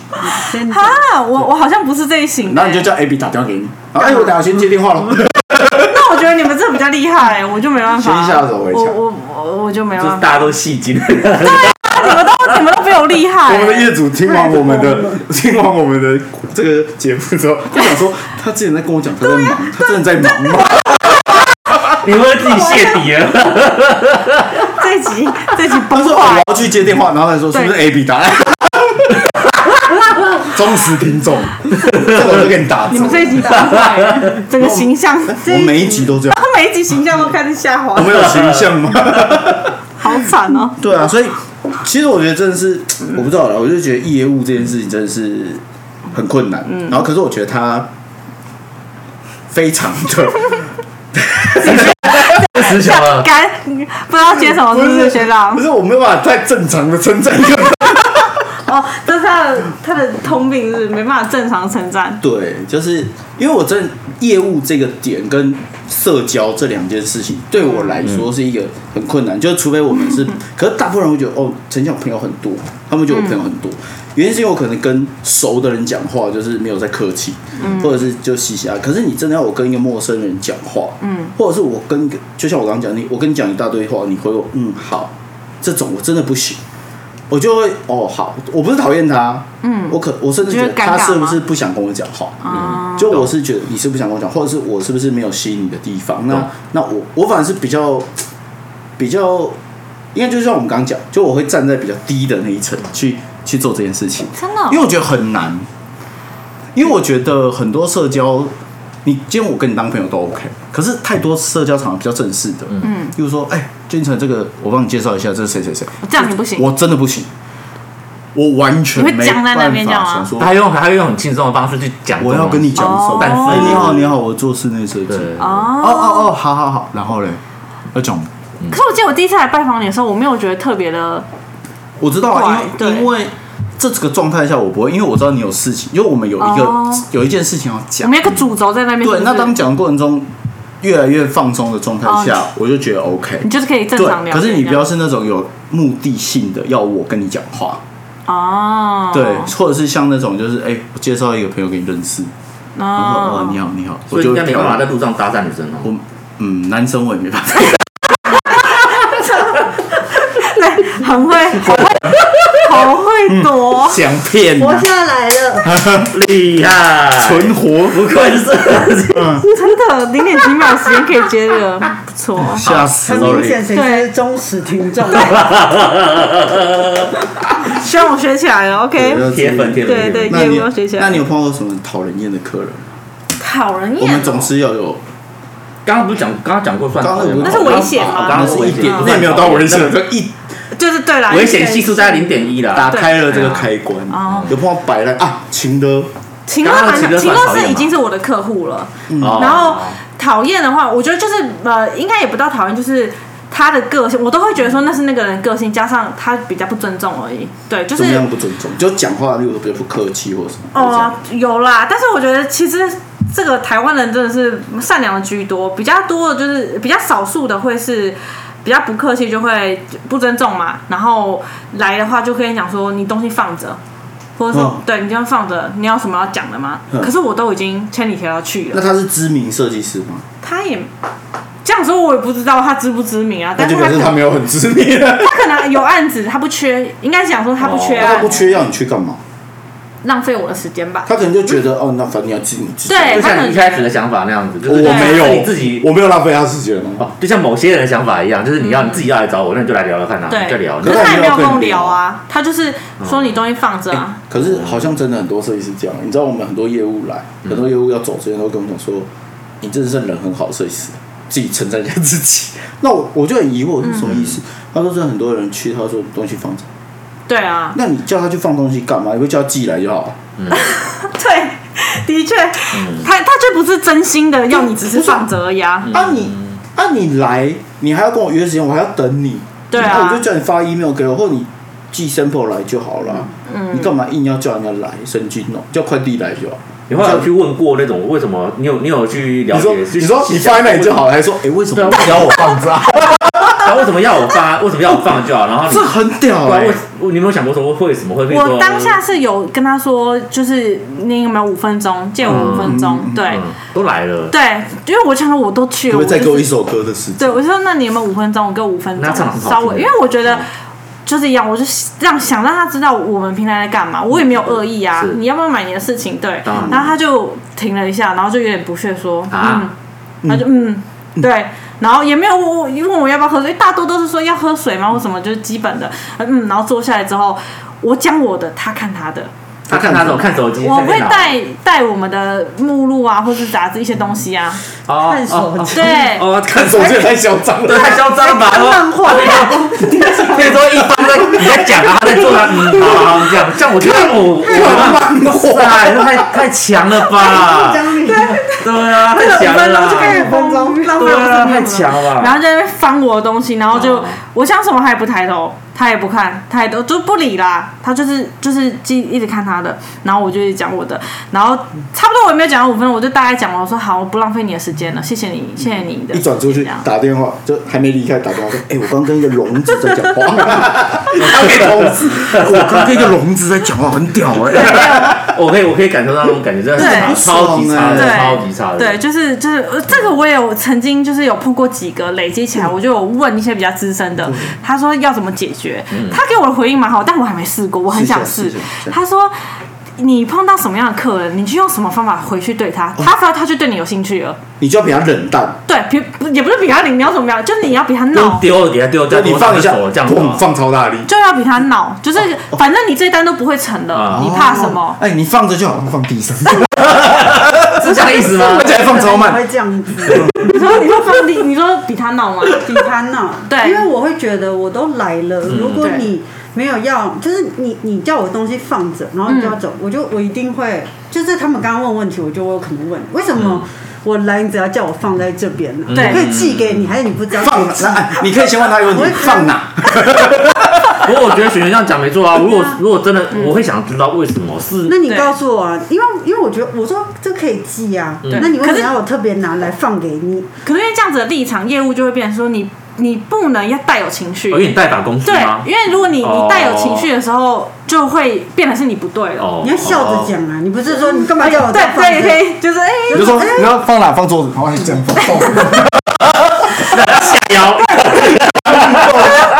S1: 先讲
S5: 啊，我我好像不是这一型的
S4: 然哎后你就叫 AB 打电话给你，然后哎、我等下先接电话了。
S5: 那我觉得你们这比较厉害，我就没办法，
S4: 先下手为强
S5: 我我我我就没
S2: 就是
S5: 办法，
S2: 大家都戏精，
S5: 你们都你们哦都比我厉害
S4: 我们，的业主听完我们的听完我们的这个节目之后，就想说，他之前在跟我讲他在
S5: 啊
S4: 忙，他真的在忙吗？
S2: 你会不会自己泄底了？
S5: 这一集这一集
S4: 他
S5: 崩
S4: 说
S5: 坏
S4: 我。要去接电话，然后他说是不是 A B 答 案？忠实听众，这我就给你打
S5: 你
S4: 字
S5: 们。这一集打坏了，整个形 象，
S4: 我们每一集都这样，
S5: 他每一集形象都开始下滑
S4: 我，们有形象 吗？
S5: 好惨哦。
S4: 对啊，所以其实我觉得真的是，我不知道啦，我就觉得业务这件事情真的是很困难。
S5: 嗯
S4: 然后可是我觉得他非常的。
S2: 失效了。
S5: 该不知道接什么，是不是学长
S4: 不？是我没有办法太正常的称赞一个人。
S5: 哦，这是他的他的通病，是没办法正常称赞。
S4: 对，就是因为我真的业务这个点跟社交这两件事情对我来说是一个很困难，就是除非我们是，可是大部分人会觉得哦，陈翔朋友很多，他们觉得我朋友很多，原因是因为我可能跟熟的人讲话就是没有在客气，或者是就嘻嘻啊。可是你真的要我跟一个陌生人讲话，嗯，或者是我跟一个就像我刚刚讲，你我跟你讲一大堆话，你回我嗯好，这种我真的不行。我就会哦好，我不是讨厌他，嗯，我可我甚至觉得
S5: 觉得尴尬
S4: 他是不
S5: 吗
S4: 是不想跟我讲话，
S2: 嗯
S5: 啊，
S4: 就我是觉得你是不想跟我讲，或者是我是不是没有吸引你的地方？
S2: 懂
S4: 那那我我反而是比较比较，应该就像我们刚刚讲，就我会站在比较低的那一层去去做这件事情，
S5: 真的哦
S4: 因为我觉得很难，因为我觉得很多社交，你今天我跟你当朋友都 OK，可是太多社交场合比较正式的，嗯，比如说哎，君晨这个我帮你介绍一下，这是谁谁谁，
S5: 这样你不行。
S4: 我真的不行，我完全
S5: 你会
S4: 没
S5: 僵在
S4: 办
S5: 那
S4: 法
S5: 边这样吗
S4: 想说
S2: 他用他用很轻松的方式去讲，
S4: 我要跟你讲什么
S5: 哦？
S2: 但是
S4: 哎，你好，你好，我做室内设计
S2: 对。
S4: 哦
S5: 哦，
S4: 哦哦，好好好，然后嘞，要讲，
S5: 可是我记得我第一次来拜访你的时候，我没有觉得特别的，
S4: 我知道啊，因
S5: 对
S4: 为
S5: 对
S4: 因为这个状态下我不会，因为我知道你有事情，因为我们有一个
S5: 哦
S4: 有一件事情要
S5: 我
S4: 讲
S5: 们。有个主轴在那边。是
S4: 对，
S5: 不是
S4: 那当讲的过程中越来越放松的状态下
S5: 哦，
S4: 我就觉得 OK
S5: 你。就是可以正常
S4: 对，
S5: 聊。
S4: 可是你不要是那种有目的性的要我跟你讲话，
S5: 哦，
S4: 对，或者是像那种就是哎，我介绍一个朋友给你认识，然后说哦
S5: 哦
S4: 你，好你好，
S2: 所
S4: 我
S2: 以
S4: 就
S2: 应该没办法
S4: 挑
S2: 在路上搭讪女生 哦。
S4: 我嗯男生我也没办法。
S5: 很会，很会，好会躲。
S4: 想 骗
S1: 活下来 了，
S2: 厉 害，
S4: 存活
S2: 不愧 是，
S5: 真的，零点几秒时间可以接这个，不错。
S4: 吓死
S1: 很明显
S4: sorry，
S1: 谁是忠实听众。
S5: 希望我学起来了，OK。
S2: 铁粉铁粉，
S5: 对对
S4: 那你
S5: 业务要学起来
S4: 那你有碰到什么讨人厌的客人？
S5: 讨人厌哦。
S4: 我们总是要有，
S2: 刚刚不是讲，刚刚讲过算
S4: 刚刚不
S5: 那是危险吗
S2: 哦刚
S4: 那
S2: 刚
S4: 是
S2: 危
S4: 一
S2: 险啊
S4: 点，
S5: 嗯
S4: 那也没有到我认识的这一
S5: 就是对啦，
S2: 危险系数在零点一
S4: 打
S2: 啦。
S4: 开了这个开关
S5: 啊哦，
S4: 有碰到白烂啊，情的
S5: 秦乐蛮
S2: 刚刚秦
S5: 秦
S2: 乐算讨
S5: 乐
S2: 厌
S5: 是
S2: 吗
S5: 已经是我的客户了，
S4: 嗯
S2: 哦
S5: 然后讨厌的话，我觉得就是呃，应该也不到讨厌，就是他的个性，我都会觉得说那是那个人个性，加上他比较不尊重而已。对，就
S4: 怎么
S5: 是
S4: 样不尊重？就讲话，例如说比较不客气或什么。就这
S5: 哦
S4: 样、
S5: 有啦，但是我觉得其实这个台湾人真的是善良的居多，比较多的就是比较少数的会是。比较不客气，就会不尊重嘛。然后来的话，就跟你讲说你东西放着，或者说、
S4: 嗯
S5: 对你这样放着，你有什么要讲的吗？可是我都已经千里迢迢去
S4: 那
S5: 了，
S4: 他是知名设计师吗？
S5: 他也这样说，我也不知道他知不知名啊。
S4: 那
S5: 但是
S4: 就
S5: 他
S4: 表
S5: 可
S4: 示他没有很知名 啊。
S5: 他可能有案子，他不缺，应该是讲说他不
S4: 那
S5: 缺
S4: 他
S5: 案
S4: 哦不，缺要你去干嘛？
S5: 浪费我的时间吧。
S4: 他可能就觉得哦，那反正你要自己知道。
S5: 嗯对啊
S2: 就
S5: 哎他可
S2: 像
S5: 能
S2: 你一开始的想法那样子，就是
S4: 我没有
S2: 你自己
S4: 我没有浪费他时间啊。
S2: 哦，就像某些人的想法一样，就是你要你自己要来找我，那你就来聊聊看啊，
S5: 对，
S2: 你再聊。
S5: 可是他也没有跟我聊
S4: 聊
S5: 啊，他就是说你东西放着啊，
S4: 可是好像真的很多设计师这样，你知道我们很多业务来，
S2: 嗯
S4: 很多业务要走之前都跟我们讲说，你真的是人很好的设计师，自己称赞一下自己。 那我我就很疑惑，
S5: 嗯
S4: 是什么意思？他说是很多人去，他说东西放着，
S5: 对啊，
S4: 那你叫他去放东西干嘛？你不叫他寄来就好了。
S5: 对，的确，他他就不是真心的要你只是放着而已啊，
S4: 啊你啊你来，你还要跟我约时间，我还要等你。
S5: 对
S4: 那
S5: 啊
S4: 我就，叫你发 email 给我，或你寄 sample 来就好了。你干嘛硬要叫人家来？神经哦，叫快递来就好。
S2: 你后来有去问过那种为什么？你有你有去了
S4: 你说
S2: 解？
S4: 你说你发 email 就好，还说哎、为什
S2: 对
S4: 么
S2: 啊
S4: 不要我放着啊？
S2: 他为什么要我 发？为什么要我放就好？然后你
S4: 这很屌
S2: 不然
S4: 哎、
S2: 为你有没有想过说会什么会？比如
S5: 我
S2: 说
S5: 当下是有跟他说，就是你有没有五分钟，借我五分钟，对
S2: 嗯都来了，
S5: 对，因为我想说我都去
S4: 可
S5: 了，
S4: 不可以再给
S5: 就
S4: 我
S5: 是
S4: 一首歌的时间？
S5: 对，我就说那你有没有五分钟？我给我五分
S2: 那唱得很
S5: 钟，
S2: 好
S5: 稍微，
S2: 听
S5: 因为我觉得。就是一样，我就这样想让他知道我们平台在干嘛，我也没有恶意啊
S2: 嗯是。
S5: 你要不要买你的事情？对，
S2: 当然
S5: 然后他就停了一下，然后就有点不屑说，
S2: 啊
S5: 嗯，他就嗯，对，然后也没有问我问我要不要喝水，大多都是说要喝水吗或什么，就是基本的，嗯，然后坐下来之后，我讲我的，他看他的，
S2: 他看他怎么看手机，
S5: 我
S2: 看
S5: 会
S2: 电脑
S5: 带带我们的目录啊，或是杂志一些东西啊，
S2: 哦
S1: 看手
S2: 哦哦
S1: 机
S5: 对，
S2: 哦，看手
S4: 我
S2: 机
S4: 觉得太嚣张了。
S2: 对太嚣张了吧？
S1: 漫画，
S2: 可以说一方在你在讲啊，他在做他，嗯，好好好这样，像我就我我哇，这太太强了 吧？
S1: 讲你
S2: 对啊，太
S5: 五
S2: 强了
S5: 分钟就开始
S2: 啦，
S5: 疯浪费我
S2: 对啊，
S5: 的
S2: 太强了吧
S5: 然？后就在那边翻我的东西，然后就、
S2: 哦
S5: 我想什么他也不抬头，他也不看，他也都就不理啦，他就是就是记一直看他的，然后我就一直讲我的，然后差不多我也没有讲到五分钟，我就大概讲完，我说好，我不浪费你的时间了，谢谢你，谢谢你的。
S4: 一转出去
S5: 这样
S4: 打电话，就还没离开，打电话说：“ 哎、我刚跟一个聋子在讲 话，他给聋子，
S3: 我刚跟一个聋子在讲话，很屌哎、
S4: 欸
S2: 我可以我可以感受到那种感觉，真的
S5: 对
S2: 是超级差的，
S5: 对
S2: 超级差的，
S5: 对，就是就是呃这个我也有曾经就是有碰过几个累积起
S4: 嗯
S5: 来，我就有问一些比较资深的，他说要怎么解决，他给我的回应蛮好，但我还没试过，我很想
S4: 嗯试一
S5: 试
S4: 下试一。下
S5: 他说。你碰到什么样的客人，你就用什么方法回去对
S4: 哦
S5: 他，他发他就对你有兴趣了。
S4: 你就要比他冷淡，
S5: 对，比不也不是比他领，你要怎么样，就是你要比他
S2: 就
S5: 闹，
S2: 丢给他丢掉，
S4: 你放一下，
S2: 这样子
S4: 砰，放超大力。
S5: 就要比他
S4: 哦
S5: 闹，就是反正你这单都不会成的
S2: 啊，
S5: 你怕什么？
S4: 哎、你放着就好，放地 上，
S2: 是这样意思吗
S4: 而？且还放超慢。
S1: 会这样子
S5: 你说你说放你，你说比他闹吗？
S1: 比他闹，
S5: 对
S1: 因为我会觉得我都来了，
S2: 嗯
S1: 如果
S5: 对
S1: 你没有要，就是你你叫我东西放着，然后你就要走，
S2: 嗯
S1: 我就我一定会，就是他们刚刚问问题，我就我可能问为什么
S2: 嗯
S1: 我来，你只要叫我放在这边呢？
S5: 对
S1: 我可以寄给你，还是你不知道
S4: 放哪？哎，你可以先问他一个问题
S1: 我会：看
S4: 放哪？
S2: 不过我觉得雪雪这样讲没错啊。如果
S1: 对啊
S2: 如果真的，我会想知道为什么是
S1: 那你
S5: 对
S1: 告诉我啊，因为因为我觉得我说这可以寄啊，
S5: 对
S1: 那你为什
S5: 可
S1: 么
S5: 是
S1: 要我特别拿来放给你？
S5: 可是因为这样子的立场，业务就会变成说你你不能要带有情绪
S2: 有。
S4: 哦
S2: 点代法公司
S5: 对
S2: 吗，？
S5: 因为如果你
S2: 哦
S5: 你带有情绪的时候，就会变得是你不对了。
S2: 哦，
S1: 你要笑着讲啊，你不是说你干嘛叫我
S5: 对
S1: 再放
S5: 对，
S1: 着？
S5: 可以就是哎，哎
S4: 你就说你要放哪？放桌子，好，你这样放，
S2: 下腰，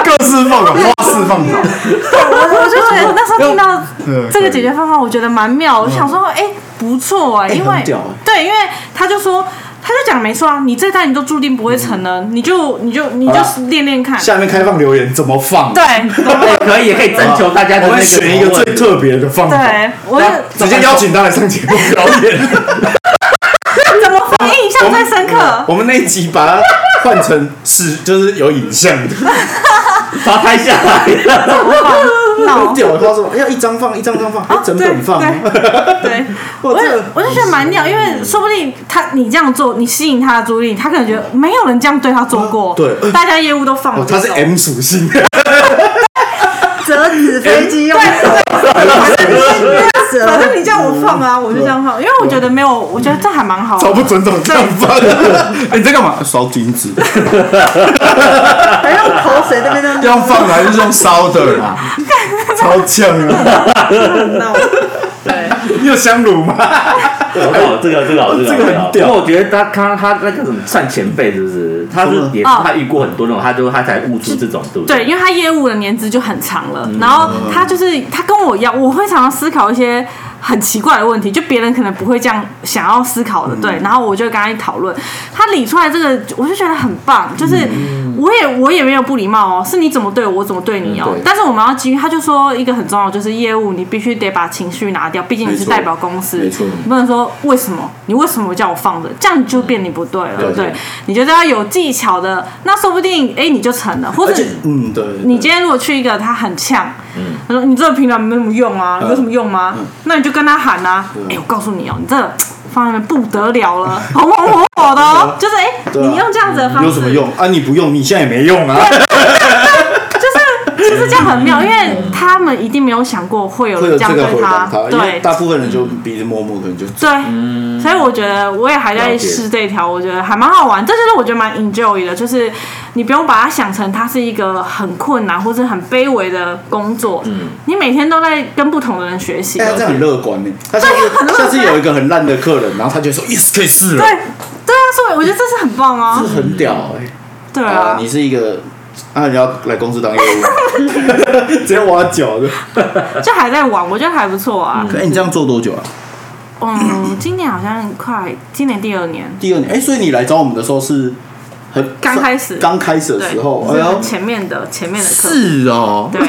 S4: 各式放，啊花式放倒。
S5: 我我就觉得那时候听到
S4: 嗯
S5: 这个解决方法，我觉得蛮妙。我想说，哎，不错哎，因为
S4: 很屌哎
S5: 对，因为他就说。他就讲没错啊，你这单你都注定不会成了，你就你就你就
S4: 好啦
S5: 练练看。
S4: 下面开放留言，怎么放？
S5: 对
S2: 对可以也可以征求大家的那
S4: 我们
S2: 个
S4: 选一个
S2: 口味
S4: 最特别的放法，
S5: 对，我是
S4: 直接邀请他来上节目表 演。
S5: 怎么反应印象最深刻？
S4: 我们那一集把它换成是，就是有影像的，
S2: 把它拍下来。
S5: 闹
S4: 很 屌的。他说要一张放，一张张放，哎，整本放。
S5: 啊哦对对，
S4: 哇
S5: 我
S4: 这嗯
S5: 就
S4: 个
S5: 我就觉得蛮妙，因为说不定他你这样做，你吸引他的注意力，他可能觉得没有人这样对他做过，
S4: 对
S5: 大家业务都放
S4: 哦
S5: 了，，
S4: 他是 M 属性的，
S1: 折纸飞机用手，
S5: 对，
S1: 死了，
S5: 反正你叫我放啊，我就这样放，因为我觉得没有，我觉得这还蛮 好
S3: 超
S5: 的。
S3: 不尊重看法的。哎你在干嘛？烧金子，
S1: 还用口水在那边
S3: 要放的还是用烧的啊啦？超呛啊！
S1: 闹，
S5: 对，
S3: 你有香炉吗？
S2: 哦， 这个这个好，这个
S3: 这个很
S2: 好。因
S3: 屌
S2: 为我觉得他他他那个什么算前辈是不是？他是也是
S5: 哦
S2: 他遇过很多那种，他就他才悟出这种，对不
S5: 对，
S2: 对？
S5: 因为他业务的年资就很长了，然后他就是他跟我一样，我会常常思考一些很奇怪的问题，就别人可能不会这样想要思考的，对。然后我就跟他一讨论，他理出来这个，我就觉得很棒，就是我也我也没有不礼貌哦，是你怎么对我，我怎么对你哦
S2: 嗯对。
S5: 但是我们要基于，他就说一个很重要，就是业务你必须得把情绪拿掉，毕竟你是代表公司，
S4: 没错
S5: 你不能说为什么你为什么叫我放着，这样你就变你不对了，
S4: 对
S5: 对。你就是要有技巧的，那说不定哎你就成了，或
S4: 而
S5: 者
S4: 且，嗯，对，对
S5: 你今天如果去一个他很呛，
S4: 嗯
S5: 他说你这个平常没什么用啊，有什么用吗？那你就跟他喊啊，
S4: 嗯
S5: 哎、我告诉你哦，你这放在那边不得了了， 红红火火的哦，就是哎、
S4: 对啊
S5: 你用这样子的方式，
S3: 有什么用啊？你不用，你现在也没用啊。
S5: 就是其实这样很妙，因为他们一定没有想过会有
S4: 会
S5: 人
S4: 有
S5: 这
S4: 这
S5: 样
S4: 个
S5: 对
S4: 回答他，因为
S5: 对
S4: 大部分人就鼻子摸摸，可能就
S5: 对。
S4: 嗯
S5: 所以我觉得我也还在
S2: 了解
S5: 试这一条，我觉得还蛮好玩。这就是我觉得蛮 enjoy 的，就是你不用把它想成它是一个很困难或是很卑微的工作，
S4: 嗯
S5: 你每天都在跟不同的人学习。
S4: 哎，这样很乐观呢。他下次下次有一个很烂的客人，然后他就说 yes 可以试了，
S5: 对，对啊，所以我觉得这是很棒啊
S4: 这，很屌哎。
S5: 对
S4: 好啊
S5: 啊，
S4: 你是一个啊，你要来公司当业务， 直接挖角的。
S5: 就还在玩，我觉得还不错啊。
S4: 可哎，你这样做多久啊？
S5: 嗯，今年好像快，今年第二年，
S4: 第二年，哎，所以你来找我们的时候是很
S5: 刚开始
S4: 刚开始的
S5: 对
S4: 时候，，哎
S5: 是
S4: 呦，
S5: 前面的前面的课，
S4: 是哦，
S5: 对，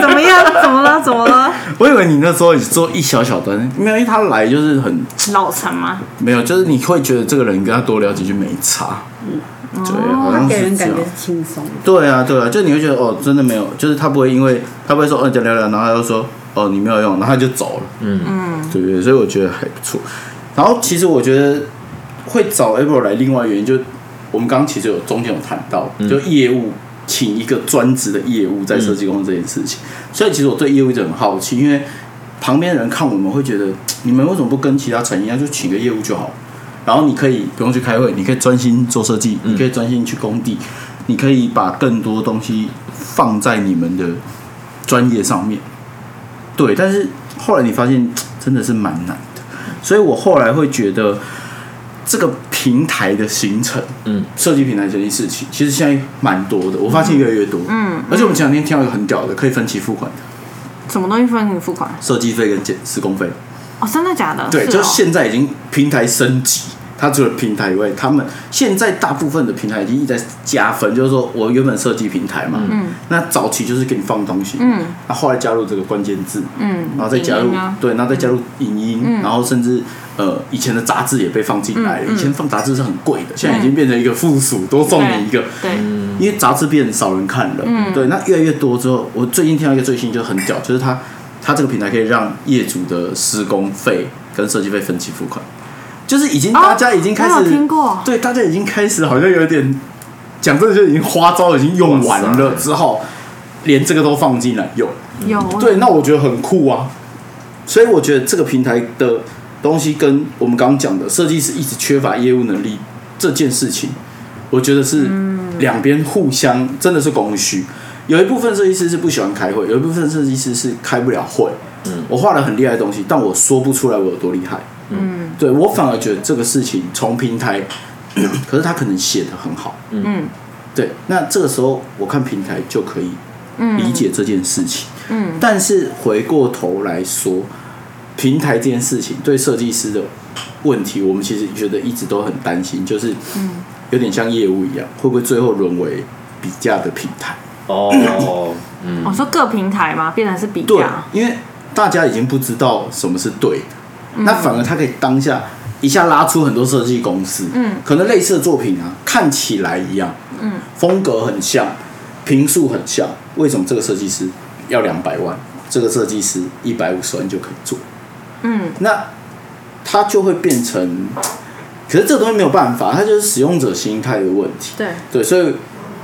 S5: 怎么样？怎么了？怎么了？
S4: 我以为你那时候也做一小小单，没有，因为他来就是很
S5: 老陈吗？
S4: 没有，就是你会觉得这个人跟他多了解就没差，嗯，对，好
S5: 哦
S4: 像
S1: 给
S4: 是
S1: 人
S4: 这
S1: 感
S4: 样
S1: 觉。是轻松的。
S4: 对啊，对啊，就你会觉得哦，真的没有，就是他不会因为他不会说嗯，讲聊聊，然后他就说哦你没有用，然后他就走了，
S2: 嗯
S4: 嗯，对对，所以我觉得还不错。然后其实我觉得会找 April 来，另外原因就我们刚刚其实有中间有谈到，就业务请一个专职的业务在设计公司这件事情，所以其实我对业务一直很好奇，因为旁边的人看我们会觉得嗯你们为什么不跟其他产业一样就请个业务就好？然后你可以不用去开会，你可以专心做设计，你可以专心去工地，你可以把更多东西放在你们的专业上面。对，但是后来你发现真的是蛮难的，所以我后来会觉得这个平台的形成，
S2: 嗯，
S4: 设计平台这件事情，其实现在蛮多的，我发现越来越多，嗯，而且我们前两天听到一个很屌的，可以分期付款的
S5: 什么东西分你付款？
S4: 设计费跟减施工费，
S5: 哦，真的假的？
S4: 对，
S5: 是
S4: 就
S5: 哦
S4: 现在已经平台升级。它除了平台以外，他们现在大部分的平台已经一直在加分，就是说我原本设计平台嘛，嗯，那早期就是给你放东西，
S5: 嗯，
S4: 那后来加入这个关键字，
S5: 嗯，
S4: 然后再加
S5: 影
S4: 入、
S5: 音啊嗯
S4: 对，然后再加入影音，然后甚至呃以前的杂志也被放进来了，
S5: 嗯
S4: 以前放杂志是很贵的，现在已经变成一个附属，多送你一个，
S5: 对，对
S4: 因为杂志变少人看了，
S5: 嗯
S4: 对，那越来越多之后，我最近听到一个最新就很屌，就是它它这个平台可以让业主的施工费跟设计费分期付款，就是已经、
S5: 哦
S4: 大家已经开
S5: 我有
S4: 始
S5: 听过
S4: 对，大家已经开始好像有点讲真的就已经花招已经用完了
S2: 哇塞
S4: 之后，连这个都放进来用，
S5: 有我
S4: 对，那我觉得很酷啊。所以我觉得这个平台的东西跟我们刚刚讲的设计师一直缺乏业务能力这件事情，我觉得是两边互相真的是供需。有一部分设计师是不喜欢开会，有一部分设计师是开不了会。嗯，我画了很厉害的东西，但我说不出来我有多厉害。嗯，对我反而觉得这个事情从平台， 可是他可能写的很好。
S5: 嗯，
S4: 对，那这个时候我看平台就可以理解这件事情。嗯，但是回过头来说，平台这件事情对设计师的问题，我们其实觉得一直都很担心，就是有点像业务一样，会不会最后沦为比价的平台？
S2: 哦，
S5: 我说各平台嘛，变成是比
S4: 对
S5: 价，，
S4: 因为大家已经不知道什么是对的，那反而他可以当下一下拉出很多设计公司，
S5: 嗯，
S4: 可能类似的作品啊，看起来一样，嗯，风格很像，评述很像，为什么这个设计师要两百万，这个设计师一百五十万就可以做？
S5: 嗯，
S4: 那它就会变成，可是这东西没有办法，它就是使用者心态的问题，
S5: 对，
S4: 对，所以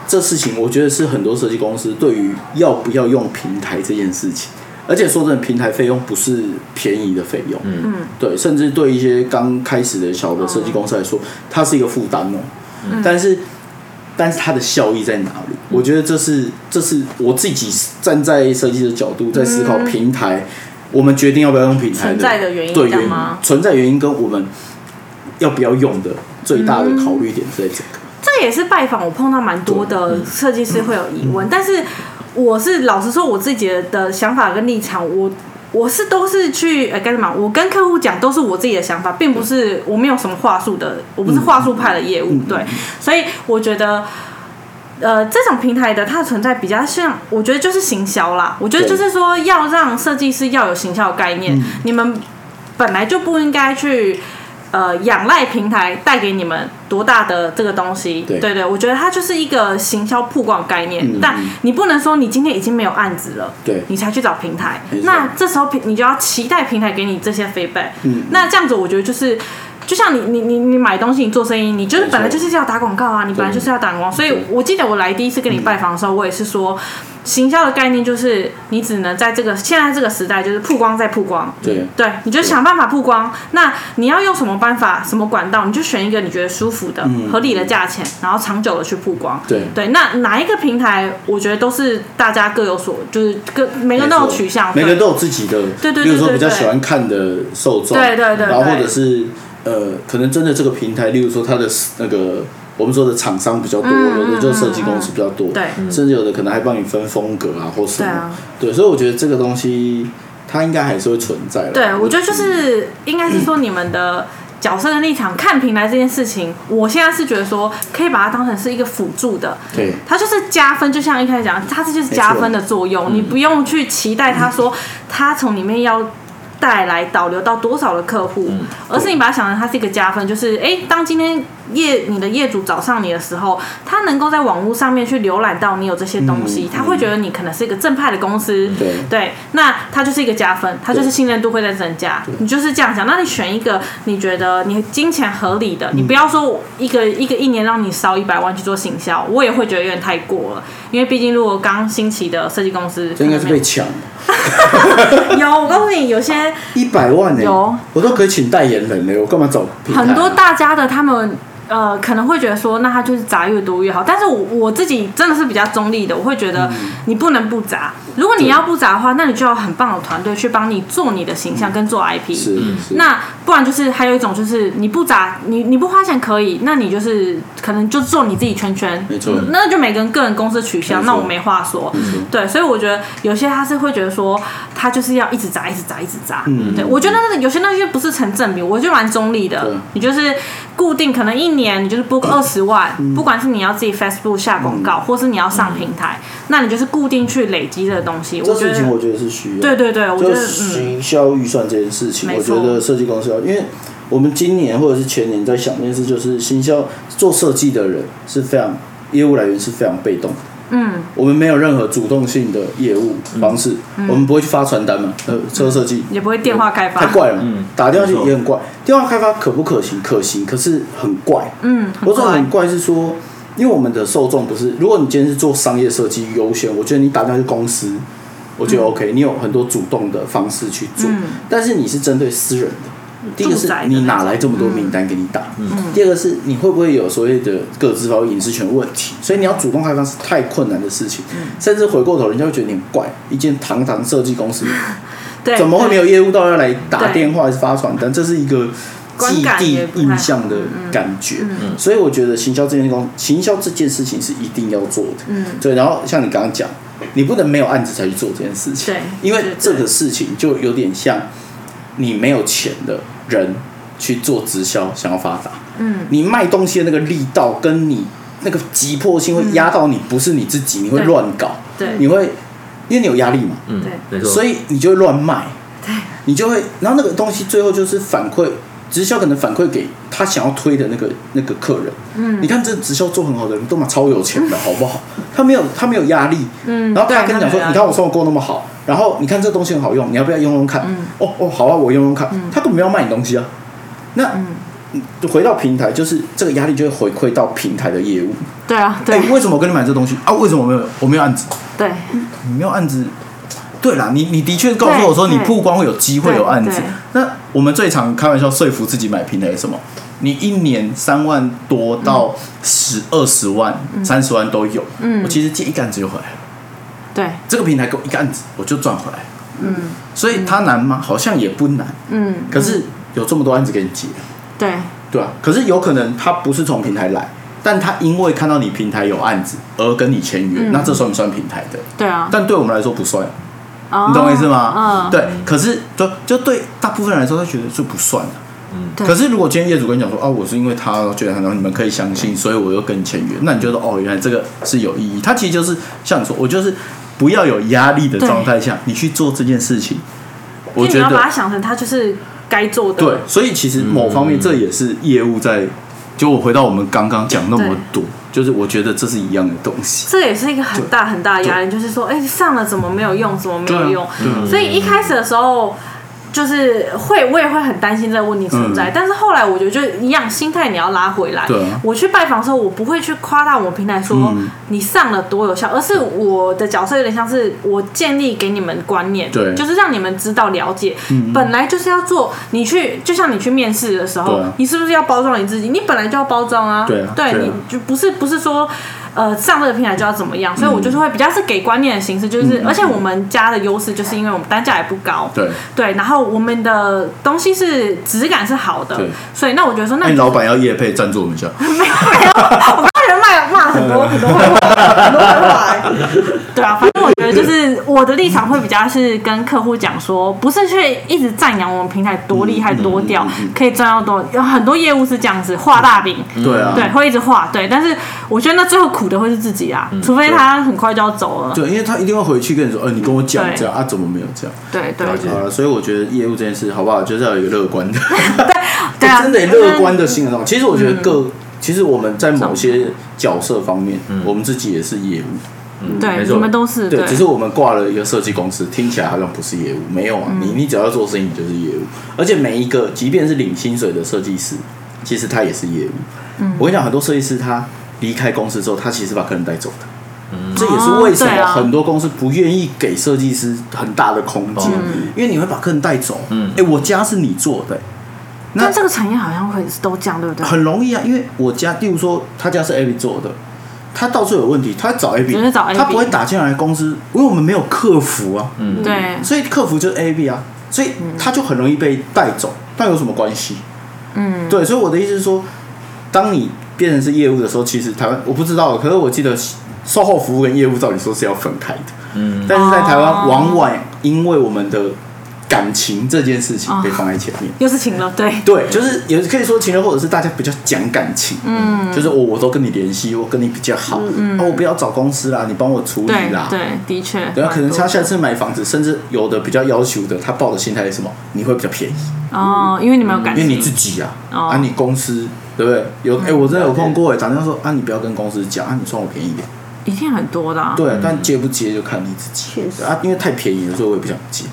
S4: 这事情我觉得是很多设计公司对于要不要用平台这件事情，而且说真的，平台费用不是便宜的费用，嗯对，甚至对一些刚开始的小的设计公司来
S5: 哦
S4: 说，它是一个负担哦。
S5: 嗯
S4: 但是，但是它的效益在哪里？我觉得这是这是我自己站在设计的角度在思考平台，我们决定要不要用平台
S5: 嗯存在的原因
S4: 对
S5: 这
S4: 原
S5: 样
S4: 因
S5: 吗，
S4: 存在原因跟我们要不要用的最大的
S5: 嗯
S4: 考虑点是在这个。
S5: 这也是拜访我碰到蛮多的设计师会有疑问，但是我是老实说，我自己的想法跟立场，我我是都是去呃该怎么讲，我跟客户讲都是我自己的想法，并不是我没有什么话术的，我不是话术派的业务，对，所以我觉得。呃，这种平台的它的存在比较像，我觉得就是行销啦。我觉得就是说，要让设计师要有行销的概念，你们本来就不应该去呃仰赖平台带给你们多大的这个东西。
S4: 对嗯
S5: 对我觉得它就是一个行销曝光概念，但你不能说你今天已经没有案子了，
S4: 对
S5: 你才去找平台
S4: 没。错
S5: 那这时候平你就要期待平台给你这些 feedback。嗯，那这样子我觉得就是。就像你你你你买东西，你做生意，你就是
S4: 没错
S5: 本来就是要打广告啊，你本来就是要打广告。所以我记得我来第一次跟你拜访的时候，我也是说，行销的概念就是你只能在这个现在这个时代，就是曝光再曝光，
S4: 对啊
S5: 对，你就想办法曝光。那你要用什么办法、什么管道，你就选一个你觉得舒服的、合理的价钱，然后长久的去曝光。
S4: 嗯对
S5: 对，那哪一个平台，我觉得都是大家各有所，就是各每个人都有
S4: 没错
S5: 取向，
S4: 每个人
S5: 对
S4: 都有自己的，
S5: 对对对
S4: 比如说
S5: 对
S4: 比较
S5: 对
S4: 喜欢看的受众，
S5: 对对对
S4: 然后
S5: 对
S4: 或者是呃，可能真的这个平台，例如说它的那个我们说的厂商比较多，
S5: 嗯
S4: 有的就设计公司比较多，
S5: 对
S4: 甚至有的可能还帮你分风格啊或什
S5: 对
S4: 么
S5: 啊，
S4: 对，所以我觉得这个东西它应该还是会存在的。嗯
S5: 对，我觉得就是应该是说你们的角色跟立场看平台这件事情，我现在是觉得说可以把它当成是一个辅助的，
S4: 对
S5: 它就是加分，就像一开始讲，它这就是加分的作用，你不用去期待它说它从里面要。带来导流到多少的客户，而是你把它想成它是一个加分，就是诶，当今天业你的业主找上你的时候，他能够在网络上面去浏览到你有这些东西，他会觉得你可能是一个正派的公司，
S4: 对
S5: 对，那它就是一个加分，它就是信任度会在增加。你就是这样想，那你选一个你觉得你金钱合理的，你
S4: 嗯
S5: 不要说一个一个一年让你烧一百万去做行销，我也会觉得有点太过了，因为毕竟如果刚兴起的设计公司，
S4: 这应该是被抢
S5: 有。我告诉你，有些
S4: 一百万呢、欸
S5: 有
S4: 我都可以请代言人嘞、我干嘛找平台啊
S5: 很多大家的他们。呃，可能会觉得说，那他就是砸越多越好。但是我我自己真的是比较中立的，我会觉得
S4: 嗯
S5: 你不能不砸。如果你要不砸的话，那你就要很棒的团队去帮你做你的形象跟做 IP。
S4: 是是
S5: 那不然就是还有一种就是你不砸你你不花钱可以，那你就是可能就做你自己圈圈，
S4: 没错
S5: 那就每个人个人公司取向，
S4: 没错
S5: 那我没话说。对，所以我觉得有些他是会觉得说他就是要一直砸，一直砸，一直砸。
S4: 嗯
S5: 对我觉得那个有些那些不是成正比，我就蛮中立的
S4: 对。
S5: 你就是固定可能一年你就是播个二十万，
S4: 嗯
S5: 不管是你要自己 Facebook 下广告，或是你要上平台，那你就是固定去累积的东西。
S4: 嗯这
S5: 我觉
S4: 事情
S5: 得
S4: 我觉得是需要，
S5: 对对对，我觉
S4: 就
S5: 得
S4: 是
S5: 嗯，
S4: 行销预算这件事情，
S5: 没
S4: 我觉
S5: 错
S4: 得设计公司要，因为我们今年或者是前年在想这件事，就是行销做设计的人是非常业务来源是非常被动的。嗯，我们没有任何主动性的业务方式，
S5: 嗯
S4: 我们不会去发传单嘛？呃，车设计
S5: 也不会电话开发
S4: 太，怪了，
S5: 嗯
S4: 打电话去
S2: 没错
S4: 也很怪。电话开发可不可行？可行，可是很怪。
S5: 嗯，
S4: 我
S5: 很
S4: 说
S5: 怪
S4: 很。怪是说，因为我们的受众不是，如果你今天是做商业设计优先，我觉得你打电话去公司，我
S5: 嗯
S4: 觉得 OK，、你有很多主动的方式去做，但是你是针对私人的。第一个
S5: 住
S4: 是
S5: 宅的
S4: 你
S5: 那
S4: 哪
S5: 种嗯
S4: 来这么多名单给你打？第二个是你会不会有所谓的各自法隐私权问题？所以你要主动开放是太困难的事情，
S5: 嗯
S4: 甚至回过头人家会觉得你很怪，一间堂堂设计公司
S5: 对，
S4: 怎么会没有业务到要来打
S5: 对
S4: 电话还是发传单？这是一个
S5: 观
S4: 既
S5: 感
S4: 定
S5: 也不太嗯
S4: 印象的感觉，所以我觉得行销这件工，行销这件事情是一定要做的。嗯，对。然后像你刚刚讲，你不能没有案子才去做这件事情，
S5: 对
S4: 因为
S5: 对对
S4: 这个事情就有点像你没有钱的人去做直销，想要发达，嗯，你卖东西的那个力道跟你那个急迫性会压到你，不是你自己，你会
S5: 对
S4: 乱搞，
S5: 嗯对
S4: 你会因为你有压力嘛，
S2: 嗯
S5: 对，
S2: 没错，
S4: 所以你就会乱卖，你就会，然后那个东西最后就是反馈直销，可能反馈给他想要推的那个那个客人。嗯，你看这直销做很好的人，都嘛超有钱的，好不好？ 他没有他没有压力，嗯，然后他还
S5: 对
S4: 跟你讲
S5: 他没
S4: 说
S5: 有压，力
S4: 你看我送的够那么好，然后你看这东西很好用，你要不要用用看？
S5: 嗯
S4: 哦哦，好啊，我用用看。他根本没有卖你东西啊。那
S5: 嗯
S4: 回到平台，就是这个压力就会回馈到平台的业务。
S5: 对啊，
S4: 哎
S5: 对，
S4: 为什么我跟你买这东西啊？为什么我没有我没有案子？
S5: 对，
S4: 你没有案子，对啦，你你的确告诉我说
S5: 对
S4: 你
S5: 对
S4: 曝光会有机会有案子
S5: 对对。
S4: 那我们最常开玩笑说服自己买平台是什么？你一年三万多到十二十万、三十万都有。嗯，我其实接一个案子就回来了，
S5: 对，
S4: 这个平台给我一个案子我就赚回来。嗯，所以它难吗？好像也不难。
S5: 嗯，
S4: 可是有这么多案子给你接，
S5: 对，
S4: 对啊。可是有可能他不是从平台来，但他因为看到你平台有案子而跟你签约，那这算不算平台的？
S5: 对嗯啊，
S4: 但对我们来说不算。
S5: 哦
S4: 你懂我意思吗？
S5: 嗯，
S4: 对，可是就就对大部分人来说，他觉得这不算、啊、
S5: 对
S4: 可是如果今天业主跟你讲说，哦，我是因为他觉得很好，你们可以相信，所以我又跟你签约，那你觉得哦，原来这个是有意义。他其实就是像你说，我就是不要有压力的状态下，你去做这件事情，我
S5: 就嗯你
S4: 觉
S5: 要把它
S4: 得
S5: 想成它就是该做的，
S4: 对。所以其实某方面这也是业务在，就我回到我们刚刚讲那么
S5: 嗯
S4: 多，就是我觉得这是一样的东西。
S5: 这也是一个很大很大的压力，就是说，哎、上了怎么没有用，怎么没有用？
S4: 对啊
S5: 所以一开始的时候，就是会我也会很担心这个问题存在，但是后来我觉得就一样，心态你要拉回来。
S4: 嗯对啊
S5: 我去拜访的时候，我不会去夸大我平台说、
S4: 嗯
S5: 你上了多有效，而是我的角色有点像是我建立给你们观念，
S4: 对嗯
S5: 就是让你们知道了解，本来就是要做。你去就像你去面试的时候，
S4: 对啊
S5: 你是不是要包装你自己？你本来就要包装啊，
S4: 对啊
S5: 对
S4: 对啊
S5: 你就不是不是说。呃，上这个平台就要怎么样，
S4: 嗯
S5: 所以我就是会比较是给观念的形式，就是、而且我们家的优势就是因为我们单价也不高，
S4: 对，
S5: 对，然后我们的东西是质感是好的
S4: 对，
S5: 所以那我觉得说那
S4: 那哎
S5: 你嗯
S4: 你老板要业配赞助我们一下，
S5: 我刚才骂骂很 多很多坏话，很多坏话欸。对啊，反正我觉得就是我的立场会比较是跟客户讲说，不是去一直赞扬我们平台多厉害多
S4: 嗯
S5: 屌，可以赚到多，有很多业务是这样子画大饼，
S4: 对啊，
S5: 对，会一直画，对。但是我觉得那最后苦的会是自己
S4: 嗯
S5: 啊，除非他很快就要走了。
S4: 对，因为他一定会回去跟你说，呃，你跟我讲
S5: 对
S4: 这样啊，怎么没有这样？
S5: 对对
S2: 了解
S4: 啊，所以我觉得业务这件事，好不好，就是要有一个乐观的，
S5: 对啊，嗯
S4: 真的乐观的心态。其实我觉得各，其实我们在某些角色方面，我们自己也是业务，
S5: 对，
S2: 嗯没错
S5: 你们都是
S4: 对，只是我们挂了一个设计公司，听起来好像不是业务，没有啊，
S5: 嗯
S4: 你你只要做生意你就是业务，而且每一个，即便是领薪水的设计师，其实他也是业务。
S5: 嗯
S4: 我跟你讲，很多设计师他离开公司之后，他其实把客人带走的。这也是为什
S5: 哦对
S4: 么
S5: 啊
S4: 很多公司不愿意给设计师很大的空间，
S5: 嗯
S4: 因为你会把客人带走。嗯，哎，我家是你做的，那
S5: 但这个产业好像会都这样，对不对？
S4: 很容易啊，因为我家，例如说他家是 AB 做的，他到处有问题，他找 AB，
S5: 只是找 AB
S4: 他不会打进来公司，因为我们没有客服啊，
S5: 对，
S4: 所以客服就是 AB 啊，所以他就很容易被带走，但有什么关系？
S5: 嗯，
S4: 对，所以我的意思是说，当你变成是业务的时候，其实台湾我不知道，可是我记得售后服务跟业务照理说是要分开的，
S2: 嗯，
S4: 但是在台湾
S5: 哦
S4: 往往因为我们的感情这件事情被放在前面。
S5: 又是情了，对。
S4: 对，就是也可以说情人，或者是大家比较讲感情，嗯，就是我我都跟你联系，我跟你比较好，嗯，啊、我不要找公司啦，你帮我处理
S5: 对
S4: 啦，
S5: 对，的确。
S4: 对啊，可能他
S5: 差
S4: 下次买房子，甚至有的比较要求的，他抱的心态是什么？你会比较便宜，
S5: 哦，因为你们有感
S4: 因为
S5: 情，
S4: 你自己啊，
S5: 哦嗯
S4: 啊，你公司对不对？有哎、我真的有碰过哎，打电话说啊，你不要跟公司讲啊，你算我便宜一点，
S5: 一定很多的、啊。
S4: 对啊，但接不接就看你自己，
S1: 确实
S4: 啊，因为太便宜了，所以我也不想 接。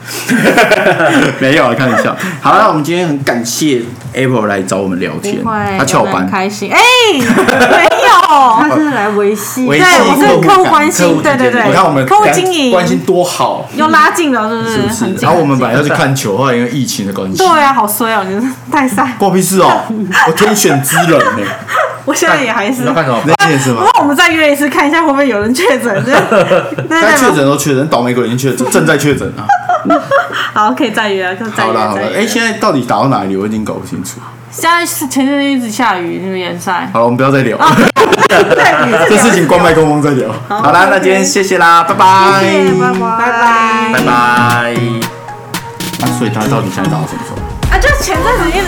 S4: 没有啊，开玩笑。好，那我们今天很感谢 April 来找我们聊天
S5: 不会，，
S4: 他翘
S5: 我们很
S4: 班，
S5: 开心。哎、没有，
S1: 他是来维系
S4: 维
S5: 对
S4: 系
S5: 我是客
S4: 客
S5: 户
S4: 户
S5: 关
S4: 客
S5: 心，
S4: 户
S5: 对对对，
S4: 你看我们
S5: 客户经营
S4: 关心多好，
S5: 又拉近了，是不
S4: 是
S5: 是？
S4: 不是
S5: 很？近。
S4: 然后我们本来要去看球，后来因为疫情的关系，
S5: 对啊，好衰哦，你 是太晒。
S4: 关我屁事 哦，我天选之人呢，
S5: 我现在也还
S2: 你
S5: 是
S2: 要。看什么？
S4: 那你也是
S5: 不
S4: 吗？
S5: 过我们再约一次，看一下会不会有人确诊。 对对
S4: 但确
S5: 对对，
S4: 诊都确诊，倒霉鬼已经确诊，正在确诊啊。
S5: 好，可以再约，啊可以再
S4: 好
S5: 约。
S4: 啦好啦
S5: 再，约
S4: 哎，现在到底打到哪里，我已经搞不清楚。
S5: 现在是前阵子一直下雨，那个延晒。
S4: 好了，我们不要再
S5: 哦
S4: 聊，
S5: 对，
S4: 这事情关麦克风再聊。好啦，那今天谢谢啦，拜拜。
S5: 谢谢拜拜
S1: 拜拜
S2: 拜拜。
S4: 啊所以他到底现在打到什么时候？
S5: 啊，就是前阵子一直。